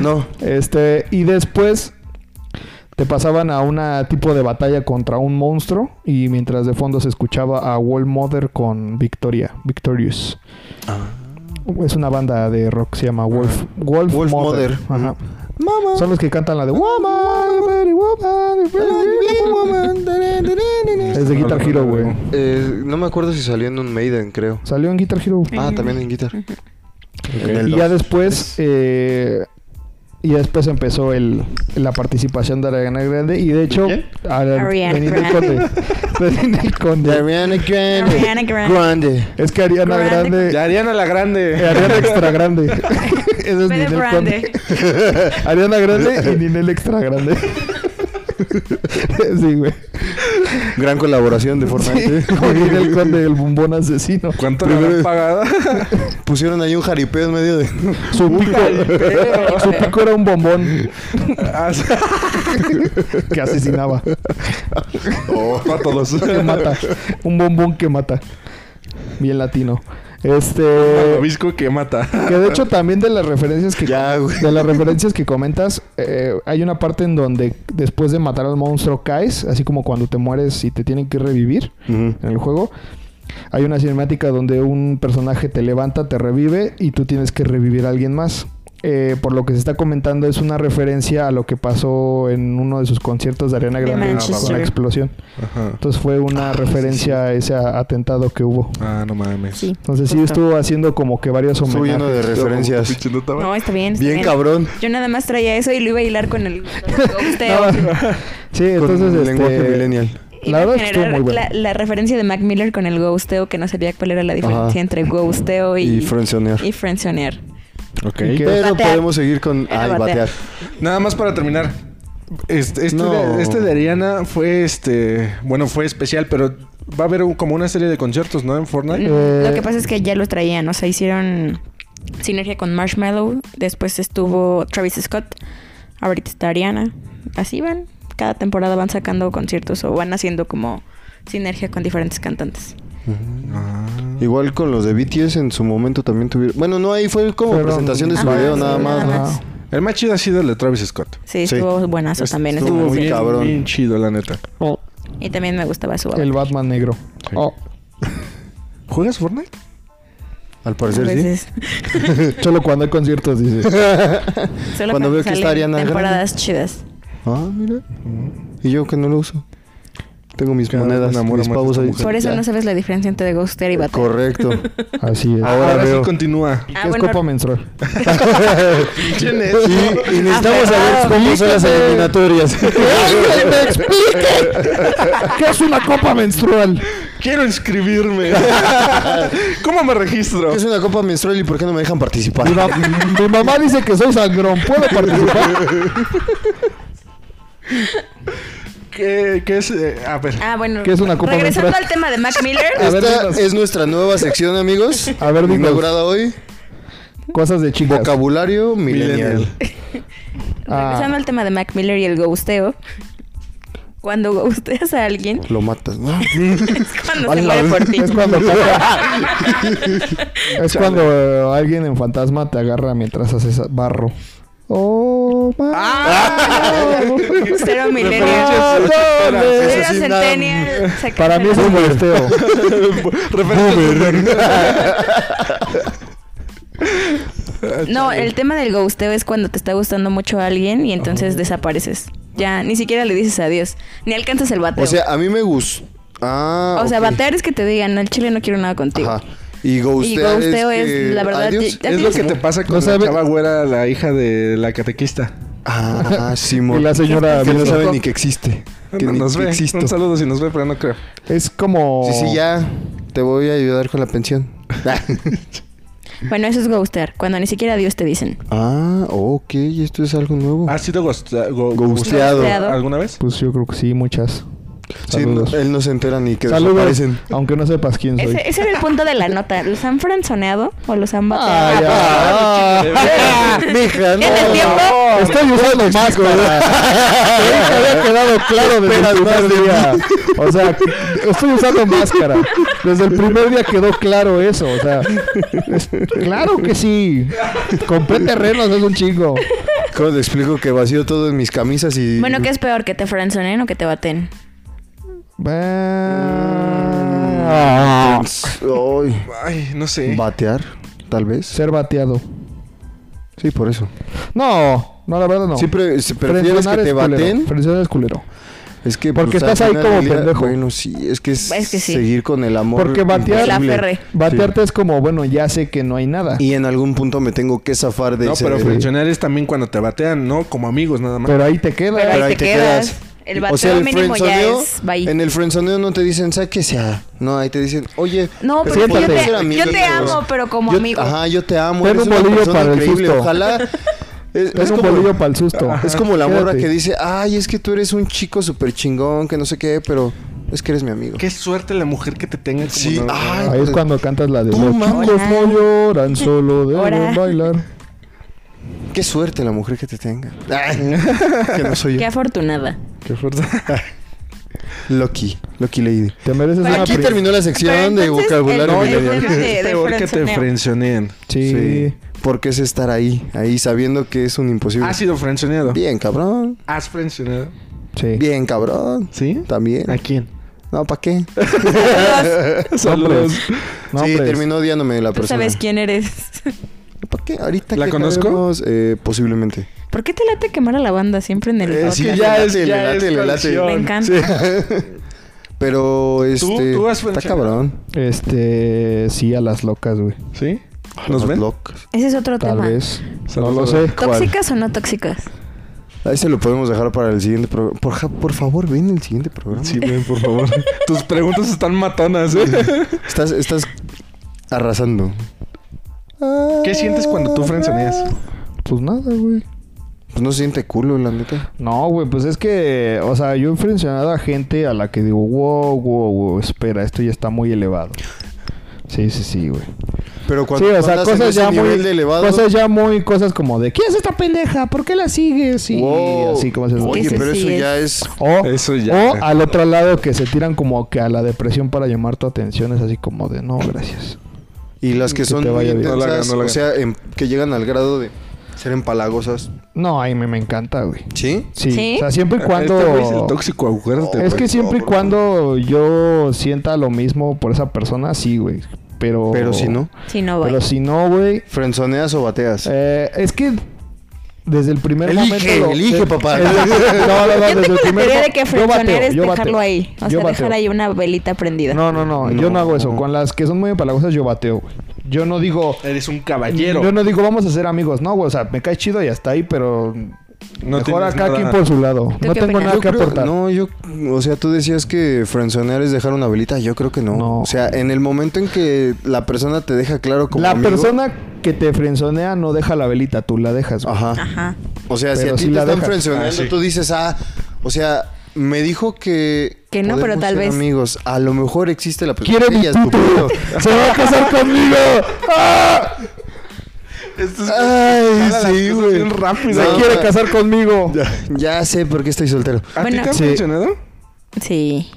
Speaker 1: No.
Speaker 3: Este. Y después. Te pasaban a una tipo de batalla contra un monstruo. Y mientras de fondo se escuchaba a Wall Mother con Victoria. Victorious.
Speaker 1: Ah.
Speaker 3: Es una banda de rock, se llama Wolf, Wolf,
Speaker 1: Wolf
Speaker 3: Mother.
Speaker 1: Mother. Mm.
Speaker 3: Ajá.
Speaker 1: Mamá.
Speaker 3: Son los que cantan la de Woman, very woman, very woman. Es de Guitar Hero, güey.
Speaker 1: Eh, no me acuerdo si salió en un Maiden, creo.
Speaker 3: Salió en Guitar Hero.
Speaker 1: Ah, también en guitar. En el
Speaker 3: Y ya
Speaker 1: dos.
Speaker 3: después, eh, y después empezó el, la participación de Ariana Grande. Y de hecho,
Speaker 1: ¿De
Speaker 3: a la-
Speaker 4: Ariana
Speaker 3: de Ninel
Speaker 4: Grande.
Speaker 3: Conde. De Ninel Conde.
Speaker 1: Ariana Grande.
Speaker 4: Ariana Grande.
Speaker 3: Es que Ariana
Speaker 4: Grande.
Speaker 3: Grande.
Speaker 2: Ariana la Grande.
Speaker 3: eh, Ariana Extra Grande. Esa es
Speaker 4: Fue de
Speaker 3: Ninel Conde.
Speaker 4: Grande.
Speaker 3: Ariana Grande y Ninel Extra Grande. sí, güey.
Speaker 1: Gran colaboración de Fortnite.
Speaker 3: Sí, con Ninel Conde, el bombón asesino.
Speaker 2: ¿Cuánto le
Speaker 1: Primero-
Speaker 2: habrán pagado?
Speaker 1: Pusieron ahí un jaripeo en medio de.
Speaker 3: Su pico,
Speaker 2: jaripeo.
Speaker 3: su pico era un bombón
Speaker 2: Ah, sí.
Speaker 3: que asesinaba,
Speaker 1: Oh.
Speaker 3: Oh,
Speaker 2: Para todos.
Speaker 3: que mata, un bombón que mata. Bien latino. Este.
Speaker 2: Malvavisco que mata.
Speaker 3: Que de hecho también de las referencias que
Speaker 1: Ya, güey.
Speaker 3: de las referencias que comentas, eh, hay una parte en donde después de matar al monstruo caes, así como cuando te mueres y te tienen que revivir
Speaker 1: Ujú.
Speaker 3: en el juego. Hay una cinemática donde un personaje te levanta, te revive y tú tienes que revivir a alguien más. Eh, por lo que se está comentando es una referencia a lo que pasó en uno de sus conciertos de Arena
Speaker 4: De
Speaker 3: Grande con
Speaker 4: Manchester.
Speaker 3: la explosión.
Speaker 2: Ajá.
Speaker 3: Entonces fue una
Speaker 1: Ah,
Speaker 3: referencia a ese a- atentado que hubo.
Speaker 2: Ah, no mames.
Speaker 4: Sí.
Speaker 3: Entonces sí
Speaker 4: justo.
Speaker 3: estuvo haciendo como que varios
Speaker 1: Estuvo lleno
Speaker 3: homenajes.
Speaker 1: de referencias.
Speaker 2: Pinche nota, va.
Speaker 4: No, está bien. está
Speaker 1: Bien
Speaker 4: bien.
Speaker 1: cabrón.
Speaker 4: Yo nada más traía eso y lo iba a hilar con el.
Speaker 3: Nada. Sí, entonces
Speaker 1: con
Speaker 3: este,
Speaker 1: lenguaje millennial.
Speaker 3: La
Speaker 4: Iba
Speaker 3: verdad
Speaker 4: a
Speaker 3: es que estuvo muy
Speaker 4: generar
Speaker 3: bueno.
Speaker 4: la, la referencia de Mac Miller con el ghosteo, que no sabía cuál era la diferencia
Speaker 1: Ajá.
Speaker 4: entre ghosteo y,
Speaker 1: Y frenzonear.
Speaker 4: y friendzonear.
Speaker 2: Ok.
Speaker 3: ¿Y qué?
Speaker 1: Pero
Speaker 4: Batear.
Speaker 1: podemos seguir con.
Speaker 4: Era
Speaker 1: Ay,
Speaker 4: batear.
Speaker 1: batear.
Speaker 2: Nada más para terminar. Este, este,
Speaker 1: No.
Speaker 2: de, este de Ariana fue este. Bueno, fue especial, pero va a haber un- como una serie de conciertos, ¿no? En Fortnite.
Speaker 3: Eh,
Speaker 4: Lo que pasa es que ya los traían, o sea, hicieron sinergia con Marshmallow, después estuvo Travis Scott, ahorita está Ariana. Así van, cada temporada van sacando conciertos o van haciendo como sinergia con diferentes cantantes.
Speaker 2: Ah.
Speaker 1: Igual con los de BTS en su momento también tuvieron. Bueno, no, ahí fue como
Speaker 3: Fueron- Ah.
Speaker 1: presentación de su
Speaker 4: Ajá,
Speaker 1: video,
Speaker 4: sí,
Speaker 1: nada más.
Speaker 4: nada
Speaker 1: ¿no?
Speaker 4: más.
Speaker 2: El más chido ha sido el de Travis Scott.
Speaker 4: Sí,
Speaker 1: Sí.
Speaker 4: estuvo buenazo también ese
Speaker 1: estuvo muy
Speaker 4: concierto.
Speaker 1: cabrón.
Speaker 2: Bien chido, la neta.
Speaker 3: Oh,
Speaker 4: Y también me gustaba su
Speaker 3: el Batman negro.
Speaker 2: Sí.
Speaker 3: Oh,
Speaker 2: ¿Juegas Fortnite?
Speaker 1: Al
Speaker 4: A
Speaker 1: parecer sí.
Speaker 4: veces.
Speaker 3: solo cuando hay conciertos dices.
Speaker 4: Solo
Speaker 1: Cuando veo que
Speaker 4: salen
Speaker 1: está Ariana Grande.
Speaker 4: temporadas chidas.
Speaker 1: Ah, mira. Y yo que no lo uso. Tengo mis
Speaker 2: Cada vez
Speaker 1: monedas,
Speaker 2: me enamoro
Speaker 1: mis
Speaker 2: más de
Speaker 1: pavos
Speaker 2: esta
Speaker 1: ahí.
Speaker 2: mujer.
Speaker 4: Por eso
Speaker 1: Ya.
Speaker 4: no sabes la diferencia entre ghostear y batear.
Speaker 1: Correcto.
Speaker 3: Así es.
Speaker 1: Ahora
Speaker 2: Ahora
Speaker 1: veo.
Speaker 2: sí continúa.
Speaker 3: ¿Qué
Speaker 4: Ah,
Speaker 3: es
Speaker 4: bueno,
Speaker 3: copa menstrual?
Speaker 1: y, y necesitamos saber
Speaker 4: Aferrado.
Speaker 1: cómo son las eliminatorias.
Speaker 3: ¡Que me explique! ¿Qué es una copa menstrual?
Speaker 2: Quiero inscribirme. ¿Cómo me registro?
Speaker 1: ¿Qué es una copa menstrual y por qué no me dejan participar?
Speaker 3: Mi, ma- mi mamá dice que soy sangrón. ¿Puedo participar?
Speaker 2: ¿Qué, qué es? eh, a ver.
Speaker 4: Ah, bueno.
Speaker 3: ¿Qué es una copa
Speaker 4: Regresando
Speaker 3: menstrual?
Speaker 4: al tema de Mac Miller.
Speaker 3: A ver,
Speaker 1: Esta
Speaker 3: dinos.
Speaker 1: es nuestra nueva sección, amigos.
Speaker 3: A ver, dinos.
Speaker 1: Inaugurada hoy.
Speaker 3: Cosas de chicas.
Speaker 1: Vocabulario millennial.
Speaker 2: Millennial.
Speaker 3: Ah.
Speaker 4: Regresando al tema de Mac Miller y el ghosteo. Cuando ghosteas a alguien,
Speaker 1: Lo matas, ¿no?
Speaker 4: es cuando se
Speaker 1: Hola.
Speaker 4: muere por ti.
Speaker 3: Es cuando, es cuando eh, alguien en fantasma te agarra mientras haces barro. Oh, my
Speaker 4: Ah, Cero
Speaker 2: Referencias
Speaker 4: millennial.
Speaker 2: ochenteras.
Speaker 3: Doble.
Speaker 4: Cero
Speaker 1: Eso sí, nada.
Speaker 4: centennial. se
Speaker 3: Para mí eso es
Speaker 4: cancela.
Speaker 3: molesteo.
Speaker 4: No, el tema del ghosteo es cuando te está gustando mucho a alguien y entonces desapareces. Ya, ni siquiera le dices adiós. Ni alcanzas el bateo.
Speaker 1: O sea, a mí me gusta. Ah,
Speaker 4: O sea,
Speaker 1: ok.
Speaker 4: batear es que te digan, al chile no quiero nada contigo.
Speaker 1: Ajá. Y ghostear
Speaker 4: ghosteo
Speaker 1: es,
Speaker 4: es,
Speaker 1: que-
Speaker 4: la verdad,
Speaker 1: adiós.
Speaker 4: ya-
Speaker 2: Es lo que te pasa con
Speaker 3: No
Speaker 2: la
Speaker 3: sabe-
Speaker 2: chava güera, la hija de la catequista.
Speaker 1: Ah,
Speaker 3: Y
Speaker 1: Simón.
Speaker 3: la señora
Speaker 1: que no
Speaker 3: viene-
Speaker 1: sabe ni que existe. Que
Speaker 2: no
Speaker 1: ni
Speaker 2: nos
Speaker 1: que
Speaker 2: ve.
Speaker 1: existo.
Speaker 2: Un saludo si nos ve, pero no creo.
Speaker 3: Es como.
Speaker 1: Sí, sí, ya. Te voy a ayudar con la pensión.
Speaker 4: Bueno, eso es ghostear, cuando ni siquiera adiós te dicen.
Speaker 1: ah, ok. Esto es algo nuevo.
Speaker 3: Ah,
Speaker 2: ¿Has sido ghosta- go-
Speaker 1: Ghosteado.
Speaker 2: ghosteado alguna vez?
Speaker 3: Pues yo creo que sí, muchas.
Speaker 1: Sí,
Speaker 3: Saludos.
Speaker 1: no- él no se entera ni que
Speaker 3: Saludos.
Speaker 1: desaparecen.
Speaker 3: Aunque no sepas quién soy.
Speaker 4: Ese, ese era el punto de la nota. ¿Los han franzoneado o los han
Speaker 3: Ah,
Speaker 4: bateado?
Speaker 3: ya.
Speaker 1: Ah, mija,
Speaker 4: ¿Tiene tiempo?
Speaker 3: ¿eh? Estoy usando más para. Creo que había quedado claro desde el
Speaker 1: Esperas
Speaker 3: primer día. O sea, estoy usando máscara. Desde el primer día quedó claro eso. O sea, es- claro que sí. Compré terrenos, es un chingo.
Speaker 1: ¿Cómo te explico que vacío todo en mis camisas y.
Speaker 4: Bueno, ¿qué es peor? ¿Que te franzoneen o que te baten?
Speaker 3: Ah,
Speaker 1: Ay,
Speaker 2: Ay, no sé.
Speaker 1: Batear, tal vez.
Speaker 3: Ser bateado.
Speaker 1: Sí, por eso.
Speaker 3: No, no, la verdad no.
Speaker 1: Siempre si prefieres que
Speaker 3: Frenzonar
Speaker 1: te
Speaker 3: es culero,
Speaker 1: baten.
Speaker 3: frenzonar es culero.
Speaker 1: Es que pues,
Speaker 3: Porque
Speaker 1: al
Speaker 3: estás ahí
Speaker 1: final
Speaker 3: como
Speaker 1: del día-
Speaker 3: pendejo.
Speaker 1: Bueno, sí, es que es,
Speaker 4: Es que sí.
Speaker 1: seguir con el amor.
Speaker 3: Porque batear-
Speaker 4: La
Speaker 1: imposible.
Speaker 4: aferré.
Speaker 3: Batearte es como, bueno, ya sé que no hay nada.
Speaker 1: Y en algún punto me tengo que zafar de
Speaker 2: No,
Speaker 1: ese-
Speaker 2: pero funcionar es también cuando te batean, ¿no? Como amigos nada más.
Speaker 3: Pero ahí te queda.
Speaker 4: Pero
Speaker 1: Pero
Speaker 4: ahí
Speaker 1: ahí
Speaker 4: te
Speaker 1: te
Speaker 4: quedas.
Speaker 1: quedas.
Speaker 4: El bateo
Speaker 1: o sea, el
Speaker 4: mínimo ya
Speaker 1: friendzoneo-
Speaker 4: es bye.
Speaker 1: En el frenzoneo no te dicen sáquese a. No, ahí te dicen, oye,
Speaker 4: No,
Speaker 1: pero
Speaker 4: pero es que yo
Speaker 1: podemos
Speaker 4: te-
Speaker 1: ser amigos".
Speaker 4: yo te amo, pero como
Speaker 1: Yo-
Speaker 4: amigo.
Speaker 1: Ajá, yo te amo.
Speaker 3: Ten
Speaker 1: eres
Speaker 3: un
Speaker 1: una
Speaker 3: bolillo
Speaker 1: persona
Speaker 3: para el
Speaker 1: increíble.
Speaker 3: susto.
Speaker 1: Ojalá. Es,
Speaker 3: Es un bolillo para el susto.
Speaker 1: Es como la morra
Speaker 3: Quédate.
Speaker 1: que dice, ay, es que tú eres un chico súper chingón, que no sé qué, pero es que eres mi amigo.
Speaker 2: Qué suerte la mujer que te tenga. como
Speaker 1: Sí,
Speaker 2: novio.
Speaker 1: ay, pues,
Speaker 3: Ahí es cuando cantas la de
Speaker 1: Tú,
Speaker 3: los
Speaker 1: mamá.
Speaker 3: chicos no lloran, solo
Speaker 4: Ahora.
Speaker 3: deben bailar.
Speaker 1: Qué suerte la mujer que te tenga. Ay, que no soy
Speaker 4: Qué
Speaker 1: yo.
Speaker 4: afortunada.
Speaker 2: Qué fuerza.
Speaker 1: Loki. Loki Lady.
Speaker 3: Te mereces
Speaker 4: Pero
Speaker 3: una
Speaker 1: Aquí
Speaker 3: pri-
Speaker 1: terminó la sección
Speaker 4: Pero
Speaker 1: de
Speaker 4: entonces,
Speaker 1: vocabulario
Speaker 4: el-
Speaker 1: millennial.
Speaker 4: el- de- de
Speaker 2: peor que te
Speaker 4: frenzoneo.
Speaker 2: frencioneen.
Speaker 3: Sí.
Speaker 1: Sí. Porque es estar ahí, ahí sabiendo que es un imposible.
Speaker 2: ¿Has sido frencioneado?
Speaker 1: Bien, cabrón.
Speaker 2: ¿Has frencionado?
Speaker 3: Sí.
Speaker 1: Bien, cabrón.
Speaker 2: ¿Sí?
Speaker 1: También.
Speaker 2: ¿A quién?
Speaker 1: No, ¿para qué?
Speaker 3: Nombres.
Speaker 1: sí,
Speaker 3: Nombres.
Speaker 2: pues.
Speaker 1: terminó odiándome de la
Speaker 4: Tú
Speaker 1: persona.
Speaker 4: sabes quién eres.
Speaker 1: ¿Para qué? Ahorita
Speaker 2: ¿La
Speaker 1: que
Speaker 2: conozco?
Speaker 1: acabemos, eh, posiblemente.
Speaker 4: ¿Por qué te late quemar a la banda siempre en el
Speaker 2: Eh,
Speaker 4: podcast?
Speaker 2: sí,
Speaker 1: Le
Speaker 2: ya
Speaker 1: late,
Speaker 2: es-
Speaker 1: le
Speaker 2: ya
Speaker 1: late,
Speaker 2: es
Speaker 1: le late.
Speaker 2: conexión.
Speaker 4: Me encanta.
Speaker 1: Pero este
Speaker 2: tú has
Speaker 1: está cabrón.
Speaker 3: Este, sí, a las locas, güey.
Speaker 2: ¿Sí? ¿Nos
Speaker 1: Los
Speaker 2: ven?
Speaker 1: locos.
Speaker 4: Ese es otro
Speaker 3: Tal
Speaker 4: tema.
Speaker 3: vez. No
Speaker 2: Saludos.
Speaker 3: lo sé.
Speaker 4: ¿Tóxicas o no tóxicas?
Speaker 1: Ahí se lo podemos dejar para el siguiente programa. Por, ja- por favor, ven el siguiente programa.
Speaker 2: Sí, ven, por favor. Tus preguntas están matonas, ¿eh?
Speaker 1: Estás, estás arrasando.
Speaker 2: ¿Qué sientes cuando tú frenzoneas?
Speaker 3: Pues nada, güey.
Speaker 1: Pues no se siente culo, la neta.
Speaker 3: No, güey, pues es que, o sea, yo he frencionado a gente a la que digo, wow, wow, wow, espera, esto ya está muy elevado. Sí, sí, sí, güey.
Speaker 1: Pero
Speaker 3: Sí,
Speaker 1: cuando
Speaker 3: o sea,
Speaker 1: andas en
Speaker 3: cosas
Speaker 1: ese
Speaker 3: ya muy,
Speaker 1: nivel de elevado.
Speaker 3: cosas ya muy, cosas como de, ¿quién es esta pendeja? ¿Por qué la sigues? Y
Speaker 1: Wow.
Speaker 3: así como se
Speaker 1: Oye,
Speaker 4: Ese
Speaker 1: pero
Speaker 4: sí
Speaker 1: eso
Speaker 4: es.
Speaker 1: ya es.
Speaker 3: O,
Speaker 2: Eso ya.
Speaker 3: o al otro lado que se tiran como que a la depresión para llamar tu atención, es así como de, no, gracias.
Speaker 1: Y las que
Speaker 3: Que
Speaker 1: son
Speaker 3: te
Speaker 1: muy
Speaker 3: vaya bien.
Speaker 2: No la hagan,
Speaker 1: intensas,
Speaker 2: no la
Speaker 1: o
Speaker 2: hagan.
Speaker 1: sea, em- que llegan al grado de ser empalagosas.
Speaker 3: No, ay, me, me encanta, güey.
Speaker 1: ¿Sí?
Speaker 3: Sí.
Speaker 4: ¿Sí?
Speaker 3: O sea, siempre y cuando...
Speaker 2: Este güey es el tóxico, acuérdate.
Speaker 3: Es que
Speaker 1: güey.
Speaker 3: siempre y
Speaker 1: No,
Speaker 3: cuando yo sienta lo mismo por esa persona, sí, güey. Pero...
Speaker 1: Pero si no.
Speaker 4: Si no, voy.
Speaker 3: Pero si no, güey...
Speaker 1: ¿Frenzoneas o bateas?
Speaker 3: eh, es que desde el primer
Speaker 1: Elige,
Speaker 3: momento... lo-
Speaker 1: elige,
Speaker 3: de-
Speaker 1: papá.
Speaker 3: No, no, no,
Speaker 4: yo
Speaker 3: desde
Speaker 4: tengo
Speaker 3: el
Speaker 4: la
Speaker 3: primer
Speaker 4: teoría
Speaker 3: mo-
Speaker 4: de que
Speaker 3: yo
Speaker 4: frenzonear
Speaker 3: bateo,
Speaker 4: es
Speaker 3: yo
Speaker 4: dejarlo
Speaker 3: bateo,
Speaker 4: ahí. O
Speaker 3: yo
Speaker 4: sea, dejar
Speaker 3: bateo.
Speaker 4: ahí una velita prendida.
Speaker 3: No, no, no, Yo no hago eso.
Speaker 1: No.
Speaker 3: Con las que son muy empalagosas, yo bateo, güey. Yo no digo...
Speaker 2: Eres un caballero.
Speaker 3: Yo no digo vamos a ser amigos. No, güey. O sea, me cae chido y hasta ahí, pero...
Speaker 2: No
Speaker 3: mejor
Speaker 2: tienes
Speaker 3: acá
Speaker 2: nada.
Speaker 3: quien por su lado.
Speaker 4: qué
Speaker 3: No tengo
Speaker 4: opinas?
Speaker 3: nada
Speaker 1: Yo
Speaker 3: que
Speaker 1: creo-
Speaker 3: aportar.
Speaker 1: no, yo, o sea, tú decías que frenzonear es dejar una velita, yo creo que no.
Speaker 3: No.
Speaker 1: O sea, en el momento en que la persona te deja claro como
Speaker 3: La
Speaker 1: amigo-
Speaker 3: persona que te frenzonea no deja la velita, tú la dejas. güey.
Speaker 1: Ajá.
Speaker 4: Ajá.
Speaker 1: O sea, si
Speaker 3: Pero
Speaker 1: a ti
Speaker 3: sí
Speaker 1: te
Speaker 3: la
Speaker 1: están
Speaker 3: deja.
Speaker 1: frenzoneando,
Speaker 2: Ah, sí.
Speaker 1: tú dices, ah, o sea, me dijo que...
Speaker 4: Que no, pero
Speaker 1: podemos
Speaker 4: tal
Speaker 1: ser
Speaker 4: vez.
Speaker 1: amigos, a lo mejor existe la
Speaker 3: ¡Quiere mi
Speaker 1: Ella es tu
Speaker 3: pito!
Speaker 1: pedo.
Speaker 3: ¡Se va a casar conmigo! ¡Ah!
Speaker 2: Esto es-
Speaker 1: Ay,
Speaker 2: Jala las
Speaker 1: sí,
Speaker 2: cosas
Speaker 1: güey.
Speaker 2: bien rápido.
Speaker 3: ¡Se
Speaker 1: No.
Speaker 3: quiere casar conmigo!
Speaker 1: Ya sé por qué estoy soltero.
Speaker 2: ¿A ti
Speaker 4: Bueno.
Speaker 2: te han
Speaker 3: Sí.
Speaker 2: frencionado?
Speaker 4: Sí.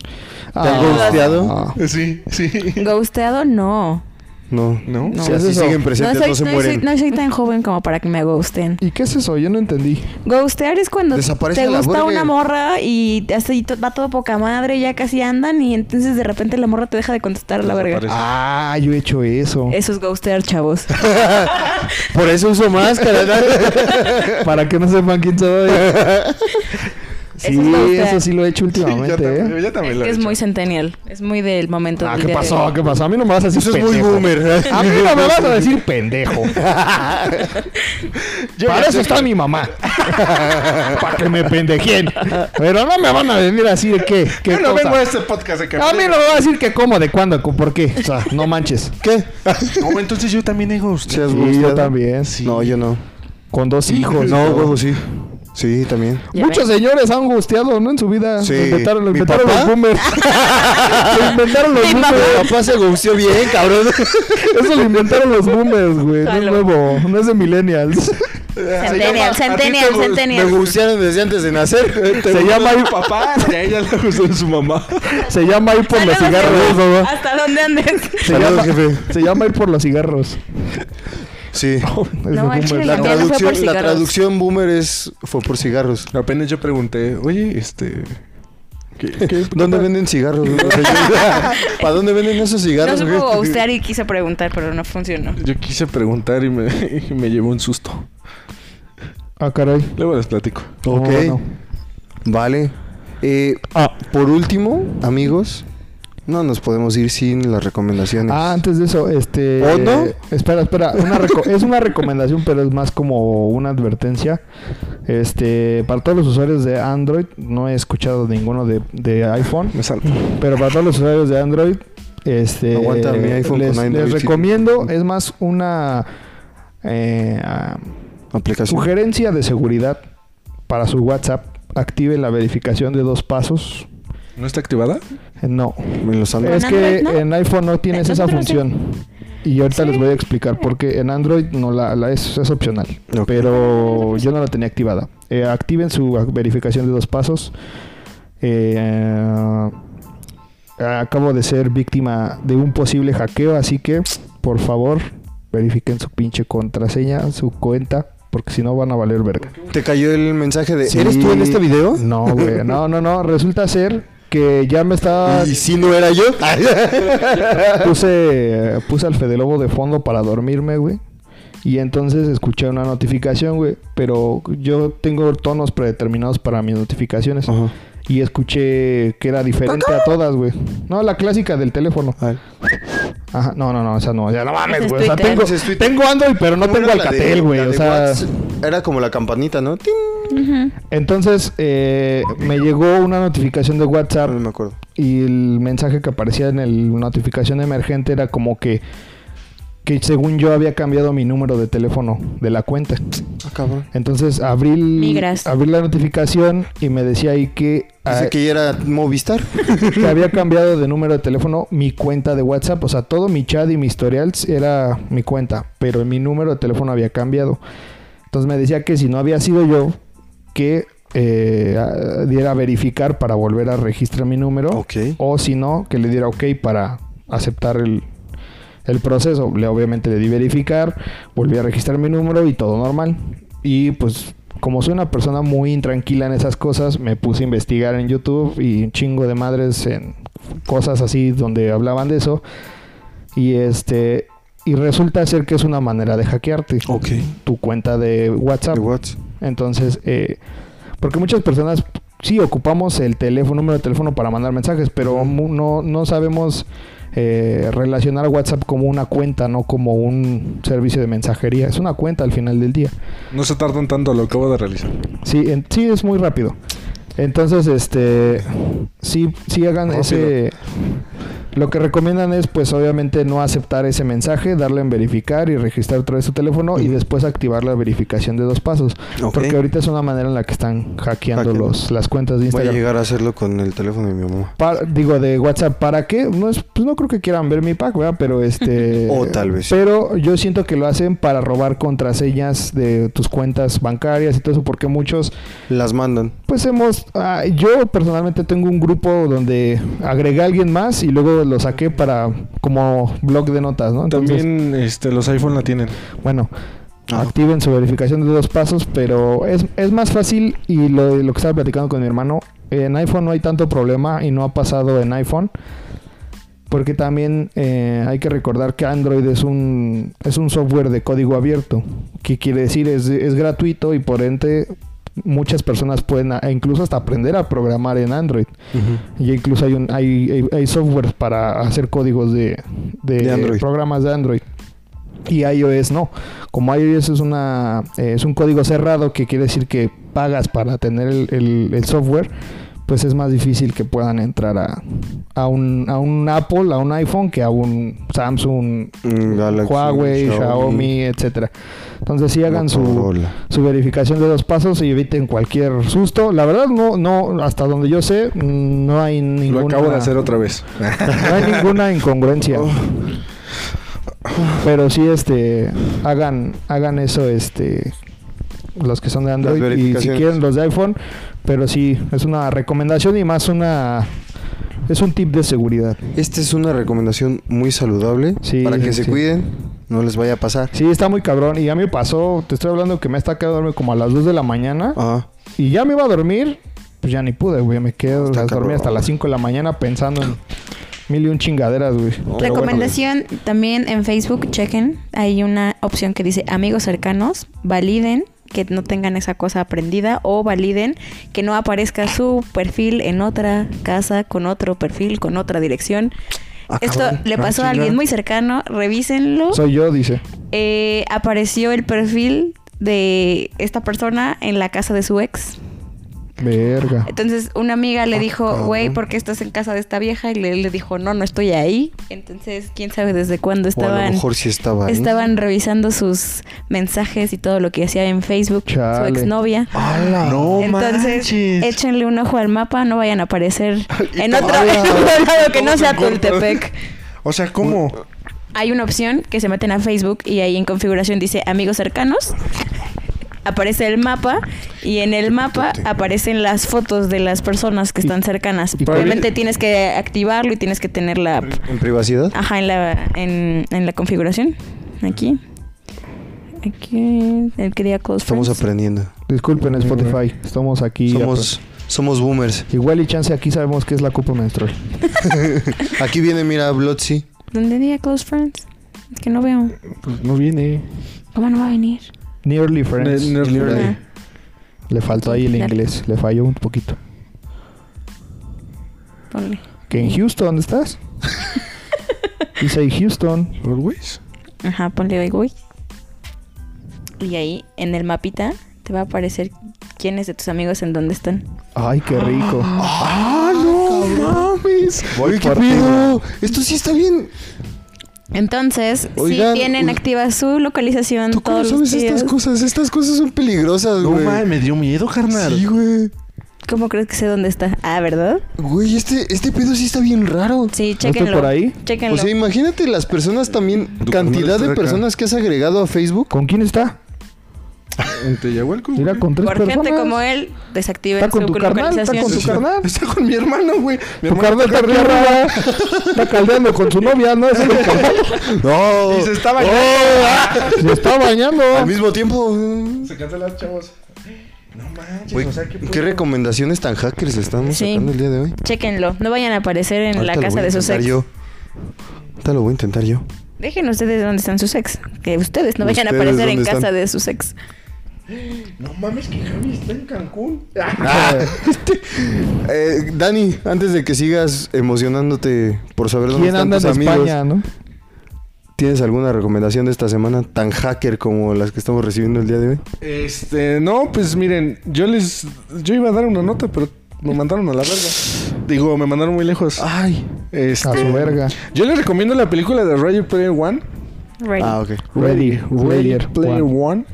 Speaker 1: ¿Te han ghosteado?
Speaker 3: Ah.
Speaker 2: Sí, sí.
Speaker 4: Ghosteado, no.
Speaker 1: No.
Speaker 2: ¿No?
Speaker 1: Si
Speaker 3: No.
Speaker 1: así
Speaker 3: Eso.
Speaker 1: siguen
Speaker 4: No
Speaker 1: presentes, no,
Speaker 4: soy,
Speaker 1: se
Speaker 4: no soy-
Speaker 1: mueren.
Speaker 4: no soy tan joven como para que me ghosten.
Speaker 3: ¿Y qué es eso? Yo no entendí.
Speaker 4: Ghostear es cuando
Speaker 1: Desaparece
Speaker 4: te
Speaker 1: la burger.
Speaker 4: gusta una morra y así to- va todo poca madre, ya casi andan y entonces de repente la morra te deja de contestar a la verga.
Speaker 2: Desaparece.
Speaker 3: Ah, yo he hecho eso.
Speaker 4: Eso es ghostear, chavos.
Speaker 1: Por eso uso máscara.
Speaker 3: Para que no sepan quién soy.
Speaker 4: es
Speaker 3: sí,
Speaker 4: ghostear.
Speaker 3: eso sí lo he hecho
Speaker 2: Sí, yo
Speaker 3: últimamente,
Speaker 2: también-
Speaker 3: ¿eh?
Speaker 2: yo también
Speaker 4: Es
Speaker 2: lo
Speaker 4: que
Speaker 2: he
Speaker 4: es
Speaker 2: hecho.
Speaker 4: muy centennial. Es muy del momento
Speaker 3: Ah,
Speaker 4: del
Speaker 3: ¿qué
Speaker 4: día de
Speaker 3: pasó?
Speaker 4: hoy.
Speaker 3: ¿Qué pasó? A mí no me vas a decir
Speaker 1: Eso es muy
Speaker 3: pendejo.
Speaker 1: boomer.
Speaker 3: A mí no me vas a decir pendejo.
Speaker 2: Yo ya
Speaker 3: Para eso
Speaker 2: sé
Speaker 3: está
Speaker 2: que-
Speaker 3: mi mamá. Para que me pendejen. Pero no me van a venir así de qué. qué
Speaker 2: Yo no
Speaker 3: cosa.
Speaker 2: vengo a este podcast de que-
Speaker 3: A mí no me va a decir que cómo, de cuándo, cu- por qué. O sea, no manches.
Speaker 1: ¿Qué?
Speaker 2: No, entonces yo también he
Speaker 1: ¿Sí
Speaker 2: ghosteado.
Speaker 1: has
Speaker 3: Sí,
Speaker 1: ghosteado?
Speaker 3: yo también. sí.
Speaker 1: No, yo no.
Speaker 3: Con dos hijos.
Speaker 1: No, pues,
Speaker 3: cabrón.
Speaker 1: huevo, sí.
Speaker 2: Ah,
Speaker 1: Sí, también.
Speaker 4: Ya
Speaker 3: Muchos señores han gusteado, ¿no? En su vida.
Speaker 1: Sí.
Speaker 3: Lo inventaron, lo
Speaker 1: ¿Mi
Speaker 3: inventaron
Speaker 1: papá?
Speaker 3: los boomers. lo inventaron los boomers.
Speaker 1: papá se gusteó bien, cabrón.
Speaker 3: Eso lo inventaron los boomers, güey. No es
Speaker 4: Jalo.
Speaker 3: nuevo. No es de millennials.
Speaker 4: Centennial, centennial,
Speaker 1: Me
Speaker 4: centennial.
Speaker 1: gustearon desde antes de nacer.
Speaker 3: Se llama,
Speaker 2: mi
Speaker 3: ahí-
Speaker 2: papá. Y a ella le gustó su mamá.
Speaker 3: se llama ahí por los
Speaker 4: Saludos,
Speaker 3: cigarros,
Speaker 4: jefe. Ah,
Speaker 3: ¿no?
Speaker 4: ¿Hasta dónde andes?
Speaker 3: Se
Speaker 1: Saludos,
Speaker 3: llama,
Speaker 1: jefe.
Speaker 3: se llama ir por los cigarros.
Speaker 1: Sí.
Speaker 3: Es de
Speaker 4: No,
Speaker 3: boomers.
Speaker 4: actually,
Speaker 1: La
Speaker 4: También fue por
Speaker 1: traducción, la
Speaker 4: cigarros.
Speaker 1: traducción boomer es fue por cigarros.
Speaker 2: Apenas yo pregunté, oye, este. ¿qué- qué-
Speaker 1: ¿Dónde venden cigarros? güey? O sea, yo- ¿Para dónde venden esos
Speaker 4: No
Speaker 1: cigarros?
Speaker 4: supo
Speaker 1: güey?
Speaker 4: ghostear y quise preguntar, pero no funcionó.
Speaker 2: Yo quise preguntar y me, y me llevó un susto.
Speaker 3: Ah, caray.
Speaker 2: Luego les platico.
Speaker 1: Ok.
Speaker 3: No, no.
Speaker 1: Vale. Eh,
Speaker 3: Ah,
Speaker 1: por último, amigos, no nos podemos ir sin las recomendaciones.
Speaker 3: Ah, antes de eso, este.
Speaker 1: ¿O no?
Speaker 3: Espera, espera. una reco- es una recomendación, pero es más como una advertencia. Este, para todos los usuarios de Android, no he escuchado ninguno de, de iPhone,
Speaker 2: Me salto.
Speaker 3: pero para todos los usuarios de Android, este.
Speaker 1: Aguanta mi iPhone
Speaker 3: les,
Speaker 1: con Android,
Speaker 3: les
Speaker 1: sí.
Speaker 3: recomiendo, es más una eh, ah,
Speaker 1: Aplicación.
Speaker 3: sugerencia de seguridad para su WhatsApp. Active la verificación de dos pasos.
Speaker 2: ¿No está activada?
Speaker 3: Eh, No.
Speaker 1: En los Andes.
Speaker 3: Es
Speaker 4: ¿En
Speaker 3: que
Speaker 4: Android no?
Speaker 3: en iPhone no tienes
Speaker 4: Eh,
Speaker 3: esa
Speaker 4: nosotros sí.
Speaker 3: función. Y ahorita
Speaker 4: Sí.
Speaker 3: les voy a explicar por qué. En Android no la, la- es, es opcional.
Speaker 1: Ok.
Speaker 3: Pero yo no la tenía activada. Eh, activen su verificación de dos pasos. eh, acabo de ser víctima de un posible hackeo, así que por favor verifiquen su pinche contraseña, su cuenta, porque si no van a valer verga.
Speaker 1: Te cayó el mensaje de.
Speaker 3: Sí.
Speaker 1: ¿Eres tú en este video?
Speaker 3: No, güey, no, no, no, resulta ser que ya me estaba...
Speaker 1: ¿Y si no era yo?
Speaker 3: puse, eh, puse al Fede Lobo de fondo para dormirme, güey. Y entonces escuché una notificación, güey. Pero yo tengo tonos predeterminados para mis notificaciones.
Speaker 1: Ajá.
Speaker 3: Y escuché que era diferente a todas, güey. No, la clásica del teléfono.
Speaker 1: A ver.
Speaker 3: Ajá, no, no, no, esa no. Ya no
Speaker 4: Ese
Speaker 3: mames,
Speaker 4: es
Speaker 3: güey. O sea,
Speaker 4: Twitter.
Speaker 3: tengo,
Speaker 1: Ese es Twitter.
Speaker 3: tengo Android, pero no
Speaker 1: ¿Cómo
Speaker 3: tengo
Speaker 1: era la de-
Speaker 3: Alcatel, güey.
Speaker 1: la
Speaker 3: O
Speaker 1: de
Speaker 3: sea.
Speaker 1: WhatsApp? Era como la campanita, ¿no? Ting.
Speaker 4: Ujú.
Speaker 3: Entonces, eh, me llegó una notificación de WhatsApp.
Speaker 1: No me acuerdo.
Speaker 3: Y el mensaje que aparecía en el notificación emergente era como que, que según yo había cambiado mi número de teléfono de la cuenta.
Speaker 1: Ah, cabrón.
Speaker 3: Entonces abrí, el-
Speaker 4: Migras.
Speaker 3: abrí la notificación y me decía ahí que,
Speaker 1: Dice
Speaker 3: ah,
Speaker 1: que ya era Movistar.
Speaker 3: que había cambiado de número de teléfono mi cuenta de WhatsApp. O sea, todo mi chat y mi historial era mi cuenta, pero mi número de teléfono había cambiado. Entonces me decía que si no había sido yo, que eh, ah, diera a verificar para volver a registrar mi número.
Speaker 1: Ok.
Speaker 3: O si no, que le diera ok para aceptar el, el proceso. Le, obviamente le di verificar, volví a registrar mi número y todo normal. Y pues como soy una persona muy intranquila en esas cosas, me puse a investigar en YouTube y un chingo de madres en cosas así donde hablaban de eso. Y este y resulta ser que es una manera de hackearte
Speaker 1: Ok.
Speaker 3: tu cuenta de WhatsApp.
Speaker 1: De WhatsApp.
Speaker 3: Entonces, eh, porque muchas personas sí ocupamos el teléfono, número de teléfono para mandar mensajes, pero mu- no, no sabemos eh, relacionar WhatsApp como una cuenta, no como un servicio de mensajería. Es una cuenta al final del día.
Speaker 2: No se tardan tanto, lo acabo de realizar.
Speaker 3: Sí, en- sí es muy rápido. Entonces, este, sí, sí hagan
Speaker 1: Rápido.
Speaker 3: ese. Lo que recomiendan es, pues, obviamente no aceptar ese mensaje, darle en verificar y registrar otra vez su teléfono y
Speaker 1: Ujú.
Speaker 3: después activar la verificación de dos pasos.
Speaker 1: Ok.
Speaker 3: Porque ahorita es una manera en la que están hackeando
Speaker 1: Hackeando.
Speaker 3: los, las cuentas de
Speaker 1: Voy a
Speaker 3: Instagram.
Speaker 1: llegar a hacerlo con el teléfono de mi mamá.
Speaker 3: Pa- digo, de WhatsApp, ¿para qué? No es, pues no creo que quieran ver mi pack, ¿verdad? Pero este.
Speaker 1: O tal vez.
Speaker 3: Pero yo siento que lo hacen para robar contraseñas de tus cuentas bancarias y todo eso, porque muchos
Speaker 1: Las mandan.
Speaker 3: pues hemos... ah, yo personalmente tengo un grupo donde agregué a alguien más y luego lo saqué para... Como blog de notas, ¿no? Entonces,
Speaker 2: También este, los iPhone la tienen.
Speaker 3: Bueno,
Speaker 1: Ah.
Speaker 3: activen su verificación de dos pasos, pero es, es más fácil y lo, lo que estaba platicando con mi hermano, en iPhone no hay tanto problema y no ha pasado en iPhone. Porque también eh, hay que recordar que Android es un, es un software de código abierto, que quiere decir es, es gratuito y por ende muchas personas pueden a- e incluso hasta aprender a programar en Android. Y incluso hay, un, hay, hay, hay software para hacer códigos de, de,
Speaker 1: De Android.
Speaker 3: programas de Android. Y iOS no. Como iOS es, una, eh, es un código cerrado que quiere decir que pagas para tener el, el- el software, pues es más difícil que puedan entrar a, a, un, a un Apple, a un iPhone, que a un Samsung,
Speaker 1: Mm, Galaxy,
Speaker 3: Huawei, Xiaomi, etcétera. Entonces sí hagan su,
Speaker 1: Motorola.
Speaker 3: su verificación de dos pasos y eviten cualquier susto. La verdad, no, no, hasta donde yo sé, mm, no hay ninguna,
Speaker 2: Lo acabo de hacer otra vez.
Speaker 3: no hay ninguna incongruencia. Pero sí, este, hagan, hagan eso, este, los que son de Android y si
Speaker 1: verificaciones.
Speaker 3: quieren los de iPhone, pero sí, es una recomendación y más una, es un tip de seguridad.
Speaker 1: Esta es una recomendación muy saludable
Speaker 3: Sí,
Speaker 1: para que
Speaker 3: sí,
Speaker 1: se
Speaker 3: sí.
Speaker 1: cuiden, no les vaya a pasar.
Speaker 3: Sí, está muy cabrón y ya me pasó, te estoy hablando que me está quedando dormir como a las 2 de la mañana.
Speaker 1: Ah,
Speaker 3: Y ya me iba a dormir, pues ya ni pude, güey. Me quedé, o sea,
Speaker 1: cabrón.
Speaker 3: dormí hasta las 5 de la mañana pensando en mil y un chingaderas, güey. Pero bueno,
Speaker 4: Recomendación
Speaker 1: pues.
Speaker 4: también en Facebook, chequen. Hay una opción que dice amigos cercanos, validen que no tengan esa cosa aprendida o validen que no aparezca su perfil en otra casa, con otro perfil, con otra dirección.
Speaker 1: Ah,
Speaker 4: Esto
Speaker 1: cabrón.
Speaker 4: le
Speaker 1: Ah,
Speaker 4: pasó a
Speaker 1: chinga.
Speaker 4: alguien muy cercano, revísenlo.
Speaker 3: soy yo, dice.
Speaker 4: Eh, apareció el perfil de esta persona en la casa de su ex.
Speaker 3: Verga.
Speaker 4: Entonces una amiga le
Speaker 1: Ah,
Speaker 4: dijo,
Speaker 1: cabrón.
Speaker 4: güey, ¿por qué estás en casa de esta vieja? Y le, le dijo, no, no estoy ahí. Entonces, quién sabe desde cuándo
Speaker 1: o a lo
Speaker 4: estaban,
Speaker 1: mejor sí estaba ahí.
Speaker 4: estaban revisando sus mensajes y todo lo que hacía en Facebook,
Speaker 3: Chale.
Speaker 4: su exnovia.
Speaker 1: ¡Hala!
Speaker 2: No
Speaker 4: Entonces,
Speaker 2: manches.
Speaker 4: échenle un ojo al mapa, no vayan a aparecer en otro
Speaker 1: ¡Hala!
Speaker 4: en otro lado que no
Speaker 2: Estamos
Speaker 4: sea
Speaker 2: en corto.
Speaker 4: Tultepec.
Speaker 2: O sea, ¿cómo?
Speaker 4: Hay una opción que se meten a Facebook y ahí en configuración dice amigos cercanos. aparece el mapa y en el mapa aparecen las fotos de las personas que están cercanas.
Speaker 2: para
Speaker 4: Obviamente
Speaker 2: mí-
Speaker 4: tienes que activarlo y tienes que tener la app.
Speaker 1: ¿En privacidad?
Speaker 4: Ajá, en la, en, en la configuración. Aquí. Aquí. El que diga close
Speaker 1: Estamos
Speaker 4: friends.
Speaker 1: aprendiendo.
Speaker 3: Disculpen Spotify, estamos aquí.
Speaker 1: Somos,
Speaker 3: pues.
Speaker 1: somos boomers.
Speaker 3: Igual y chance aquí sabemos qué es la copa menstrual.
Speaker 1: Aquí viene, mira, Blotzy.
Speaker 4: ¿Dónde diga close friends? Es que no veo.
Speaker 2: Pues no viene.
Speaker 4: ¿Cómo no va a venir?
Speaker 3: Nearly Friends.
Speaker 2: Ne- nearly
Speaker 3: Mira,
Speaker 2: friends.
Speaker 3: Le faltó ahí el
Speaker 4: Claro.
Speaker 3: inglés, le falló un poquito.
Speaker 4: Ponle.
Speaker 3: ¿Que en Houston estás? Y say Houston.
Speaker 2: Always.
Speaker 4: Ajá, ponle ahí, güey. Y ahí, en el mapita, te va a aparecer quiénes de tus amigos en dónde están.
Speaker 3: Ay, qué rico.
Speaker 2: ¡Ah, no mames!
Speaker 1: Oye, qué
Speaker 3: por ti,
Speaker 1: pedo. Esto sí está bien.
Speaker 4: Entonces,
Speaker 1: Oigan,
Speaker 4: sí tienen
Speaker 1: u-
Speaker 4: activa su localización
Speaker 1: ¿Tú cómo
Speaker 4: todos
Speaker 1: sabes
Speaker 4: los días.
Speaker 1: estas cosas? Estas cosas son peligrosas,
Speaker 2: No
Speaker 1: güey.
Speaker 2: mames, me dio miedo, carnal.
Speaker 1: Sí, güey.
Speaker 4: ¿Cómo crees que sé dónde está? Ah, ¿verdad?
Speaker 1: Güey, este, este pedo sí está bien raro.
Speaker 4: Sí,
Speaker 3: estoy
Speaker 4: chéquenlo.
Speaker 3: por ahí?
Speaker 4: Chéquenlo.
Speaker 1: O sea, imagínate las personas también,
Speaker 2: Tu canal
Speaker 1: cantidad
Speaker 2: está
Speaker 1: de
Speaker 2: acá.
Speaker 1: personas que has agregado a Facebook.
Speaker 3: ¿Con quién está?
Speaker 2: En Teyahualco, güey.
Speaker 3: Mira, con tres
Speaker 4: Por
Speaker 3: personas.
Speaker 4: gente como él, desactiven
Speaker 3: Está con tu
Speaker 4: su
Speaker 3: carnal, está
Speaker 4: localización.
Speaker 3: con tu carnal.
Speaker 2: Está con mi hermano, güey. Mi
Speaker 3: Tu
Speaker 2: hermano
Speaker 3: carnal está arriba. Está caldeando con su novia, ¿no? Es el carnal.
Speaker 1: No. Oh, ah.
Speaker 2: Y se está bañando.
Speaker 3: Se está bañando.
Speaker 1: Al mismo tiempo.
Speaker 2: Se cancelan, chavos. No manches,
Speaker 1: Güey,
Speaker 2: o sea, qué,
Speaker 1: ¿Qué recomendaciones tan hackers le estamos
Speaker 4: Sí.
Speaker 1: sacando el día de hoy?
Speaker 4: Chéquenlo. No vayan a aparecer en
Speaker 1: Ahorita
Speaker 4: la
Speaker 1: lo
Speaker 4: casa
Speaker 1: voy a
Speaker 4: de sus
Speaker 1: intentar
Speaker 4: ex.
Speaker 1: Yo. Ahorita lo voy a intentar yo.
Speaker 4: Dejen ustedes dónde están sus ex. Que ustedes no vayan a
Speaker 1: Ustedes
Speaker 4: aparecer en
Speaker 1: dónde
Speaker 4: casa
Speaker 1: están.
Speaker 4: de sus ex.
Speaker 2: No mames, que Javi está en Cancún. Ah.
Speaker 1: Este, Eh, Dani, antes de que sigas emocionándote por saber dónde
Speaker 3: ¿Quién
Speaker 1: están
Speaker 3: anda
Speaker 1: tus
Speaker 3: en
Speaker 1: amigos,
Speaker 3: España, no?
Speaker 1: ¿tienes alguna recomendación de esta semana tan hacker como las que estamos recibiendo el día de hoy?
Speaker 2: Este, no, pues miren, yo les. Yo iba a dar una nota, pero me mandaron a la verga. Digo, me mandaron muy lejos.
Speaker 1: Ay.
Speaker 2: Este,
Speaker 3: Ah, A su verga.
Speaker 2: Yo les recomiendo la película de Ready Player One.
Speaker 4: Right.
Speaker 1: Ah, ok.
Speaker 3: Ready,
Speaker 2: Ready
Speaker 3: Player
Speaker 2: Player
Speaker 3: One.
Speaker 2: One.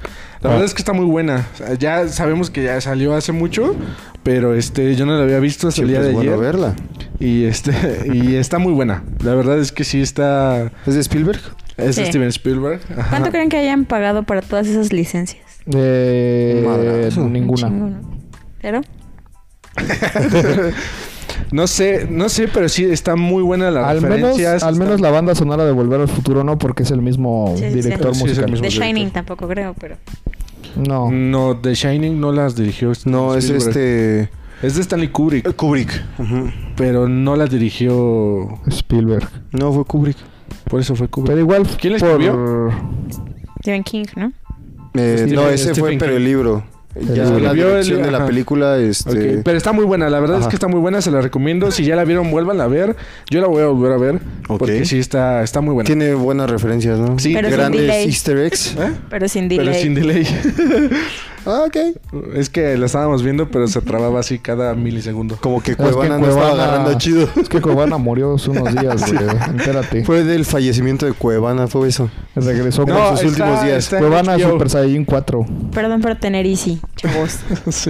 Speaker 2: La
Speaker 3: Ah.
Speaker 2: verdad es que está muy buena. O sea, Ya sabemos que ya salió hace mucho, pero este yo no la había visto hasta el
Speaker 1: Siempre
Speaker 2: día
Speaker 1: es
Speaker 2: de
Speaker 1: pues bueno verla.
Speaker 2: ayer. Y este y está muy buena. La verdad es que sí está
Speaker 1: ¿Es de Spielberg?
Speaker 2: es de
Speaker 4: Sí.
Speaker 2: Steven Spielberg. Ajá.
Speaker 4: ¿Cuánto creen que hayan pagado para todas esas licencias?
Speaker 3: Eh,
Speaker 1: Madrazo.
Speaker 3: ninguna.
Speaker 4: Ninguno. ¿Pero?
Speaker 2: No sé, no sé, pero sí está muy buena la
Speaker 3: Al menos,
Speaker 2: referencias.
Speaker 3: al
Speaker 2: está-
Speaker 3: menos la banda sonora de Volver al Futuro no, porque es el mismo
Speaker 4: Sí, sí.
Speaker 3: director
Speaker 2: Sí, es el
Speaker 3: musical.
Speaker 2: mismo.
Speaker 4: The
Speaker 2: Los
Speaker 4: Shining
Speaker 2: directores.
Speaker 4: tampoco creo, pero...
Speaker 3: No.
Speaker 1: Mm.
Speaker 2: no, The Shining no las dirigió. Steven
Speaker 1: No, es
Speaker 2: Spielberg.
Speaker 1: este.
Speaker 2: Es de Stanley Eh, Kubrick,
Speaker 1: Kubrick.
Speaker 2: pero no la dirigió.
Speaker 3: Spielberg.
Speaker 1: No, fue Kubrick.
Speaker 2: Por eso fue Kubrick.
Speaker 3: Pero igual.
Speaker 2: ¿Quién la
Speaker 3: por-
Speaker 2: escribió?
Speaker 4: Stephen King, ¿no?
Speaker 1: Eh,
Speaker 2: Stephen-
Speaker 1: no, ese fue,
Speaker 2: Stephen
Speaker 1: pero el
Speaker 2: King.
Speaker 1: libro.
Speaker 3: El
Speaker 1: ya
Speaker 3: libro.
Speaker 1: la
Speaker 2: Vio el-
Speaker 1: dirección de la
Speaker 2: ajá.
Speaker 1: película, este.
Speaker 2: Ok, Pero está muy buena, la verdad es
Speaker 1: Ajá.
Speaker 2: que está muy buena, se la recomiendo. Si ya la vieron, vuelvan a ver. Yo la voy a volver a ver.
Speaker 1: Ok.
Speaker 2: Porque sí está, está muy buena.
Speaker 1: Tiene buenas referencias, ¿no?
Speaker 2: Sí, Pero
Speaker 4: sin
Speaker 1: grandes
Speaker 4: delay.
Speaker 1: easter eggs.
Speaker 2: ¿Eh?
Speaker 4: Pero sin delay.
Speaker 2: Pero sin delay.
Speaker 1: Ah, ok.
Speaker 2: es que la estábamos viendo, pero se trababa así cada milisegundo.
Speaker 1: Como que
Speaker 3: Es que en
Speaker 1: Cuevana no estaba
Speaker 3: Cuevana-
Speaker 1: agarrando chido.
Speaker 3: Es que Cuevana murió hace unos días, güey. Entérate.
Speaker 1: Fue del fallecimiento de Cuevana, fue eso.
Speaker 3: Regresó
Speaker 1: No,
Speaker 3: con sus
Speaker 1: está- últimos días.
Speaker 2: en
Speaker 3: Cuevana
Speaker 2: HBO.
Speaker 3: Super Saiyajin 4.
Speaker 4: Perdón por tener easy, chavos.
Speaker 2: Sí.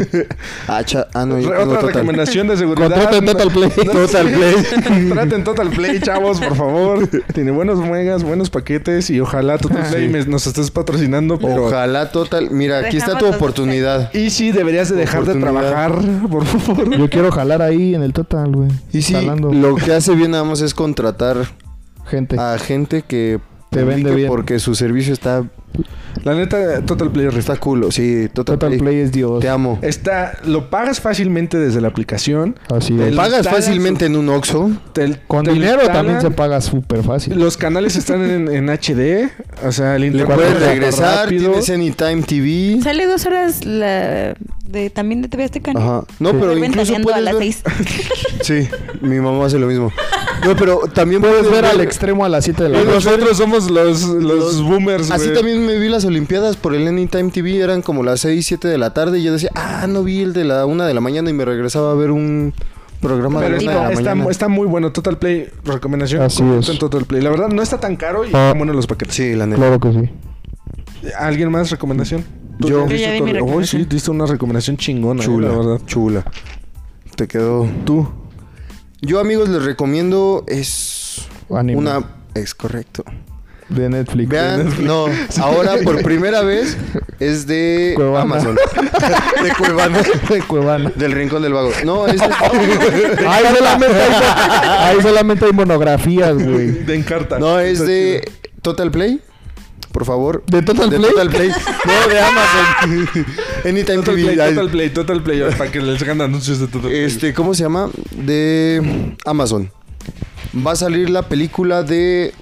Speaker 1: Ah, cha- ah, no, yo
Speaker 2: Otra
Speaker 1: tengo total.
Speaker 2: recomendación de seguridad.
Speaker 3: Contraten Total Play.
Speaker 1: Total Play.
Speaker 2: Contraten Total Play, chavos, por favor. Tiene buenos megas, buenos paquetes y ojalá Total Play me- nos estés patrocinando. Pero
Speaker 1: Ojalá total. Mira, aquí está tu
Speaker 4: Dejamos los
Speaker 1: oportunidad.
Speaker 2: Y sí, deberías de dejar de
Speaker 1: Oportunidad.
Speaker 2: trabajar, por favor.
Speaker 3: Yo quiero jalar ahí en el Total, güey.
Speaker 1: Y sí,
Speaker 3: Jalando
Speaker 1: lo que hace bien nada más es contratar
Speaker 3: gente.
Speaker 1: a gente que
Speaker 3: Te
Speaker 1: publique
Speaker 3: vende bien.
Speaker 1: porque su servicio está
Speaker 2: La neta, Total Play rifa.
Speaker 1: está culo. Sí, total,
Speaker 3: Total
Speaker 1: Play.
Speaker 3: Play es Dios.
Speaker 1: Te amo.
Speaker 2: Está, lo pagas fácilmente desde la aplicación.
Speaker 3: Así
Speaker 2: Te
Speaker 3: es.
Speaker 2: lo
Speaker 1: Pagas
Speaker 2: instalas,
Speaker 1: fácilmente en un Oxxo.
Speaker 2: te-
Speaker 3: Con
Speaker 2: te lo
Speaker 3: dinero
Speaker 2: instalan,
Speaker 3: también se paga súper fácil.
Speaker 2: Los canales están en, en HD. O sea, el
Speaker 1: Le
Speaker 2: internet
Speaker 1: puedes
Speaker 2: está
Speaker 1: regresar,
Speaker 2: rápido.
Speaker 1: tienes Anytime TV.
Speaker 4: Sale dos horas la de también de TV Azteca.
Speaker 1: Ajá. No,
Speaker 3: Sí.
Speaker 1: pero
Speaker 4: Estoy
Speaker 1: incluso
Speaker 4: ventaneando
Speaker 1: puedes
Speaker 4: a las
Speaker 1: ver...
Speaker 4: seis.
Speaker 1: Sí, mi mamá hace lo mismo. No, pero también puedes,
Speaker 3: Puedes ver al extremo a las 7 de la
Speaker 2: Y
Speaker 3: noche.
Speaker 2: Nosotros somos los, los
Speaker 1: Los-
Speaker 2: boomers,
Speaker 1: Así
Speaker 2: güey.
Speaker 1: también me vi las Olimpiadas por el Anytime TV, eran como las 6, 7 de la tarde y yo decía, ah, no vi el de la 1 de la mañana y me regresaba a ver un programa
Speaker 2: Pero
Speaker 1: de la
Speaker 4: Tipo,
Speaker 1: una de
Speaker 2: está,
Speaker 1: la
Speaker 2: está,
Speaker 1: mañana.
Speaker 2: mu- está muy bueno. Total Play, recomendación.
Speaker 3: Así
Speaker 2: completo
Speaker 3: es.
Speaker 2: en Total Play. La verdad, no está tan caro y
Speaker 1: Ah.
Speaker 2: están buenos los paquetes.
Speaker 1: Sí, la neta.
Speaker 3: Claro que sí.
Speaker 2: ¿Alguien más recomendación? ¿Tú
Speaker 1: Yo.
Speaker 2: diste
Speaker 4: Yo ya di
Speaker 2: tu-
Speaker 4: mi
Speaker 2: Uy,
Speaker 4: recomendación.
Speaker 2: sí, diste una recomendación chingona, eh,
Speaker 1: Chula,
Speaker 2: la verdad.
Speaker 1: chula. Te quedó.
Speaker 2: Tú.
Speaker 1: Yo, amigos, les recomiendo es
Speaker 3: Anime.
Speaker 1: una es correcto.
Speaker 3: De Netflix. De
Speaker 1: Vean,
Speaker 3: Netflix.
Speaker 1: no, ahora por primera vez es de
Speaker 3: Cuevana.
Speaker 1: Amazon. De Cuevana.
Speaker 3: De Cuevana.
Speaker 1: Del Rincón del Vago. No, es de...
Speaker 3: Ahí solamente, hay, ahí solamente hay monografías, güey.
Speaker 2: De Encarta.
Speaker 1: No, es de Total Play. Por favor.
Speaker 3: ¿De Total Play?
Speaker 1: No, de Amazon. Anytime
Speaker 2: Total
Speaker 1: TV.
Speaker 2: Play,
Speaker 1: Ay,
Speaker 2: Total Play, Total Play. Para que les hagan anuncios de Total Play.
Speaker 1: Este, ¿cómo se llama? De Amazon. Va a salir la película de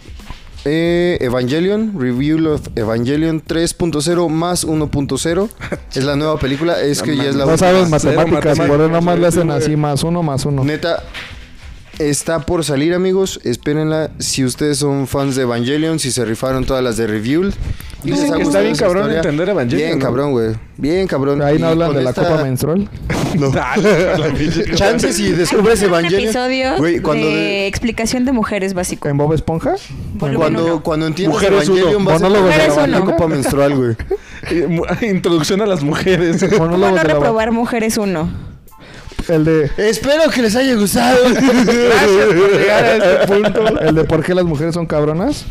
Speaker 1: eh, Evangelion, Review of Evangelion 3.0 más 1.0. Es la nueva película, es que ya es la
Speaker 3: No
Speaker 1: última.
Speaker 3: sabes
Speaker 2: Cero
Speaker 3: matemáticas,
Speaker 2: matemáticas,
Speaker 3: por eso nomás le hacen
Speaker 2: güey.
Speaker 3: así, más uno, más uno.
Speaker 1: Neta, está por salir, amigos. Espérenla. Si ustedes son fans de Evangelion, si se rifaron todas las de Review. y
Speaker 2: Dicen
Speaker 1: les ha
Speaker 2: que está
Speaker 1: gustado
Speaker 2: bien
Speaker 1: esa
Speaker 2: cabrón entender Evangelion,
Speaker 1: Bien
Speaker 2: ¿no?
Speaker 1: cabrón, güey. Bien cabrón.
Speaker 3: Ahí no
Speaker 1: Y
Speaker 3: hablan
Speaker 1: con
Speaker 3: de la
Speaker 1: esta-
Speaker 3: copa menstrual.
Speaker 2: Ah, la pinche-
Speaker 1: Chances y descubres
Speaker 4: Hay un
Speaker 1: Evangelion.
Speaker 4: episodio
Speaker 1: Güey,
Speaker 4: de,
Speaker 1: cuando de-
Speaker 4: explicación de mujeres básico.
Speaker 3: ¿En Bob Esponja?
Speaker 4: Volumen
Speaker 1: Cuando,
Speaker 4: uno.
Speaker 1: cuando entiendas
Speaker 3: Mujeres uno,
Speaker 1: Evangelion vas a
Speaker 3: monólogos
Speaker 4: de
Speaker 1: tener
Speaker 4: Mujeres
Speaker 1: una
Speaker 4: uno.
Speaker 1: copa menstrual, güey.
Speaker 2: Eh, mu- Introducción a las mujeres.
Speaker 4: ¿Cómo
Speaker 3: Monólogo
Speaker 4: no
Speaker 3: de la-
Speaker 4: reprobar mujeres uno?
Speaker 3: El de...
Speaker 1: Espero que les haya gustado.
Speaker 2: Llegar a este punto.
Speaker 3: El de por qué las mujeres son cabronas.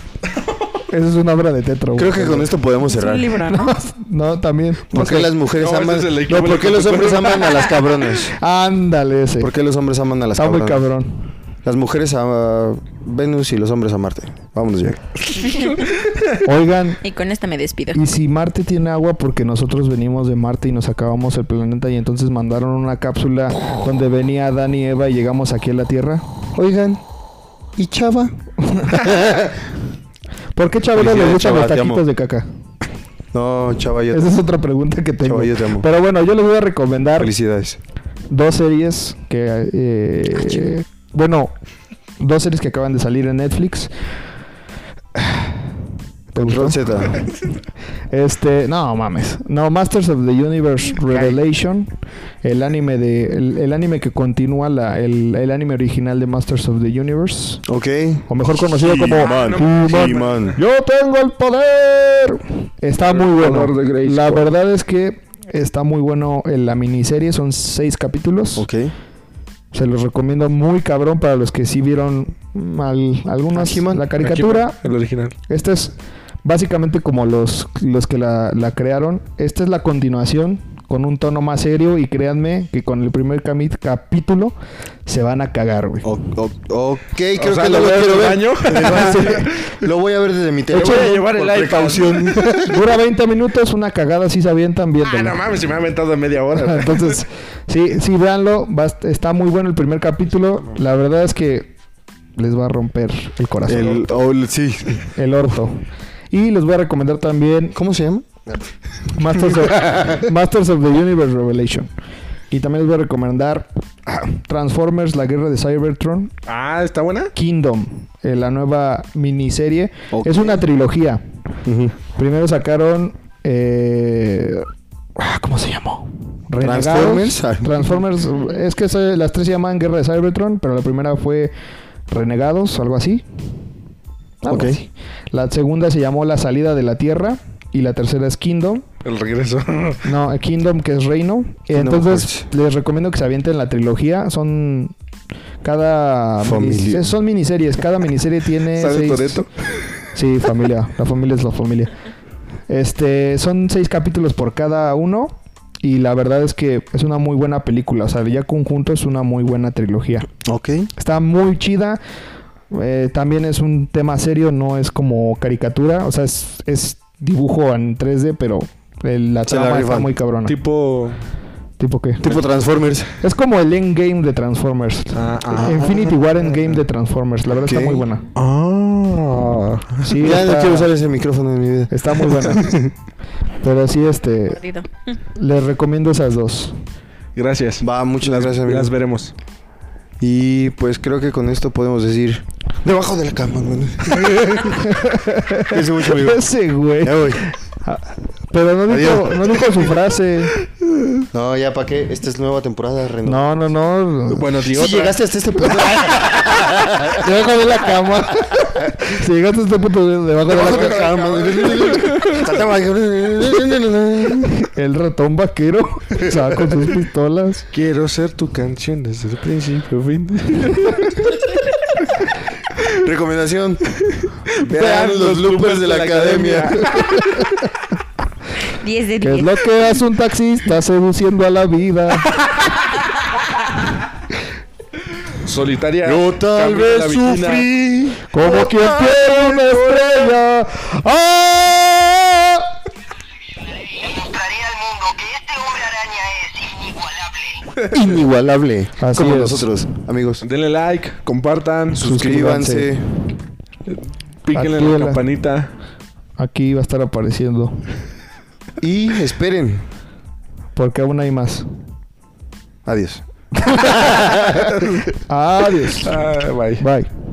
Speaker 3: Esa es una obra de Tetro. güey.
Speaker 1: Creo que con esto podemos
Speaker 4: Es
Speaker 1: cerrar.
Speaker 4: un libro, ¿no?
Speaker 3: No, también.
Speaker 1: ¿Por qué las mujeres
Speaker 2: No, ese
Speaker 1: aman?
Speaker 2: es el de
Speaker 1: No, ¿por qué los hombres aman a las cabronas?
Speaker 3: Ándale ese.
Speaker 1: ¿Por qué los hombres aman a las
Speaker 3: Está muy
Speaker 1: cabronas?
Speaker 3: cabrón.
Speaker 1: Las mujeres a Venus y los hombres a Marte. Vámonos ya.
Speaker 3: Oigan,
Speaker 4: Y con esta me despido.
Speaker 3: y si Marte tiene agua porque nosotros venimos de Marte y nos acabamos el planeta y entonces mandaron una cápsula donde venía Adán y Eva y llegamos aquí a la Tierra.
Speaker 1: Oigan, ¿y Chava?
Speaker 3: ¿Por qué Chabela le
Speaker 1: Felicidades,
Speaker 3: gustan
Speaker 1: Chava,
Speaker 3: los
Speaker 1: te amo.
Speaker 3: taquitos de caca?
Speaker 1: No, Chava, yo
Speaker 3: Esa es otra pregunta que tengo.
Speaker 1: Chava, yo te amo.
Speaker 3: Pero bueno, yo les voy a recomendar
Speaker 1: Felicidades.
Speaker 3: dos series que... eh,
Speaker 1: Ah,
Speaker 3: bueno, dos series que acaban de salir en Netflix. ¿Te gustó?
Speaker 1: Ron Z.
Speaker 3: Este, no mames. No, Masters of the Universe Revelation. El anime de. El, el anime que continúa la, el, el anime original de Masters of the Universe.
Speaker 1: Ok.
Speaker 3: O mejor conocido como.
Speaker 1: He-Man.
Speaker 3: He-Man.
Speaker 1: He-Man.
Speaker 3: ¡Yo tengo el poder! Está muy bueno.
Speaker 2: color de Grayskull.
Speaker 3: La verdad es que está muy bueno en la miniserie. Son seis capítulos.
Speaker 1: Ok.
Speaker 3: Se los recomiendo muy cabrón para los que sí vieron mal, algunos.
Speaker 1: A He-Man.
Speaker 3: La caricatura.
Speaker 2: El original.
Speaker 3: Esta es básicamente como los, los que la, la crearon. Esta es la continuación con un tono más serio y créanme que con el primer cami- capítulo se van a cagar, güey.
Speaker 1: O- o- ok, creo
Speaker 2: O sea,
Speaker 1: que no
Speaker 2: ¿lo
Speaker 1: lo
Speaker 2: veo
Speaker 1: quiero
Speaker 2: en
Speaker 1: ver.
Speaker 2: el baño?
Speaker 1: lo voy a ver desde mi teléfono.
Speaker 2: voy a llevar el
Speaker 1: por
Speaker 2: iPad.
Speaker 1: precaución.
Speaker 3: Dura 20 minutos, una cagada si se avientan bien.
Speaker 2: Ah, no mames, se me ha aventado media hora.
Speaker 3: Entonces, sí, sí, véanlo. va a est- está muy bueno el primer capítulo. La verdad es que les va a romper el corazón,
Speaker 1: El,
Speaker 3: el,
Speaker 1: oh, el- sí.
Speaker 3: orto. Y les voy a recomendar también
Speaker 1: ¿Cómo se llama?
Speaker 3: Masters of, Masters of the Universe Revelation. Y también les voy a recomendar Transformers, la guerra de Cybertron,
Speaker 2: Ah, ¿está buena?
Speaker 3: Kingdom, eh, la nueva miniserie.
Speaker 1: Ok.
Speaker 3: Es una trilogía. Primero sacaron... eh, ah, ¿Cómo se llamó? Renegados.
Speaker 1: Transformers.
Speaker 3: Transformers. Es que se- las tres se llaman Guerra de Cybertron, pero la primera fue Renegados, algo así. Algo
Speaker 1: Ok.
Speaker 3: así. La segunda se llamó La salida de la Tierra y la tercera es Kingdom.
Speaker 2: El regreso.
Speaker 3: No, eh, Kingdom, que es reino.
Speaker 1: Kingdom
Speaker 3: Entonces,
Speaker 1: Hearts.
Speaker 3: les recomiendo que se avienten la trilogía. Son cada...
Speaker 1: Familia.
Speaker 3: minis- son miniseries. Cada miniserie tiene
Speaker 2: ¿Sale
Speaker 3: seis...
Speaker 2: Toretto?
Speaker 3: Sí, familia. La familia es la familia. Este, son seis capítulos por cada uno. Y la verdad es que es una muy buena película. O sea, ya conjunto es una muy buena trilogía.
Speaker 1: Ok.
Speaker 3: Está muy chida. Eh, también es un tema serio, no es como caricatura. O sea, es, es dibujo en 3D, pero el- la
Speaker 1: Se la
Speaker 3: trama está
Speaker 1: rifan.
Speaker 3: muy cabrona. ¿Tipo,
Speaker 2: Tipo.
Speaker 3: qué?
Speaker 1: Tipo Transformers.
Speaker 3: Es como el Endgame de Transformers.
Speaker 2: Ah, ah.
Speaker 3: Infinity War Endgame de Transformers. La verdad
Speaker 1: Ok.
Speaker 3: está muy buena.
Speaker 2: Ah.
Speaker 3: Sí,
Speaker 1: ya no
Speaker 3: está-
Speaker 1: quiero usar ese micrófono en mi vida.
Speaker 3: Está muy buena. pero sí, este...
Speaker 4: Mordido.
Speaker 3: Les recomiendo esas dos.
Speaker 2: Gracias.
Speaker 1: Va, muchas gracias, amigo.
Speaker 2: Las veremos.
Speaker 1: Y pues creo que con esto podemos decir... Debajo de la cama, güey. Cuídense mucho, amigo.
Speaker 3: Ese güey.
Speaker 1: Ya voy.
Speaker 3: Pero no dijo,
Speaker 1: Adiós.
Speaker 3: no dijo su frase.
Speaker 1: No, ya, ¿para qué? Esta es nueva temporada, Reno.
Speaker 3: No, no, no.
Speaker 2: Bueno,
Speaker 1: Si
Speaker 2: digo.
Speaker 1: llegaste hasta este punto...
Speaker 3: Debajo de la cama. si llegaste a este punto de- debajo de la
Speaker 1: Debajo de la
Speaker 3: cama.
Speaker 1: cama, güey. Saltaba.
Speaker 3: El ratón vaquero se va con sus pistolas.
Speaker 2: Quiero ser tu canción desde el principio, fin.
Speaker 1: Recomendación. Vean los bloopers de la academia.
Speaker 4: 10 de
Speaker 3: ¿Qué es
Speaker 4: 10.
Speaker 3: lo que hace un taxista seduciendo a la vida?
Speaker 2: Solitaria.
Speaker 1: Yo tal
Speaker 2: camina
Speaker 1: vez
Speaker 2: la vitrina.
Speaker 1: sufrí.
Speaker 3: Como quien quiere una estrella. ¡Ah!
Speaker 5: mostraré al mundo que este hombre araña es inigualable.
Speaker 1: Inigualable.
Speaker 3: Así
Speaker 1: como
Speaker 3: es.
Speaker 1: nosotros, amigos.
Speaker 2: Denle like, compartan,
Speaker 1: Suscríbanse.
Speaker 2: píquenle en la
Speaker 3: Actívela.
Speaker 2: campanita.
Speaker 3: Aquí va a estar apareciendo.
Speaker 1: Y esperen.
Speaker 3: Porque aún hay más.
Speaker 1: Adiós.
Speaker 3: Adiós.
Speaker 2: Ah, bye.
Speaker 3: Bye.